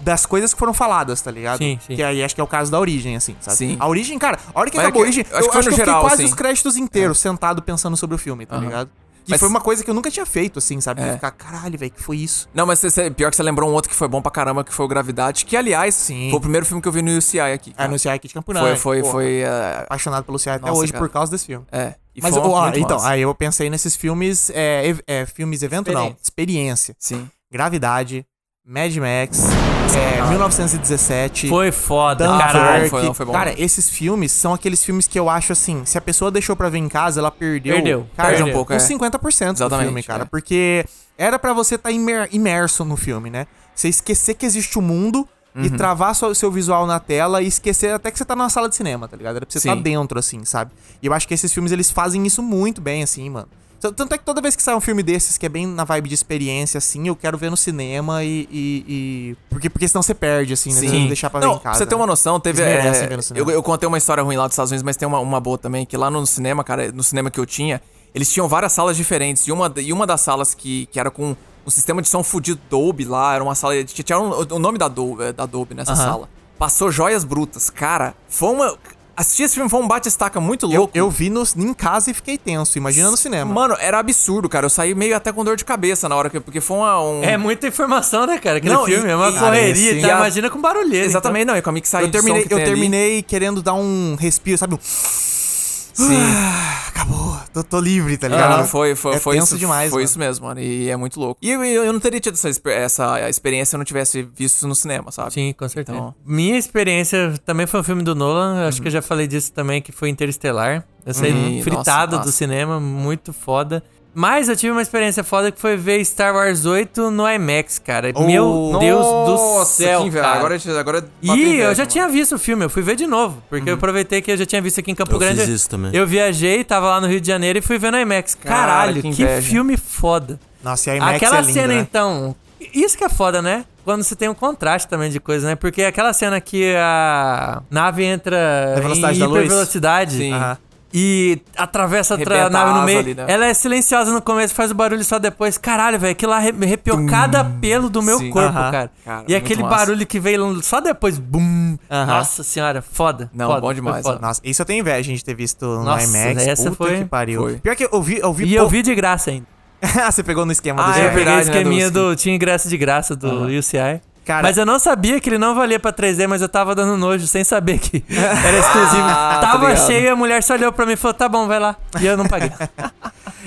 Speaker 2: das coisas que foram faladas, tá ligado?
Speaker 3: Sim, sim.
Speaker 2: Que aí acho que é o caso da origem, assim, sabe?
Speaker 4: Sim.
Speaker 2: A origem, cara, a hora que
Speaker 4: Mas é
Speaker 2: acabou
Speaker 4: que-
Speaker 2: a origem,
Speaker 4: acho
Speaker 2: eu
Speaker 4: que
Speaker 2: acho
Speaker 4: foi
Speaker 2: que
Speaker 4: no
Speaker 2: eu fiquei
Speaker 4: geral,
Speaker 2: quase
Speaker 4: assim.
Speaker 2: os créditos inteiros sentado pensando sobre o filme, tá ligado? Que
Speaker 4: Mas-
Speaker 2: foi uma coisa que eu nunca tinha feito, assim, sabe? De
Speaker 4: É.
Speaker 2: ficar, caralho, velho, que foi isso?
Speaker 4: Não, mas você- você- pior que você lembrou um outro que foi bom pra caramba, que foi o Gravidade, que aliás,
Speaker 2: Sim.
Speaker 4: foi o primeiro filme que eu vi no UCI aqui.
Speaker 2: É,
Speaker 4: cara.
Speaker 2: no CI aqui de Campo
Speaker 4: Foi,
Speaker 2: Grande,
Speaker 4: foi,
Speaker 2: porra.
Speaker 4: foi. é,
Speaker 2: Apaixonado pelo CI até
Speaker 4: Nossa,
Speaker 2: hoje
Speaker 4: cara.
Speaker 2: por causa desse filme.
Speaker 4: é. E
Speaker 2: Mas,
Speaker 4: foi
Speaker 2: ó,
Speaker 4: muito
Speaker 2: então,
Speaker 4: massa.
Speaker 2: aí eu pensei nesses filmes. É, ev- é, filmes evento, não. Experiência.
Speaker 4: Sim.
Speaker 2: Gravidade, Mad Max, é, 1917.
Speaker 3: Foi foda,
Speaker 2: Dunkirk.
Speaker 3: caralho.
Speaker 4: foi não, foi bom.
Speaker 2: Cara, esses filmes são aqueles filmes que eu acho assim, se a pessoa deixou pra ver em casa, ela perdeu.
Speaker 3: Perdeu.
Speaker 2: Cara, tipo,
Speaker 4: Perde um pouco, é.
Speaker 2: uns 50% do
Speaker 4: Exatamente,
Speaker 2: filme, cara.
Speaker 4: é.
Speaker 2: Porque era pra você estar imerso no filme, né? Você esquecer que existe o mundo e
Speaker 4: Uhum.
Speaker 2: travar sua- seu visual na tela e esquecer até que você tá numa sala de cinema, tá ligado? Era pra você estar
Speaker 4: Sim.
Speaker 2: dentro, assim, sabe? E eu acho que esses filmes, eles fazem isso muito bem, assim, mano. T- Tanto é que toda vez que sai um filme desses, que é bem na vibe de experiência, assim, eu quero ver no cinema e. e- e- Porque, porque senão você perde, assim, né? Você tem que deixar pra ver
Speaker 4: Não,
Speaker 2: em casa.
Speaker 4: Você tem
Speaker 2: né?
Speaker 4: uma noção, teve.
Speaker 2: Eles merecem
Speaker 4: é,
Speaker 2: ver no cinema.
Speaker 4: eu, eu contei uma história ruim lá dos Estados Unidos, mas tem uma, uma boa também, que lá no cinema, cara, no cinema que eu tinha, eles tinham várias salas diferentes. E uma, e uma das salas que, que era com um sistema de som fudido Dolby lá, era uma sala. de- Tinha um- o nome da Dolby, da Dolby nessa sala. Passou joias brutas. Cara, foi uma. Assistir esse filme foi um bate-estaca muito
Speaker 2: Eu,
Speaker 4: louco.
Speaker 2: eu vi no, em casa e fiquei tenso, imagina no cinema.
Speaker 4: Mano, era absurdo, cara. Eu saí meio até com dor de cabeça na hora, que, porque foi uma, um.
Speaker 3: É muita informação, né, cara? Aquele
Speaker 4: Não,
Speaker 3: filme
Speaker 4: e-
Speaker 3: é uma
Speaker 4: e-
Speaker 3: correria,
Speaker 4: cara,
Speaker 3: tá?
Speaker 4: esse-
Speaker 3: Imagina com barulheira. então.
Speaker 4: Exatamente, não, é com a mixagem
Speaker 2: eu
Speaker 4: de som
Speaker 2: terminei,
Speaker 4: que
Speaker 2: eu
Speaker 4: tem ali.
Speaker 2: terminei querendo dar um respiro, sabe? Um... Ah, acabou, tô, tô livre, tá ligado?
Speaker 4: Cara, Ah, foi, foi,
Speaker 2: é
Speaker 4: foi
Speaker 2: tenso
Speaker 4: isso
Speaker 2: demais,
Speaker 4: Foi
Speaker 2: mano.
Speaker 4: isso mesmo, mano. E é muito louco. E eu, eu não teria tido essa, exper- essa experiência se eu não tivesse visto isso no cinema, sabe?
Speaker 3: Sim, com certeza.
Speaker 4: Então-
Speaker 3: Minha experiência também foi um filme do Nolan, acho que eu já falei disso também, que foi Interestelar. Eu saí
Speaker 4: Uhum.
Speaker 3: fritado
Speaker 4: Nossa,
Speaker 3: do
Speaker 4: massa.
Speaker 3: cinema, muito foda. Mas eu tive uma experiência foda que foi ver Star Wars 8 no IMAX, cara. Meu Deus do
Speaker 4: Oh, Nossa,
Speaker 3: céu,
Speaker 4: que inveja.
Speaker 3: cara.
Speaker 4: Agora, agora bateu
Speaker 3: E
Speaker 4: inveja,
Speaker 3: eu já
Speaker 4: mano. Uhum.
Speaker 3: tinha visto o filme, eu fui ver de novo, porque eu aproveitei que eu já tinha visto aqui em Campo
Speaker 5: Eu
Speaker 3: Grande.
Speaker 5: fiz isso também.
Speaker 3: Eu viajei, tava lá no Rio de Janeiro e fui ver no IMAX.
Speaker 4: Cara,
Speaker 3: Caralho,
Speaker 4: que
Speaker 3: que,
Speaker 4: inveja.
Speaker 3: filme foda.
Speaker 2: Nossa, e a IMAX
Speaker 3: aquela
Speaker 2: é linda,
Speaker 3: cena,
Speaker 2: né?
Speaker 3: então. Isso que é foda, né? Quando você tem um contraste também de coisa, né? Porque aquela cena que a nave entra
Speaker 2: Na velocidade
Speaker 3: em
Speaker 2: da luz?
Speaker 3: hipervelocidade
Speaker 4: Sim.
Speaker 2: Aham.
Speaker 3: e atravessa outra
Speaker 4: Arrebenta
Speaker 3: nave
Speaker 4: a
Speaker 3: no
Speaker 4: asa
Speaker 3: meio.
Speaker 4: ali, né?
Speaker 3: Ela é silenciosa no começo, faz o barulho só depois. Caralho, velho, aquilo arre- arrepiou cada pelo do meu
Speaker 4: Sim.
Speaker 3: corpo,
Speaker 2: Aham.
Speaker 3: cara.
Speaker 4: Cara,
Speaker 3: E
Speaker 4: muito
Speaker 3: aquele
Speaker 4: massa.
Speaker 3: barulho que veio só depois, bum. Nossa senhora, foda.
Speaker 4: Não,
Speaker 3: foda,
Speaker 4: bom
Speaker 3: foi
Speaker 4: demais,
Speaker 3: foda.
Speaker 4: mano.
Speaker 2: Nossa, isso eu tenho inveja, a gente ter visto no
Speaker 3: Nossa,
Speaker 2: IMAX.
Speaker 3: essa
Speaker 2: Puta
Speaker 3: foi-
Speaker 2: que pariu.
Speaker 4: foi.
Speaker 2: Pior que eu vi. Eu vi
Speaker 3: E
Speaker 2: pou-
Speaker 3: eu vi de graça ainda.
Speaker 2: Ah, você pegou no esquema do
Speaker 4: Ah, é
Speaker 3: eu
Speaker 2: Jeff.
Speaker 3: peguei
Speaker 4: verdade,
Speaker 3: o
Speaker 4: né,
Speaker 3: esqueminha
Speaker 4: do-
Speaker 3: do. Tinha ingresso de graça do UCI.
Speaker 2: Cara-
Speaker 3: mas eu não sabia que ele não valia pra 3D, mas eu tava dando nojo sem saber que era exclusivo.
Speaker 4: Ah, tá
Speaker 3: tava
Speaker 4: ligado.
Speaker 3: cheio e a mulher só olhou pra mim e falou: tá bom, vai lá. E eu não paguei.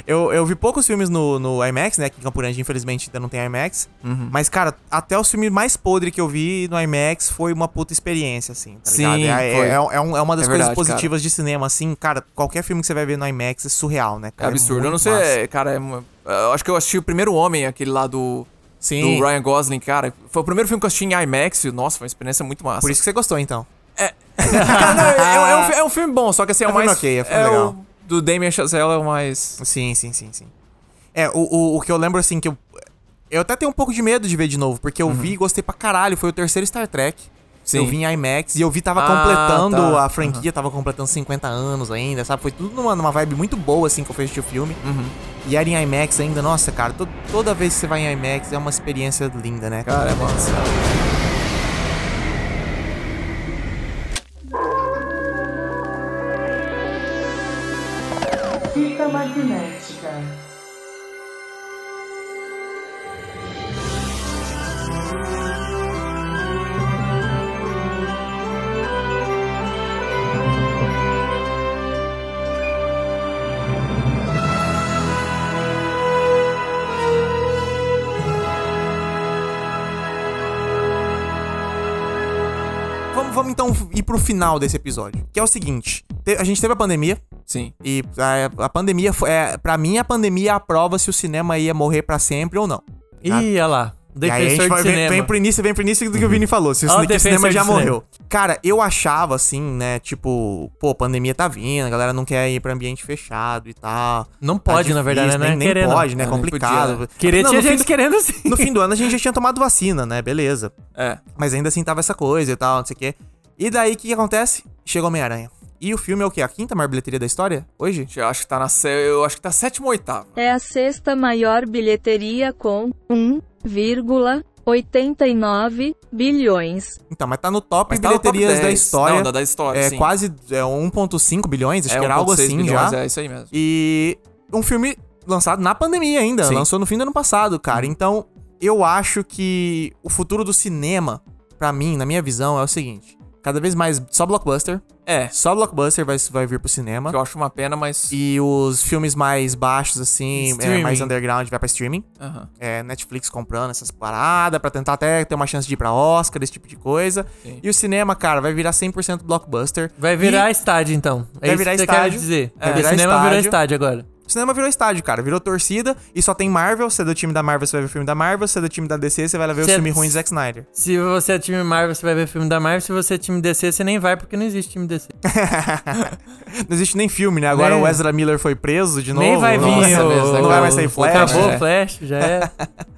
Speaker 2: Eu, eu vi poucos filmes no, no IMAX, né? Que em Campo Grande, infelizmente, ainda não tem IMAX.
Speaker 4: Uhum.
Speaker 2: Mas, cara, até o filme mais podre que eu vi no IMAX foi uma puta experiência, assim, tá
Speaker 4: Sim,
Speaker 2: ligado? É, é,
Speaker 4: foi.
Speaker 2: é, é um- é uma das
Speaker 4: É
Speaker 2: coisas
Speaker 4: verdade,
Speaker 2: positivas de cinema, assim, cara, qualquer filme que você vai ver no IMAX é surreal, né?
Speaker 4: É
Speaker 2: cara?
Speaker 4: absurdo.
Speaker 2: muito
Speaker 4: eu não sei,
Speaker 2: massa.
Speaker 4: cara, é uma- eu acho que eu assisti o primeiro homem, aquele lá do.
Speaker 2: Sim.
Speaker 4: Do Ryan Gosling, cara. Foi o primeiro filme que eu assisti em IMAX e, nossa, foi uma experiência muito massa.
Speaker 2: Por isso que você gostou, então.
Speaker 4: Cara, não, é, é um, fi- é um filme bom, só que assim, é
Speaker 2: É
Speaker 4: o
Speaker 2: um
Speaker 4: mais.
Speaker 2: filme ok, é um filme
Speaker 4: o-
Speaker 2: legal.
Speaker 4: do Damien Chazelle é o mais.
Speaker 2: Sim, sim, sim, sim. É, o, o, o que eu lembro, assim, que eu. Eu até tenho um pouco de medo de ver de novo, porque eu vi e gostei pra caralho. Foi o terceiro Star Trek.
Speaker 4: Uhum. Sim.
Speaker 2: Eu vi em IMAX e eu vi tava
Speaker 4: Ah,
Speaker 2: completando
Speaker 4: tá.
Speaker 2: a franquia, tava completando 50 anos ainda, sabe? Foi tudo numa, numa vibe muito boa, assim, que eu fiz o filme.
Speaker 4: Uhum.
Speaker 2: E era em IMAX ainda, nossa, cara, to- toda vez que você vai em IMAX é uma experiência linda, né?
Speaker 4: Cara, é massa.
Speaker 1: Fita magnética.
Speaker 2: Vamos, vamos então ir pro final desse episódio, que é o seguinte: te- a gente teve a pandemia,
Speaker 4: Sim.
Speaker 2: E a, a pandemia foi. É, pra mim, a pandemia é a prova se o cinema ia morrer pra sempre ou não. tá?
Speaker 3: Ih, olha lá.
Speaker 2: E aí a
Speaker 3: Defensor
Speaker 2: gente
Speaker 3: de
Speaker 2: vai, vem,
Speaker 3: cinema. Uhum.
Speaker 2: vem pro início, vem pro início do que o Vini falou. Se o,
Speaker 3: Ó,
Speaker 2: cine- que o
Speaker 3: defensor
Speaker 2: cinema
Speaker 3: de
Speaker 2: já
Speaker 3: cinema.
Speaker 2: morreu. Cara, eu achava assim, né? Tipo, pô, pandemia tá vindo, a galera não quer ir pra ambiente fechado e tal.
Speaker 3: Não
Speaker 2: Tá
Speaker 3: pode, na
Speaker 2: difícil,
Speaker 3: verdade, né?
Speaker 2: Nem, nem
Speaker 3: Querer, não.
Speaker 2: pode, né?
Speaker 4: Ah, nem
Speaker 2: complicado.
Speaker 4: podia, né?
Speaker 3: Querer
Speaker 2: Não,
Speaker 3: tinha
Speaker 2: no fim
Speaker 3: gente querendo sim.
Speaker 2: do- no fim do ano a gente já tinha tomado vacina, né? Beleza.
Speaker 4: É.
Speaker 2: Mas ainda assim tava essa coisa e tal, não sei o quê. E daí o que, que acontece? Chega Homem-Aranha. E o filme é o quê? A quinta maior bilheteria da história? Hoje?
Speaker 4: Eu acho que tá na. sé- Eu acho que tá sétima ou oitava.
Speaker 6: é a sexta maior bilheteria com 1,89 bilhões.
Speaker 2: Então, mas tá no top
Speaker 4: Mas tá no top
Speaker 2: bilheterias da
Speaker 4: 10.
Speaker 2: história.
Speaker 4: Não, da- da história,
Speaker 2: É
Speaker 4: sim.
Speaker 2: quase é, 1.5 bilhões, acho
Speaker 4: É,
Speaker 2: que era algo
Speaker 4: 1.6
Speaker 2: assim
Speaker 4: bilhões,
Speaker 2: já.
Speaker 4: É isso aí mesmo.
Speaker 2: E um filme lançado na pandemia ainda,
Speaker 4: Sim. Uhum.
Speaker 2: lançou no fim do ano passado, cara. Então, eu acho que o futuro do cinema, pra mim, na minha visão, é o seguinte. Cada vez mais só blockbuster.
Speaker 4: É.
Speaker 2: Só blockbuster vai, vai vir pro cinema.
Speaker 4: Que eu acho uma pena, mas.
Speaker 2: E os filmes mais baixos, assim, é, mais
Speaker 3: Streaming.
Speaker 2: underground, vai pra streaming.
Speaker 4: Aham.
Speaker 2: É, Netflix comprando essas paradas pra tentar até ter uma chance de ir pra Oscar, esse tipo de coisa. E o cinema, cara, vai virar 100% blockbuster.
Speaker 3: Vai virar estádio, então. É
Speaker 2: Vai
Speaker 3: isso
Speaker 2: virar
Speaker 3: que você
Speaker 2: estádio.
Speaker 3: quer dizer.
Speaker 2: Vai
Speaker 3: É,
Speaker 2: virar
Speaker 3: o cinema virou
Speaker 2: estádio.
Speaker 3: estádio agora.
Speaker 2: O cinema virou estádio, cara. Virou torcida e só tem Marvel. Se é do time da Marvel, você vai ver o filme da Marvel. Se é do time da DC, você vai lá ver o
Speaker 3: Se é-
Speaker 2: filme ruim de Zack Snyder.
Speaker 3: Se você é time Marvel, você vai ver filme da Marvel. Se você é time DC, você nem vai, porque não existe time DC.
Speaker 2: Não existe nem filme, né? Agora
Speaker 3: Né?
Speaker 2: o Ezra Miller foi preso de novo.
Speaker 3: nem vai vir
Speaker 2: Nossa,
Speaker 3: o...
Speaker 2: Não vai mais sair Flash.
Speaker 3: Acabou
Speaker 4: né?
Speaker 3: o Flash, já é.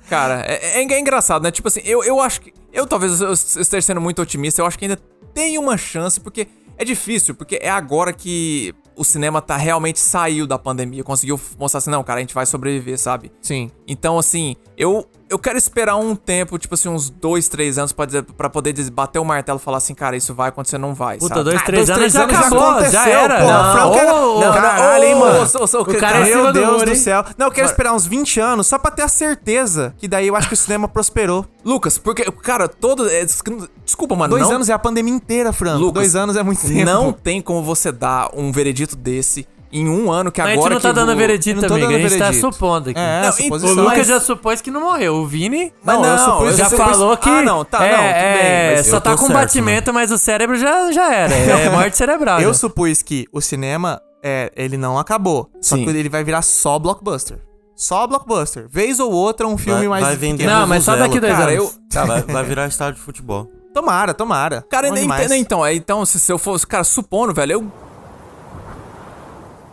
Speaker 4: Cara, é, é- é engraçado, né? Tipo assim, eu, eu acho que. Eu talvez eu esteja sendo muito otimista, eu acho que ainda tem uma chance, porque é difícil, porque é agora que o cinema tá realmente saiu da pandemia, conseguiu mostrar assim, não, cara, a gente vai sobreviver, sabe?
Speaker 2: Sim.
Speaker 4: Então, assim, eu, eu quero esperar um tempo, tipo assim, uns dois, três anos pra, dizer, pra poder dizer- bater o martelo e falar assim, cara, isso vai acontecer, não vai.
Speaker 3: Puta,
Speaker 4: sabe?
Speaker 3: dois,
Speaker 2: Ah,
Speaker 3: três
Speaker 2: dois,
Speaker 3: anos
Speaker 2: três
Speaker 3: já
Speaker 2: anos já
Speaker 3: acabou, já,
Speaker 2: aconteceu,
Speaker 3: era.
Speaker 2: pô.
Speaker 3: Não,
Speaker 2: Frank era-
Speaker 3: ô,
Speaker 2: Não,
Speaker 3: ô,
Speaker 2: caralho, hein,
Speaker 4: ô,
Speaker 2: mano.
Speaker 4: ô, ô, ô,
Speaker 3: O cara é
Speaker 4: eu-
Speaker 3: cima
Speaker 2: Meu
Speaker 3: do
Speaker 2: Deus
Speaker 3: muro,
Speaker 2: do
Speaker 3: hein?
Speaker 2: céu. Não, eu quero esperar uns 20 anos só pra ter a certeza que daí eu acho que o cinema prosperou.
Speaker 4: Lucas, porque, cara, todo. é, des- desculpa, mano.
Speaker 2: Dois
Speaker 4: não,
Speaker 2: anos é a pandemia inteira, Fran.
Speaker 4: Lucas,
Speaker 2: Dois anos é muito tempo.
Speaker 4: Não tem como você dar um veredito desse em um ano que
Speaker 3: Mas a gente
Speaker 4: agora.
Speaker 3: não tá
Speaker 4: que
Speaker 3: dando
Speaker 4: o-
Speaker 3: veredito,
Speaker 2: eu não tô
Speaker 3: amigo.
Speaker 2: dando
Speaker 3: a gente
Speaker 2: veredito.
Speaker 3: tá supondo aqui.
Speaker 2: É,
Speaker 4: Não,
Speaker 2: não,
Speaker 4: e-
Speaker 3: O
Speaker 2: suposição.
Speaker 4: Lucas-
Speaker 3: Luca já supôs que não morreu. O Vini
Speaker 4: Mas
Speaker 2: Não, eu
Speaker 4: não,
Speaker 2: supus-
Speaker 4: eu
Speaker 3: já
Speaker 2: supus-
Speaker 3: falou que.
Speaker 4: Ah, não, tá,
Speaker 3: é,
Speaker 4: não, tudo
Speaker 3: é,
Speaker 4: bem, mas
Speaker 3: só
Speaker 5: eu
Speaker 3: tá
Speaker 5: tô
Speaker 3: com
Speaker 5: certo,
Speaker 3: batimento, mas o cérebro já, já era. É morte cerebral.
Speaker 2: Eu
Speaker 3: já.
Speaker 2: supus que o cinema, é, ele não acabou. Só
Speaker 4: Sim.
Speaker 2: que ele vai virar só blockbuster. Só blockbuster. Vez ou outra, um filme mais.
Speaker 5: vai vender
Speaker 3: Não, mas só
Speaker 5: Vuvuzela,
Speaker 3: daqui dois
Speaker 4: é
Speaker 5: cara,
Speaker 3: anos.
Speaker 5: eu-
Speaker 4: Tá,
Speaker 5: vai, vai virar estádio de futebol.
Speaker 2: Tomara, tomara.
Speaker 4: Cara,
Speaker 2: Bom
Speaker 4: nem,
Speaker 2: demais.
Speaker 4: nem- então, é, então, se, se eu fosse. Cara, supondo, velho, eu.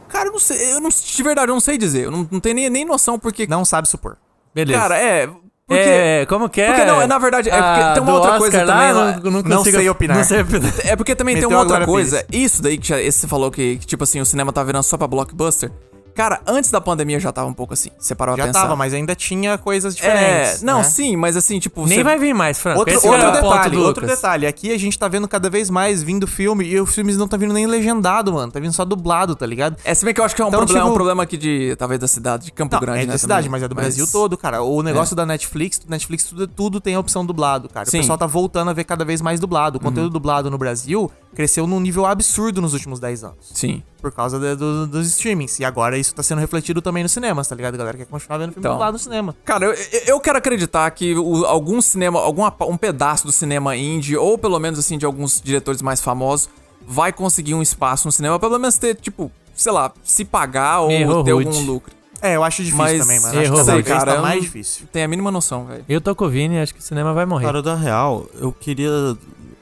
Speaker 4: Cara, eu não sei. Eu não, de verdade, eu não sei dizer. Eu não, não tenho nem, nem noção porque.
Speaker 2: Não sabe supor.
Speaker 3: Beleza.
Speaker 4: cara, é. Porque.
Speaker 3: é, como que é?
Speaker 4: porque não, é, na verdade, é porque tem uma
Speaker 3: do
Speaker 4: outra coisa
Speaker 3: Oscar
Speaker 4: também
Speaker 3: Lá,
Speaker 4: lá.
Speaker 3: não,
Speaker 2: Não
Speaker 3: consigo-
Speaker 2: sei opinar.
Speaker 3: Não sei opinar.
Speaker 4: É porque também
Speaker 2: Meteu
Speaker 4: tem uma
Speaker 2: a
Speaker 4: outra
Speaker 2: Glória
Speaker 4: coisa. Isso daí que já- esse você falou que, que, tipo assim, o cinema tá virando só pra blockbuster. Cara, antes da pandemia já tava um pouco assim. Você parou
Speaker 2: Já
Speaker 4: a pensar.
Speaker 2: tava, mas ainda tinha coisas
Speaker 4: É,
Speaker 2: diferentes.
Speaker 4: não,
Speaker 2: né?
Speaker 4: sim, mas assim, tipo.
Speaker 3: Nem
Speaker 4: você-
Speaker 3: vai vir mais, Franco.
Speaker 2: Outro,
Speaker 3: Esse
Speaker 2: outro
Speaker 3: era o ponto
Speaker 2: detalhe,
Speaker 3: do
Speaker 2: outro
Speaker 3: Lucas.
Speaker 2: detalhe. Aqui a gente tá vendo cada vez mais vindo filme e os filmes não tá vindo nem legendado, mano. Tá vindo só dublado, tá ligado?
Speaker 4: É, se bem que eu acho que é um,
Speaker 2: Então,
Speaker 4: problema,
Speaker 2: tipo-
Speaker 4: é um problema aqui de. Talvez da cidade, de Campo
Speaker 2: Não,
Speaker 4: Grande.
Speaker 2: é
Speaker 4: né,
Speaker 2: da cidade,
Speaker 4: também. é.
Speaker 2: mas é do Brasil todo, cara. O negócio da Netflix, Netflix tudo, tudo tem a opção dublado, cara.
Speaker 4: Sim. Uhum.
Speaker 2: O pessoal tá voltando a ver cada vez mais dublado. O conteúdo dublado no Brasil cresceu num nível absurdo nos últimos 10 anos.
Speaker 4: Sim.
Speaker 2: Por causa de- do- dos streamings. E agora isso tá sendo refletido também nos cinemas, tá ligado? A galera quer continuar vendo filme
Speaker 4: Então.
Speaker 2: dublado no cinema.
Speaker 4: Cara, eu, eu- eu quero acreditar que o- algum cinema, algum um pedaço do cinema indie, ou pelo menos assim, de alguns diretores mais famosos, vai conseguir um espaço no cinema, pelo menos ter, tipo, sei lá, se pagar ou
Speaker 3: Errou,
Speaker 4: ter
Speaker 3: Rude.
Speaker 4: algum lucro.
Speaker 2: É, eu acho difícil
Speaker 4: Mas- né?
Speaker 2: também, mano. Acho
Speaker 3: Errou,
Speaker 2: que cada
Speaker 3: sei,
Speaker 2: vez
Speaker 4: cara,
Speaker 2: tá
Speaker 4: eu
Speaker 2: mais
Speaker 4: não-
Speaker 2: difícil.
Speaker 4: Tem a mínima noção, velho.
Speaker 3: Eu tô com o Vini, acho que o cinema vai morrer.
Speaker 5: Cara, da real, eu queria.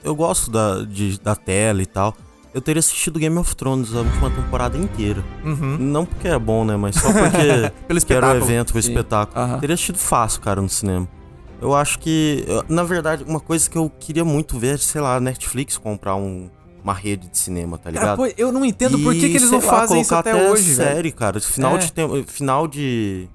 Speaker 5: Eu gosto da, de- da tela e tal. Eu teria assistido Game of Thrones a última temporada inteira.
Speaker 4: Uhum.
Speaker 5: Não porque é bom, né? Mas só porque
Speaker 2: Pelo
Speaker 5: que era o
Speaker 2: espetáculo.
Speaker 5: evento, o
Speaker 4: Sim.
Speaker 5: espetáculo.
Speaker 4: Aham.
Speaker 5: Teria assistido fácil, cara, no cinema. Eu acho que. eu- Na verdade, uma coisa que eu queria muito ver, sei lá, a Netflix comprar um- uma rede de cinema, tá ligado?
Speaker 4: Cara, pô, eu não entendo por
Speaker 5: E,
Speaker 4: que, que eles
Speaker 5: sei
Speaker 4: não
Speaker 5: lá,
Speaker 4: fazem isso
Speaker 5: colocar
Speaker 4: até hoje, velho.
Speaker 5: série, cara. Final
Speaker 4: É.
Speaker 5: de tem- final de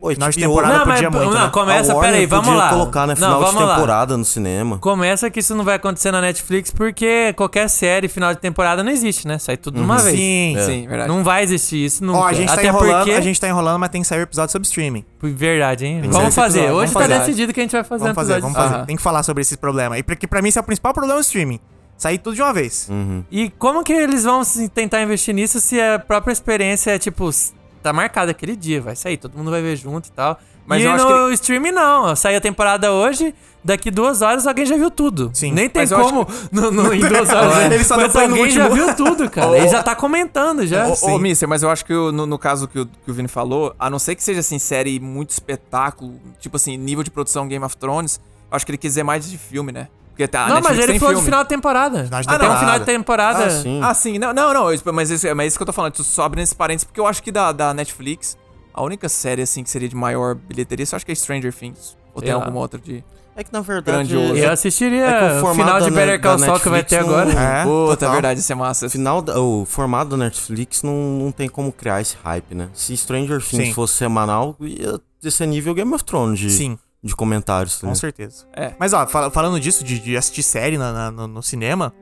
Speaker 5: Pô,
Speaker 2: Final de
Speaker 5: HBO,
Speaker 2: temporada
Speaker 5: né?
Speaker 3: mas-
Speaker 2: podia muito,
Speaker 3: não,
Speaker 2: né?
Speaker 3: começa,
Speaker 5: A Warner
Speaker 3: peraí, vamos
Speaker 5: podia
Speaker 3: lá.
Speaker 5: colocar né,
Speaker 3: Não,
Speaker 5: final de
Speaker 3: vamos lá.
Speaker 5: temporada no cinema.
Speaker 3: Começa que isso não vai acontecer na Netflix porque qualquer série final de temporada não existe, né? Sai tudo de
Speaker 4: Ah,
Speaker 2: Uhum.
Speaker 3: uma vez.
Speaker 2: Sim.
Speaker 4: é. Sim, verdade.
Speaker 3: Não vai existir isso nunca.
Speaker 2: Ó, a gente, tá
Speaker 3: Até
Speaker 2: enrolando,
Speaker 3: porque...
Speaker 2: a gente tá enrolando, mas tem que sair o episódio sobre streaming.
Speaker 3: Verdade, hein?
Speaker 2: Tem que
Speaker 3: Vamos
Speaker 2: sair esse
Speaker 3: fazer.
Speaker 2: episódio,
Speaker 3: Hoje
Speaker 2: vamos
Speaker 3: tá
Speaker 2: fazer.
Speaker 3: decidido que a gente vai fazer
Speaker 2: Vamos
Speaker 3: um
Speaker 2: fazer,
Speaker 3: episódio.
Speaker 2: vamos fazer.
Speaker 4: Aham.
Speaker 2: Tem que falar sobre esse problema. E porque pra mim esse é o principal problema do streaming. Sair tudo de uma vez.
Speaker 4: Uhum.
Speaker 3: E como que eles vão se- tentar investir nisso se a própria experiência é tipo. s- Tá marcada aquele dia, vai sair, todo mundo vai ver junto e tal.
Speaker 4: Mas
Speaker 3: e no
Speaker 4: eu acho que
Speaker 3: streaming não, sai a temporada hoje, daqui duas horas alguém já viu tudo.
Speaker 2: Sim.
Speaker 3: Nem tem
Speaker 4: Mas eu acho
Speaker 3: como no, no- em duas horas.
Speaker 2: Ele só
Speaker 3: mas
Speaker 2: deu play no
Speaker 3: alguém já
Speaker 2: último.
Speaker 3: viu tudo, cara. Ele já tá comentando já.
Speaker 4: Ô, ô Mister, mas eu acho que o- no, no caso que o, que o Vini falou, a não ser que seja assim, série muito espetáculo, tipo assim, nível de produção Game of Thrones, eu acho que ele quis dizer mais de filme, né? Porque tá, a
Speaker 2: Ah,
Speaker 3: não, mas
Speaker 4: Netflix
Speaker 3: ele
Speaker 4: tem
Speaker 3: falou de
Speaker 4: filme.
Speaker 3: final de temporada.
Speaker 2: Final de
Speaker 3: Ah, tem um
Speaker 2: temporada.
Speaker 3: final de temporada.
Speaker 5: Ah, sim.
Speaker 4: Ah, sim, não, não, não, eu- mas isso, mas isso que eu tô falando, só abrindo esses parênteses, porque eu acho que da, da Netflix, a única série assim que seria de maior bilheteria, eu acho que é Stranger Things. Ou
Speaker 3: Sei
Speaker 4: tem
Speaker 3: lá.
Speaker 4: alguma outra de.
Speaker 5: É que na verdade
Speaker 4: Grandioso.
Speaker 3: Eu assistiria
Speaker 5: É que o
Speaker 3: o
Speaker 5: formato
Speaker 3: final de
Speaker 5: da-
Speaker 3: Better Call
Speaker 5: da
Speaker 3: Saul que vai ter
Speaker 5: Netflix não-
Speaker 3: agora.
Speaker 2: É,
Speaker 4: Puta, é
Speaker 2: total.
Speaker 4: verdade, isso é massa.
Speaker 5: o final da- o formato da Netflix não, não tem como criar esse hype, né? Se Stranger Things
Speaker 2: Sim.
Speaker 5: fosse semanal, ia ser nível Game of Thrones de,
Speaker 2: Sim,
Speaker 5: de comentários, né?
Speaker 2: com certeza.
Speaker 4: É.
Speaker 2: Mas ó, fala- falando disso, de, de assistir série na- na- no, no cinema,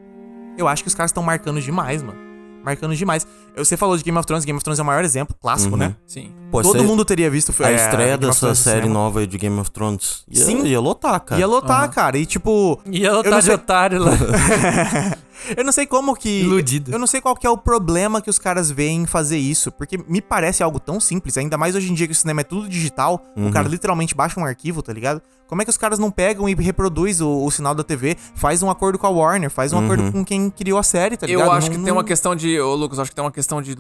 Speaker 2: eu acho que os caras estão marcando demais, mano. marcando demais. Eu- Você falou de Game of Thrones, Game of Thrones é o maior exemplo, clássico, né?
Speaker 4: Sim.
Speaker 5: Uhum. Pô,
Speaker 2: Todo
Speaker 5: cê-
Speaker 2: mundo teria visto
Speaker 5: A
Speaker 2: é, Game
Speaker 5: estreia
Speaker 2: of
Speaker 5: dessa
Speaker 2: Thrones no
Speaker 5: série
Speaker 2: cinema.
Speaker 5: nova aí de Game of Thrones. Ia,
Speaker 2: Sim.
Speaker 5: Ia lotar, cara.
Speaker 2: Ia lotar, cara. E tipo.
Speaker 3: E ela
Speaker 2: Eu não
Speaker 3: tá de
Speaker 2: sei-
Speaker 3: otário lá.
Speaker 2: Eu não sei como que.
Speaker 3: Iludido.
Speaker 2: Eu não sei qual que é o problema que os caras veem em fazer isso. Porque me parece algo tão simples, ainda mais hoje em dia que o cinema é tudo digital. O
Speaker 5: Uhum.
Speaker 2: cara literalmente baixa um arquivo, tá ligado? Como é que os caras não pegam e reproduzem o, o sinal da TV? Faz um acordo com a Warner, faz um
Speaker 5: Uhum.
Speaker 2: acordo com quem criou a série, tá ligado?
Speaker 4: Eu acho
Speaker 2: Não-
Speaker 4: que tem
Speaker 2: não-
Speaker 4: uma questão de. Ô, Lucas, acho que tem uma questão de.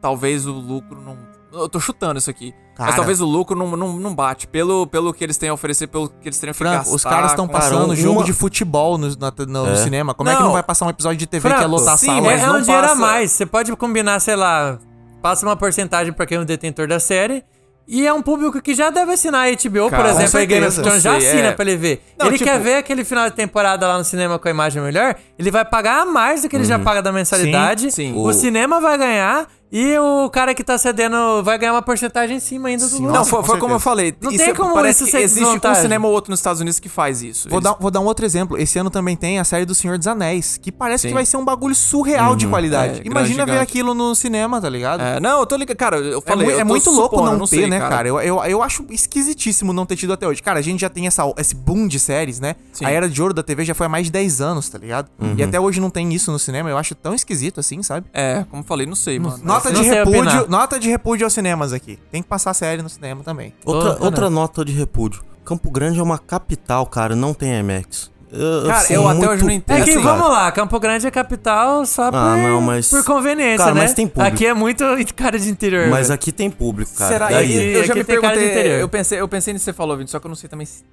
Speaker 4: Talvez o lucro não. Eu tô chutando isso aqui.
Speaker 2: Cara.
Speaker 4: Mas talvez o lucro não, não, não bate. Pelo, pelo que eles têm a oferecer, pelo que eles teriam que
Speaker 2: Franco,
Speaker 4: gastar
Speaker 2: os caras estão
Speaker 4: com-
Speaker 2: passando
Speaker 5: uma-
Speaker 2: jogo de futebol no, na- no
Speaker 5: É.
Speaker 2: cinema. Como é que
Speaker 4: Não.
Speaker 2: não vai passar um episódio de TV que é
Speaker 3: Franco,
Speaker 2: lotar
Speaker 4: sim,
Speaker 2: a sala?
Speaker 4: mas
Speaker 3: é, é
Speaker 4: não
Speaker 3: um dinheiro a
Speaker 4: passa-
Speaker 3: mais. Você pode combinar, sei lá, passa uma porcentagem pra quem é o detentor da série. E é um público que já deve assinar a HBO,
Speaker 2: Cara,
Speaker 3: por
Speaker 2: com
Speaker 3: exemplo, aí Game of
Speaker 2: certeza.
Speaker 3: Thrones já
Speaker 4: Não sei,
Speaker 3: assina
Speaker 4: é.
Speaker 3: pra ele ver.
Speaker 4: Não,
Speaker 3: ele
Speaker 4: tipo-
Speaker 3: quer ver aquele final de temporada lá no cinema com a imagem melhor, ele vai pagar a mais do que ele já paga da mensalidade.
Speaker 4: Uhum. Sim, sim.
Speaker 3: O,
Speaker 5: O-
Speaker 3: cinema vai ganhar e o cara que tá cedendo vai ganhar uma porcentagem em cima ainda do
Speaker 2: Sim,
Speaker 3: lucro.
Speaker 4: Não,
Speaker 2: Nossa,
Speaker 4: foi,
Speaker 2: com
Speaker 4: foi como eu
Speaker 2: certeza.
Speaker 4: falei. é,
Speaker 3: Não tem como
Speaker 4: parece
Speaker 3: isso
Speaker 4: que
Speaker 3: ser
Speaker 4: Existe um
Speaker 3: desvantagem.
Speaker 4: cinema ou outro nos Estados Unidos que faz isso.
Speaker 2: Vou
Speaker 4: Eles-
Speaker 2: dar, vou dar um outro exemplo. Esse ano também tem a série do Senhor dos Anéis, que parece que vai ser um bagulho surreal de qualidade.
Speaker 4: É,
Speaker 2: Imagina
Speaker 4: grande,
Speaker 2: ver
Speaker 4: gigante.
Speaker 2: aquilo no cinema, tá ligado?
Speaker 4: É, não, eu tô ligado. Cara, eu
Speaker 2: É,
Speaker 4: falei.
Speaker 2: mui-
Speaker 4: eu
Speaker 2: é
Speaker 4: tô
Speaker 2: muito louco
Speaker 4: supondo,
Speaker 2: não,
Speaker 4: sei,
Speaker 2: ter, né, cara? Eu, eu, eu acho esquisitíssimo não ter tido até hoje. Cara, a gente já tem essa, esse boom de séries, né?
Speaker 4: Sim. Uhum.
Speaker 2: A era de ouro da TV já foi há mais de 10 anos, tá ligado? E até hoje não tem isso no cinema. Eu acho tão esquisito assim, sabe?
Speaker 4: É, como eu falei, não sei, mano.
Speaker 2: Nota de,
Speaker 3: sei
Speaker 2: repúdio,
Speaker 3: opinar.
Speaker 2: nota de repúdio aos cinemas aqui. Tem que passar a série no cinema também.
Speaker 5: Outra,
Speaker 3: Toda,
Speaker 5: outra nota de repúdio. Campo Grande é uma capital, cara. Não tem IMAX. Eu,
Speaker 4: Cara,
Speaker 5: sou
Speaker 4: eu até
Speaker 5: muito
Speaker 4: hoje não entendo.
Speaker 3: É que,
Speaker 5: assim,
Speaker 3: vamos
Speaker 5: cara.
Speaker 3: lá, Campo Grande é capital só por,
Speaker 5: não, mas-
Speaker 3: por conveniência,
Speaker 5: Cara,
Speaker 3: né?
Speaker 5: mas tem público.
Speaker 3: Aqui é muito cara de interior.
Speaker 5: Mas
Speaker 3: velho.
Speaker 5: aqui tem público, cara.
Speaker 4: Será
Speaker 5: Daí-
Speaker 3: Aqui-
Speaker 4: Eu já
Speaker 3: aqui
Speaker 4: me
Speaker 3: tem cara de
Speaker 4: perguntei.
Speaker 3: interior.
Speaker 4: Eu pensei, eu pensei nisso que você falou, Vini, só que eu não sei também se.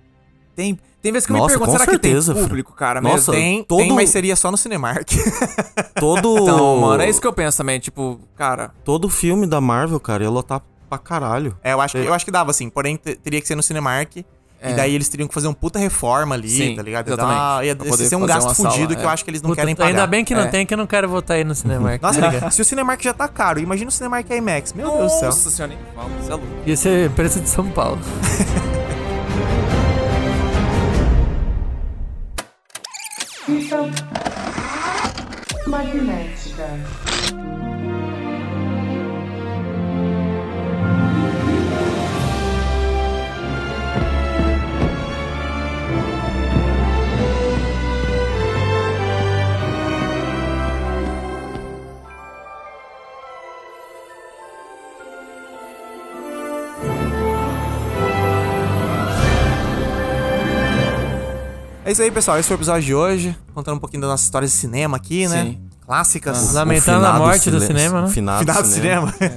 Speaker 4: Tem, tem vezes que eu me
Speaker 5: Nossa,
Speaker 4: pergunto,
Speaker 5: com
Speaker 4: será
Speaker 5: certeza,
Speaker 4: que
Speaker 5: Fran.
Speaker 4: tem público, cara,
Speaker 5: Nossa,
Speaker 4: mesmo?
Speaker 2: Tem,
Speaker 5: todo-
Speaker 2: tem, mas seria só no Cinemark.
Speaker 5: Todo.
Speaker 4: Então, mano, é isso que eu penso também, tipo, cara.
Speaker 5: Todo filme da Marvel, cara, ia lotar pra caralho.
Speaker 2: É, eu acho, que, eu acho que dava, assim. Porém, te- teria que ser no Cinemark. E daí eles teriam que fazer uma puta reforma ali,
Speaker 4: Sim,
Speaker 2: tá ligado? Ia
Speaker 4: exatamente.
Speaker 2: dar- Ia,
Speaker 4: Pra
Speaker 2: ia
Speaker 4: poder
Speaker 2: ser um
Speaker 4: fazer
Speaker 2: gasto
Speaker 4: uma sala,
Speaker 2: fudido que
Speaker 4: é.
Speaker 2: eu acho que eles não
Speaker 3: Puta,
Speaker 2: querem pagar.
Speaker 3: Ainda bem que não
Speaker 4: É.
Speaker 3: tem, que eu não quero voltar aí no cinema.
Speaker 2: Nossa, briga. se o Cinemark já tá caro, imagina o Cinemark IMAX. Meu Deus do céu.
Speaker 4: Nossa senhora, nem fala, você é louco.
Speaker 3: Ia ser preço de São Paulo.
Speaker 1: Fita magnética.
Speaker 2: É isso aí, pessoal. Esse foi o episódio de hoje. Contando um pouquinho das nossas histórias de cinema aqui, né?
Speaker 4: Sim.
Speaker 2: Clássicas.
Speaker 3: Lamentando
Speaker 5: O
Speaker 3: a
Speaker 5: finado
Speaker 3: morte do
Speaker 5: silen-
Speaker 3: cinema, né?
Speaker 5: Finado,
Speaker 2: Final do
Speaker 5: cinema.
Speaker 2: cinema.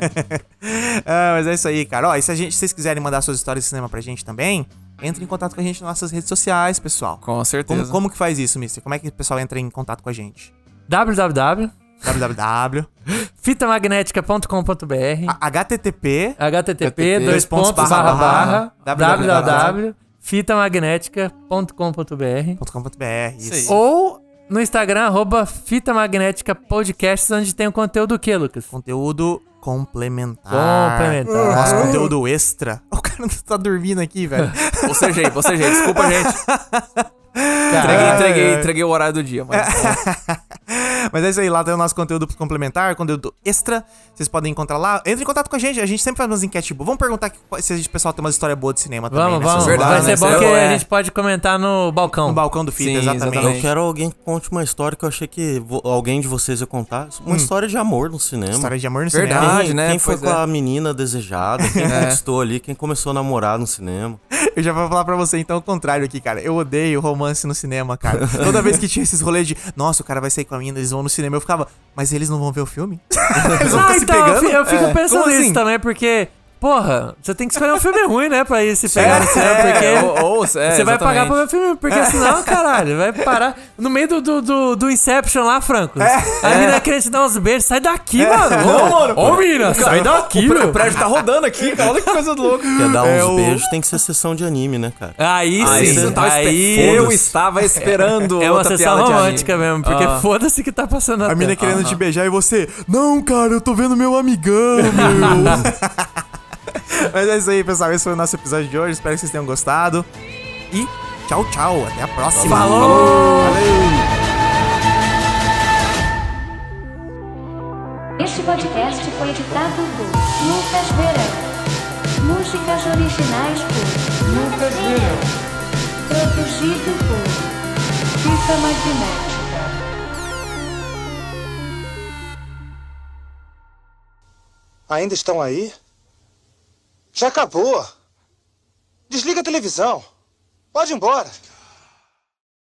Speaker 2: ah, mas é isso aí, cara. Ó, e se a gente, se vocês quiserem mandar suas histórias de cinema pra gente também, entre em contato com a gente nas nossas redes sociais, pessoal.
Speaker 4: Com certeza.
Speaker 2: Como, como que faz isso, Mister? Como é que o pessoal entra em contato com a gente?
Speaker 3: www.fitamagnética.com.br
Speaker 2: www. a- Ah. http
Speaker 3: http
Speaker 4: dois
Speaker 3: dois
Speaker 2: pontos
Speaker 3: pontos
Speaker 2: barra
Speaker 3: barra barra
Speaker 2: barra
Speaker 3: www.fitamagnética.com.br
Speaker 2: .com.br.
Speaker 4: Isso
Speaker 2: Isso.
Speaker 4: aí.
Speaker 3: ou no Instagram, arroba Fita Magnética Podcasts, onde tem o conteúdo que, Lucas?
Speaker 2: Conteúdo complementar.
Speaker 3: Complementar.
Speaker 2: Nossa, conteúdo extra. O cara não tá dormindo aqui, velho.
Speaker 4: Você jeito, você jeito. Desculpa, gente. Entreguei,
Speaker 2: Ai,
Speaker 4: entreguei,
Speaker 2: ai.
Speaker 4: entreguei o horário do dia, mas.
Speaker 2: Mas é isso aí, lá tem o nosso conteúdo complementar, conteúdo extra. Vocês podem encontrar lá. Entre em contato com a gente, a gente sempre faz umas enquetes boas. Vamos perguntar que- se a gente, pessoal tem umas histórias boas de cinema também.
Speaker 3: Vamos,
Speaker 2: né?
Speaker 3: vamos.
Speaker 2: Vocês
Speaker 3: Vai
Speaker 4: verdade,
Speaker 2: mandaram,
Speaker 3: ser bom
Speaker 4: né? Isso
Speaker 3: que
Speaker 4: é bom,
Speaker 3: a
Speaker 4: é.
Speaker 3: gente pode comentar no balcão.
Speaker 2: No balcão do fita,
Speaker 4: Sim,
Speaker 2: exatamente.
Speaker 4: exatamente.
Speaker 5: Eu quero alguém que conte uma história que eu achei que vo- alguém de vocês ia contar. Uma
Speaker 4: Hum.
Speaker 5: história de amor no cinema.
Speaker 2: História de amor no
Speaker 4: Verdade.
Speaker 2: cinema.
Speaker 5: quem,
Speaker 4: né?
Speaker 5: Quem foi
Speaker 4: Pois
Speaker 5: com
Speaker 4: é.
Speaker 5: a menina desejada, quem conquistou ali, quem começou a namorar no cinema.
Speaker 2: Eu já vou falar pra você, então, o contrário aqui, cara. Eu odeio romance no cinema, cara. Toda vez que tinha esses rolês de, nossa, o cara vai sair com a mina, eles vão no cinema, eu ficava, mas eles não vão ver o filme? eles vão
Speaker 3: Não,
Speaker 2: ficar
Speaker 3: então,
Speaker 2: se
Speaker 3: eu
Speaker 2: pegando?
Speaker 3: fi- eu fico
Speaker 2: É.
Speaker 3: pensando
Speaker 2: Como
Speaker 3: nisso
Speaker 2: assim?
Speaker 3: também, porque, porra, você tem que escolher um filme ruim, né, pra ir se pegar no cinema,
Speaker 4: É,
Speaker 3: porque...
Speaker 4: ou- ou- é,
Speaker 3: Você vai pagar
Speaker 4: exatamente. É.
Speaker 3: pra ver o filme, porque senão, caralho, vai parar no meio do, do, do, do Inception lá, Franco.
Speaker 4: É,
Speaker 3: a mina querendo te dar uns beijos, sai daqui, mano. Ô, ô, mina, sai daqui,
Speaker 4: O
Speaker 3: meu.
Speaker 4: prédio tá rodando aqui, cara. Olha que coisa louca.
Speaker 5: Quer dar uns
Speaker 2: É, o-
Speaker 5: beijos, tem que ser sessão de anime, né, cara?
Speaker 3: Aí
Speaker 4: Aí,
Speaker 3: sim,
Speaker 4: você tava esper-
Speaker 3: aí...
Speaker 4: eu estava esperando.
Speaker 3: É uma
Speaker 4: outra
Speaker 3: sessão
Speaker 4: piada de
Speaker 3: romântica
Speaker 4: anime.
Speaker 3: mesmo, porque
Speaker 4: Ah.
Speaker 3: foda-se que tá passando na
Speaker 2: A mina
Speaker 3: tela.
Speaker 2: querendo te beijar e você, não, cara, eu tô vendo meu amigão, meu. Mas é isso aí, pessoal. Esse foi o nosso episódio de hoje. Espero que vocês tenham gostado. E tchau, tchau. Até a próxima.
Speaker 3: Falou!
Speaker 2: Valeu.
Speaker 7: Este podcast foi editado por Lucas Verão. Músicas originais por Lucas Verão. Produzido por Fita Magnética.
Speaker 8: Ainda estão aí? Já acabou. Desliga a televisão. Pode ir embora.